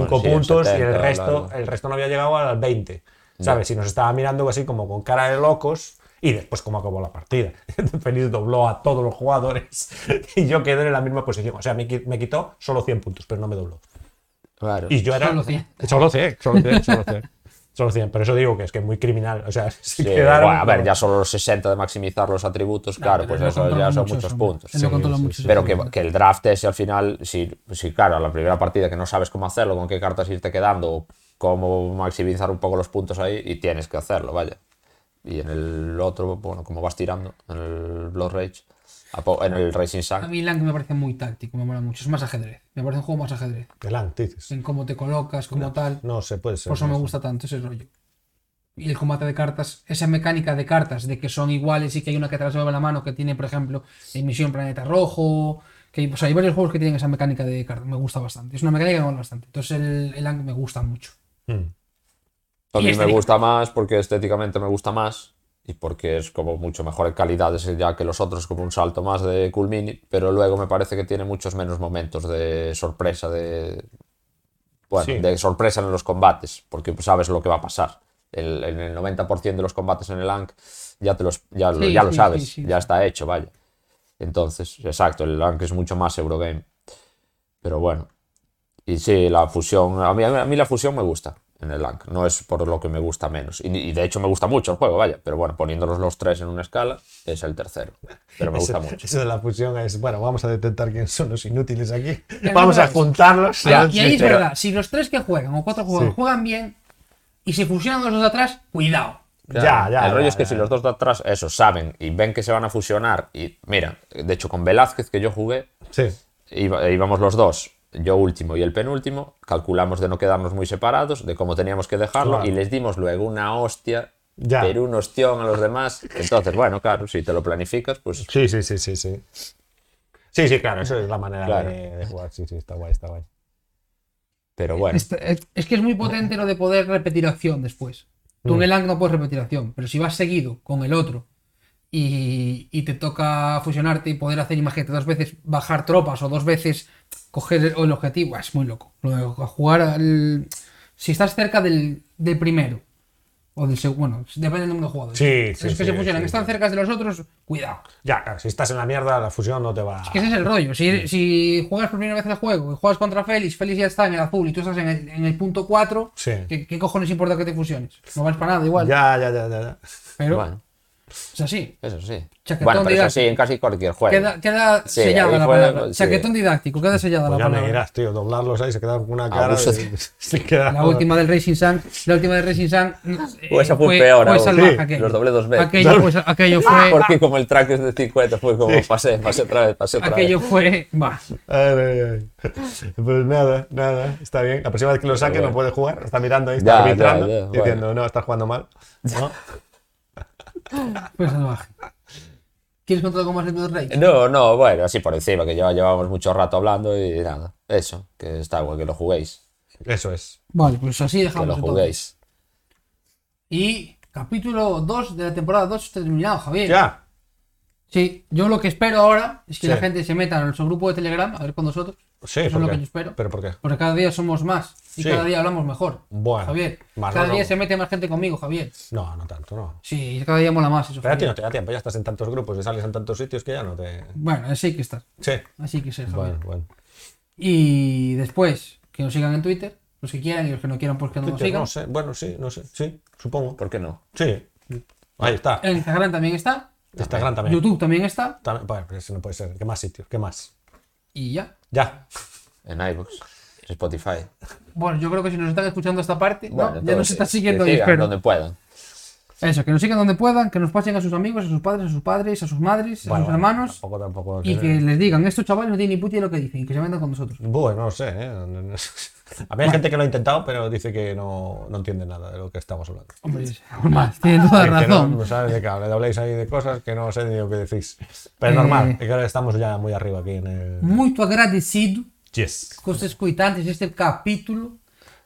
Speaker 3: Bueno, sí, en
Speaker 4: puntos y
Speaker 3: 70
Speaker 4: el
Speaker 3: o
Speaker 4: resto,
Speaker 3: algo.
Speaker 4: el resto no había llegado al 20. ¿Sabes? Y nos estaba mirando así como con cara de locos y después cómo acabó la partida. Félix dobló a todos los jugadores y yo quedé en la misma posición. O sea, me, qui- me quitó solo 100 puntos, pero no me dobló.
Speaker 3: Claro.
Speaker 4: Y yo era.
Speaker 2: Solo 100.
Speaker 4: Solo 100, solo 100, solo 100. Solo 100, Pero eso digo que es que es muy criminal. O sea, si
Speaker 3: Sí,
Speaker 4: quedaron.
Speaker 3: bueno, a ver, ya solo los 60 de maximizar los atributos, claro,
Speaker 2: pero
Speaker 3: pues
Speaker 2: lo
Speaker 3: eso
Speaker 2: controla
Speaker 3: ya son
Speaker 2: mucho
Speaker 3: muchos
Speaker 2: eso,
Speaker 3: puntos.
Speaker 2: él lo controla mucho eso.
Speaker 3: Pero que, que el draft ese al final, si, si claro, a la primera partida que no sabes cómo hacerlo, con qué cartas irte quedando, o cómo maximizar un poco los puntos ahí, y tienes que hacerlo, vaya. Y en el otro, bueno, como vas tirando, en el Blood Rage, a po- en el Racing
Speaker 2: A
Speaker 3: Sun.
Speaker 2: mí Lang me parece muy táctico, me mola mucho. Es más ajedrez. Me parece un juego más ajedrez.
Speaker 4: Elan, dices.
Speaker 2: En cómo te colocas, como tal.
Speaker 4: No sé, puede ser.
Speaker 2: Por eso
Speaker 4: no
Speaker 2: me
Speaker 4: sé.
Speaker 2: gusta tanto ese rollo. Y el combate de cartas, esa mecánica de cartas, de que son iguales y que hay una que te las mueve la mano, que tiene, por ejemplo, en Misión Planeta Rojo, Que, o sea, hay varios juegos que tienen esa mecánica de carta. Me gusta bastante. Es una mecánica que me mola bastante. Entonces el, el Ankh me gusta mucho.
Speaker 4: Mm.
Speaker 3: A
Speaker 2: Y
Speaker 3: mí me
Speaker 2: estética.
Speaker 3: gusta más porque estéticamente me gusta más y porque es como mucho mejor en calidad ese ya que los otros, como un salto más de Cool Mini, pero luego me parece que tiene muchos menos momentos de sorpresa, de, bueno,
Speaker 4: Sí.
Speaker 3: de sorpresa en los combates, porque sabes lo que va a pasar. El- en el 90% de los combates en el Ankh ya, te los, ya, lo-
Speaker 2: Sí,
Speaker 3: ya lo
Speaker 2: sí,
Speaker 3: sabes,
Speaker 2: sí, sí,
Speaker 3: ya
Speaker 2: sí.
Speaker 3: está hecho, vaya. Entonces, exacto, el Ankh es mucho más Eurogame. Pero bueno, y sí, la fusión, a mí, a mí la fusión me gusta en el Ankh, no es por lo que me gusta menos. Y, y de hecho me gusta mucho el juego, vaya, pero bueno, poniéndolos los tres en una escala, es el tercero. Pero me gusta
Speaker 4: Eso-
Speaker 3: mucho.
Speaker 4: Eso de la fusión es, bueno, vamos a detectar quiénes son los inútiles aquí.
Speaker 2: Es
Speaker 4: Vamos a
Speaker 2: verdad.
Speaker 4: juntarlos.
Speaker 2: Y ahí-
Speaker 4: ¿sabes?
Speaker 2: Ah, y ahí es
Speaker 3: pero-
Speaker 2: verdad, si los tres que juegan o cuatro jugadores
Speaker 4: Sí.
Speaker 2: juegan bien y se fusionan los dos de atrás, cuidado.
Speaker 4: Ya, ya.
Speaker 3: El rollo
Speaker 4: ya,
Speaker 3: es que
Speaker 4: ya.
Speaker 3: si los dos de atrás, eso, saben y ven que se van a fusionar, y mira, de hecho con Velázquez que yo jugué,
Speaker 4: Sí.
Speaker 3: iba- e íbamos los dos, yo último y el penúltimo, calculamos de no quedarnos muy separados, de cómo teníamos que dejarlo,
Speaker 4: Claro.
Speaker 3: y les dimos luego una hostia,
Speaker 4: Ya.
Speaker 3: pero un ostión a los demás. Entonces, bueno, claro, si te lo planificas, pues
Speaker 4: Sí, sí, sí, sí, sí. Sí, sí, claro, eso es la manera
Speaker 3: Claro.
Speaker 4: de, de jugar. Sí, sí, está guay, está guay.
Speaker 3: Pero bueno,
Speaker 2: Esta- Eh, Este, Es, es que es muy potente lo de poder repetir acción después. Tú
Speaker 4: Mm.
Speaker 2: en el Ankh no puedes repetir acción, pero si vas seguido con el otro y, y te toca fusionarte y poder hacer, imagínate, dos veces bajar tropas o dos veces coger el, el objetivo, es muy loco. Lo de jugar al- Si estás cerca del, del primero o del segundo, bueno, depende del número de jugadores.
Speaker 4: Sí,
Speaker 2: Los
Speaker 4: sí,
Speaker 2: que
Speaker 4: sí,
Speaker 2: se fusionan
Speaker 4: sí,
Speaker 2: están
Speaker 4: sí.
Speaker 2: cerca de los otros, cuidado.
Speaker 4: Ya, claro, si estás en la mierda, la fusión no te va.
Speaker 2: Que ese es el rollo. Si, si juegas por primera vez el juego y juegas contra Félix, Félix ya está en el azul y tú estás en el, en el punto 4,
Speaker 4: Sí.
Speaker 2: ¿qué, qué cojones importa que te fusiones? No vales para nada igual.
Speaker 4: Ya, ya, ya, ya. ya. Pues
Speaker 2: Pero
Speaker 3: bueno,
Speaker 2: es así.
Speaker 3: eso sí.
Speaker 2: Chaquetón
Speaker 3: Bueno, pero eso
Speaker 2: didáctico.
Speaker 3: sí, en casi cualquier juego.
Speaker 2: Queda, queda
Speaker 3: Sí,
Speaker 2: sellada
Speaker 3: ahí
Speaker 2: la
Speaker 3: fue-
Speaker 2: palabra.
Speaker 3: sí.
Speaker 2: Chaquetón didáctico, queda sellada
Speaker 4: Pues
Speaker 2: la
Speaker 4: ya me
Speaker 2: palabra.
Speaker 4: dirás, tío, doblarlos ahí se quedaron con una cara.
Speaker 3: Abuso
Speaker 4: de- se quedaron-
Speaker 2: La última del Racing Sun, la última del Racing Sun. eh,
Speaker 3: O esa fue peor
Speaker 2: Fue
Speaker 3: aún.
Speaker 2: salvaje
Speaker 4: Sí,
Speaker 2: aquello.
Speaker 3: los doblé dos veces. Ah,
Speaker 2: Aquello, pues, aquello fue.
Speaker 3: Porque como el track es de 50, fue como pasé, pasé otra vez, pasé otra
Speaker 2: aquello
Speaker 3: vez.
Speaker 2: fue. Va.
Speaker 4: Ay, ay, ay. Pues nada, nada, está bien. La próxima vez que lo saque no puede jugar, está mirando ahí,
Speaker 3: Ya,
Speaker 4: está
Speaker 3: ya,
Speaker 4: arbitrando,
Speaker 3: ya, bueno.
Speaker 4: diciendo, no, estás jugando mal. ¿no?
Speaker 2: Fue salvaje. ¿Quieres contar algo más de tu Rey?
Speaker 3: No, no, bueno, así por encima, que ya llevamos mucho rato hablando y nada. Eso, que está bueno que lo juguéis.
Speaker 4: Eso es.
Speaker 2: Vale, pues así
Speaker 3: Que
Speaker 2: dejamos
Speaker 3: lo
Speaker 2: entonces.
Speaker 3: juguéis.
Speaker 2: Y capítulo 2 de la temporada 2 terminado, Javier.
Speaker 4: Ya,
Speaker 2: Sí, yo lo que espero ahora es que
Speaker 4: Sí.
Speaker 2: la gente se meta en nuestro grupo de Telegram a ver con nosotros. Eso
Speaker 4: sí,
Speaker 2: es
Speaker 4: ¿por
Speaker 2: lo
Speaker 4: qué?
Speaker 2: que yo espero.
Speaker 4: ¿Pero por qué?
Speaker 2: Porque cada día somos más y
Speaker 4: Sí.
Speaker 2: cada día hablamos mejor.
Speaker 4: Bueno,
Speaker 2: Javier,
Speaker 4: más
Speaker 2: cada
Speaker 4: no,
Speaker 2: día
Speaker 4: no.
Speaker 2: se mete más gente conmigo, Javier.
Speaker 4: No, no tanto, no.
Speaker 2: Sí, cada día mola más eso.
Speaker 4: Pero a ti
Speaker 2: Javier.
Speaker 4: no te da tiempo, ya estás en tantos grupos y sales en tantos sitios que ya no te.
Speaker 2: Bueno, así hay que estar.
Speaker 4: Sí.
Speaker 2: Así hay que ser, Javier.
Speaker 4: Bueno, bueno.
Speaker 2: Y después, que nos sigan en Twitter, los que quieran y los que no quieran, pues que no nos
Speaker 4: Twitter,
Speaker 2: sigan.
Speaker 4: no sé, bueno, sí, no sé, sí, supongo.
Speaker 3: ¿Por qué no?
Speaker 4: Sí, ahí está.
Speaker 2: En Instagram también está,
Speaker 4: Instagram también.
Speaker 2: Eh, YouTube también está,
Speaker 4: También- bueno, pero eso no puede ser. ¿Qué más sitios? ¿Qué más?
Speaker 2: y ya.
Speaker 4: Ya.
Speaker 3: En iVoox, Spotify.
Speaker 2: Bueno, yo creo que si nos están escuchando esta parte,
Speaker 3: Bueno,
Speaker 2: ¿no? ya
Speaker 3: entonces,
Speaker 2: nos están siguiendo
Speaker 3: que
Speaker 2: ahí,
Speaker 3: sigan
Speaker 2: espero.
Speaker 3: donde puedan.
Speaker 2: Eso, que nos sigan donde puedan, que nos pasen a sus amigos, a sus padres, a sus padres, a sus madres, a
Speaker 4: Bueno,
Speaker 2: sus
Speaker 4: bueno,
Speaker 2: hermanos.
Speaker 4: Tampoco, tampoco.
Speaker 2: Y que les digan, estos chavales no tienen ni puta idea de lo que dicen, y que se metan con nosotros.
Speaker 4: Bueno, no sé. ¿eh? No- no- Había gente que lo ha intentado, pero dice que no, no entiende nada de lo que estamos hablando.
Speaker 2: Hombre, es normal, tienen toda
Speaker 4: Que no,
Speaker 2: razón.
Speaker 4: no sabes de qué habláis, habláis ahí de cosas que no sé ni lo que decís. Pero es
Speaker 2: Eh.
Speaker 4: normal, es que ahora estamos ya muy arriba aquí en el.
Speaker 2: Muito agradecido
Speaker 4: Yes.
Speaker 2: com os escutantes deste capítulo.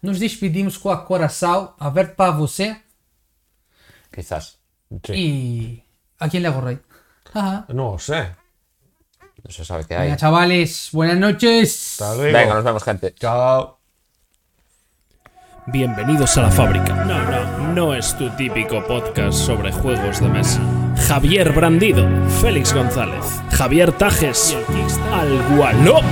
Speaker 2: Nos despedimos com a coração aberto para você.
Speaker 3: Quizás.
Speaker 4: Sí.
Speaker 2: E a quem le hago rey? Ajá.
Speaker 4: No sé.
Speaker 3: No se sabe qué hay.
Speaker 2: Venga, chavales, buenas noches.
Speaker 4: Hasta luego.
Speaker 3: Venga, nos vemos, gente.
Speaker 4: Chao.
Speaker 1: Bienvenidos a la fábrica. No, no, no es tu típico podcast sobre juegos de mesa. Javier Brandido, Félix González, Javier Tajes, Al Gualop.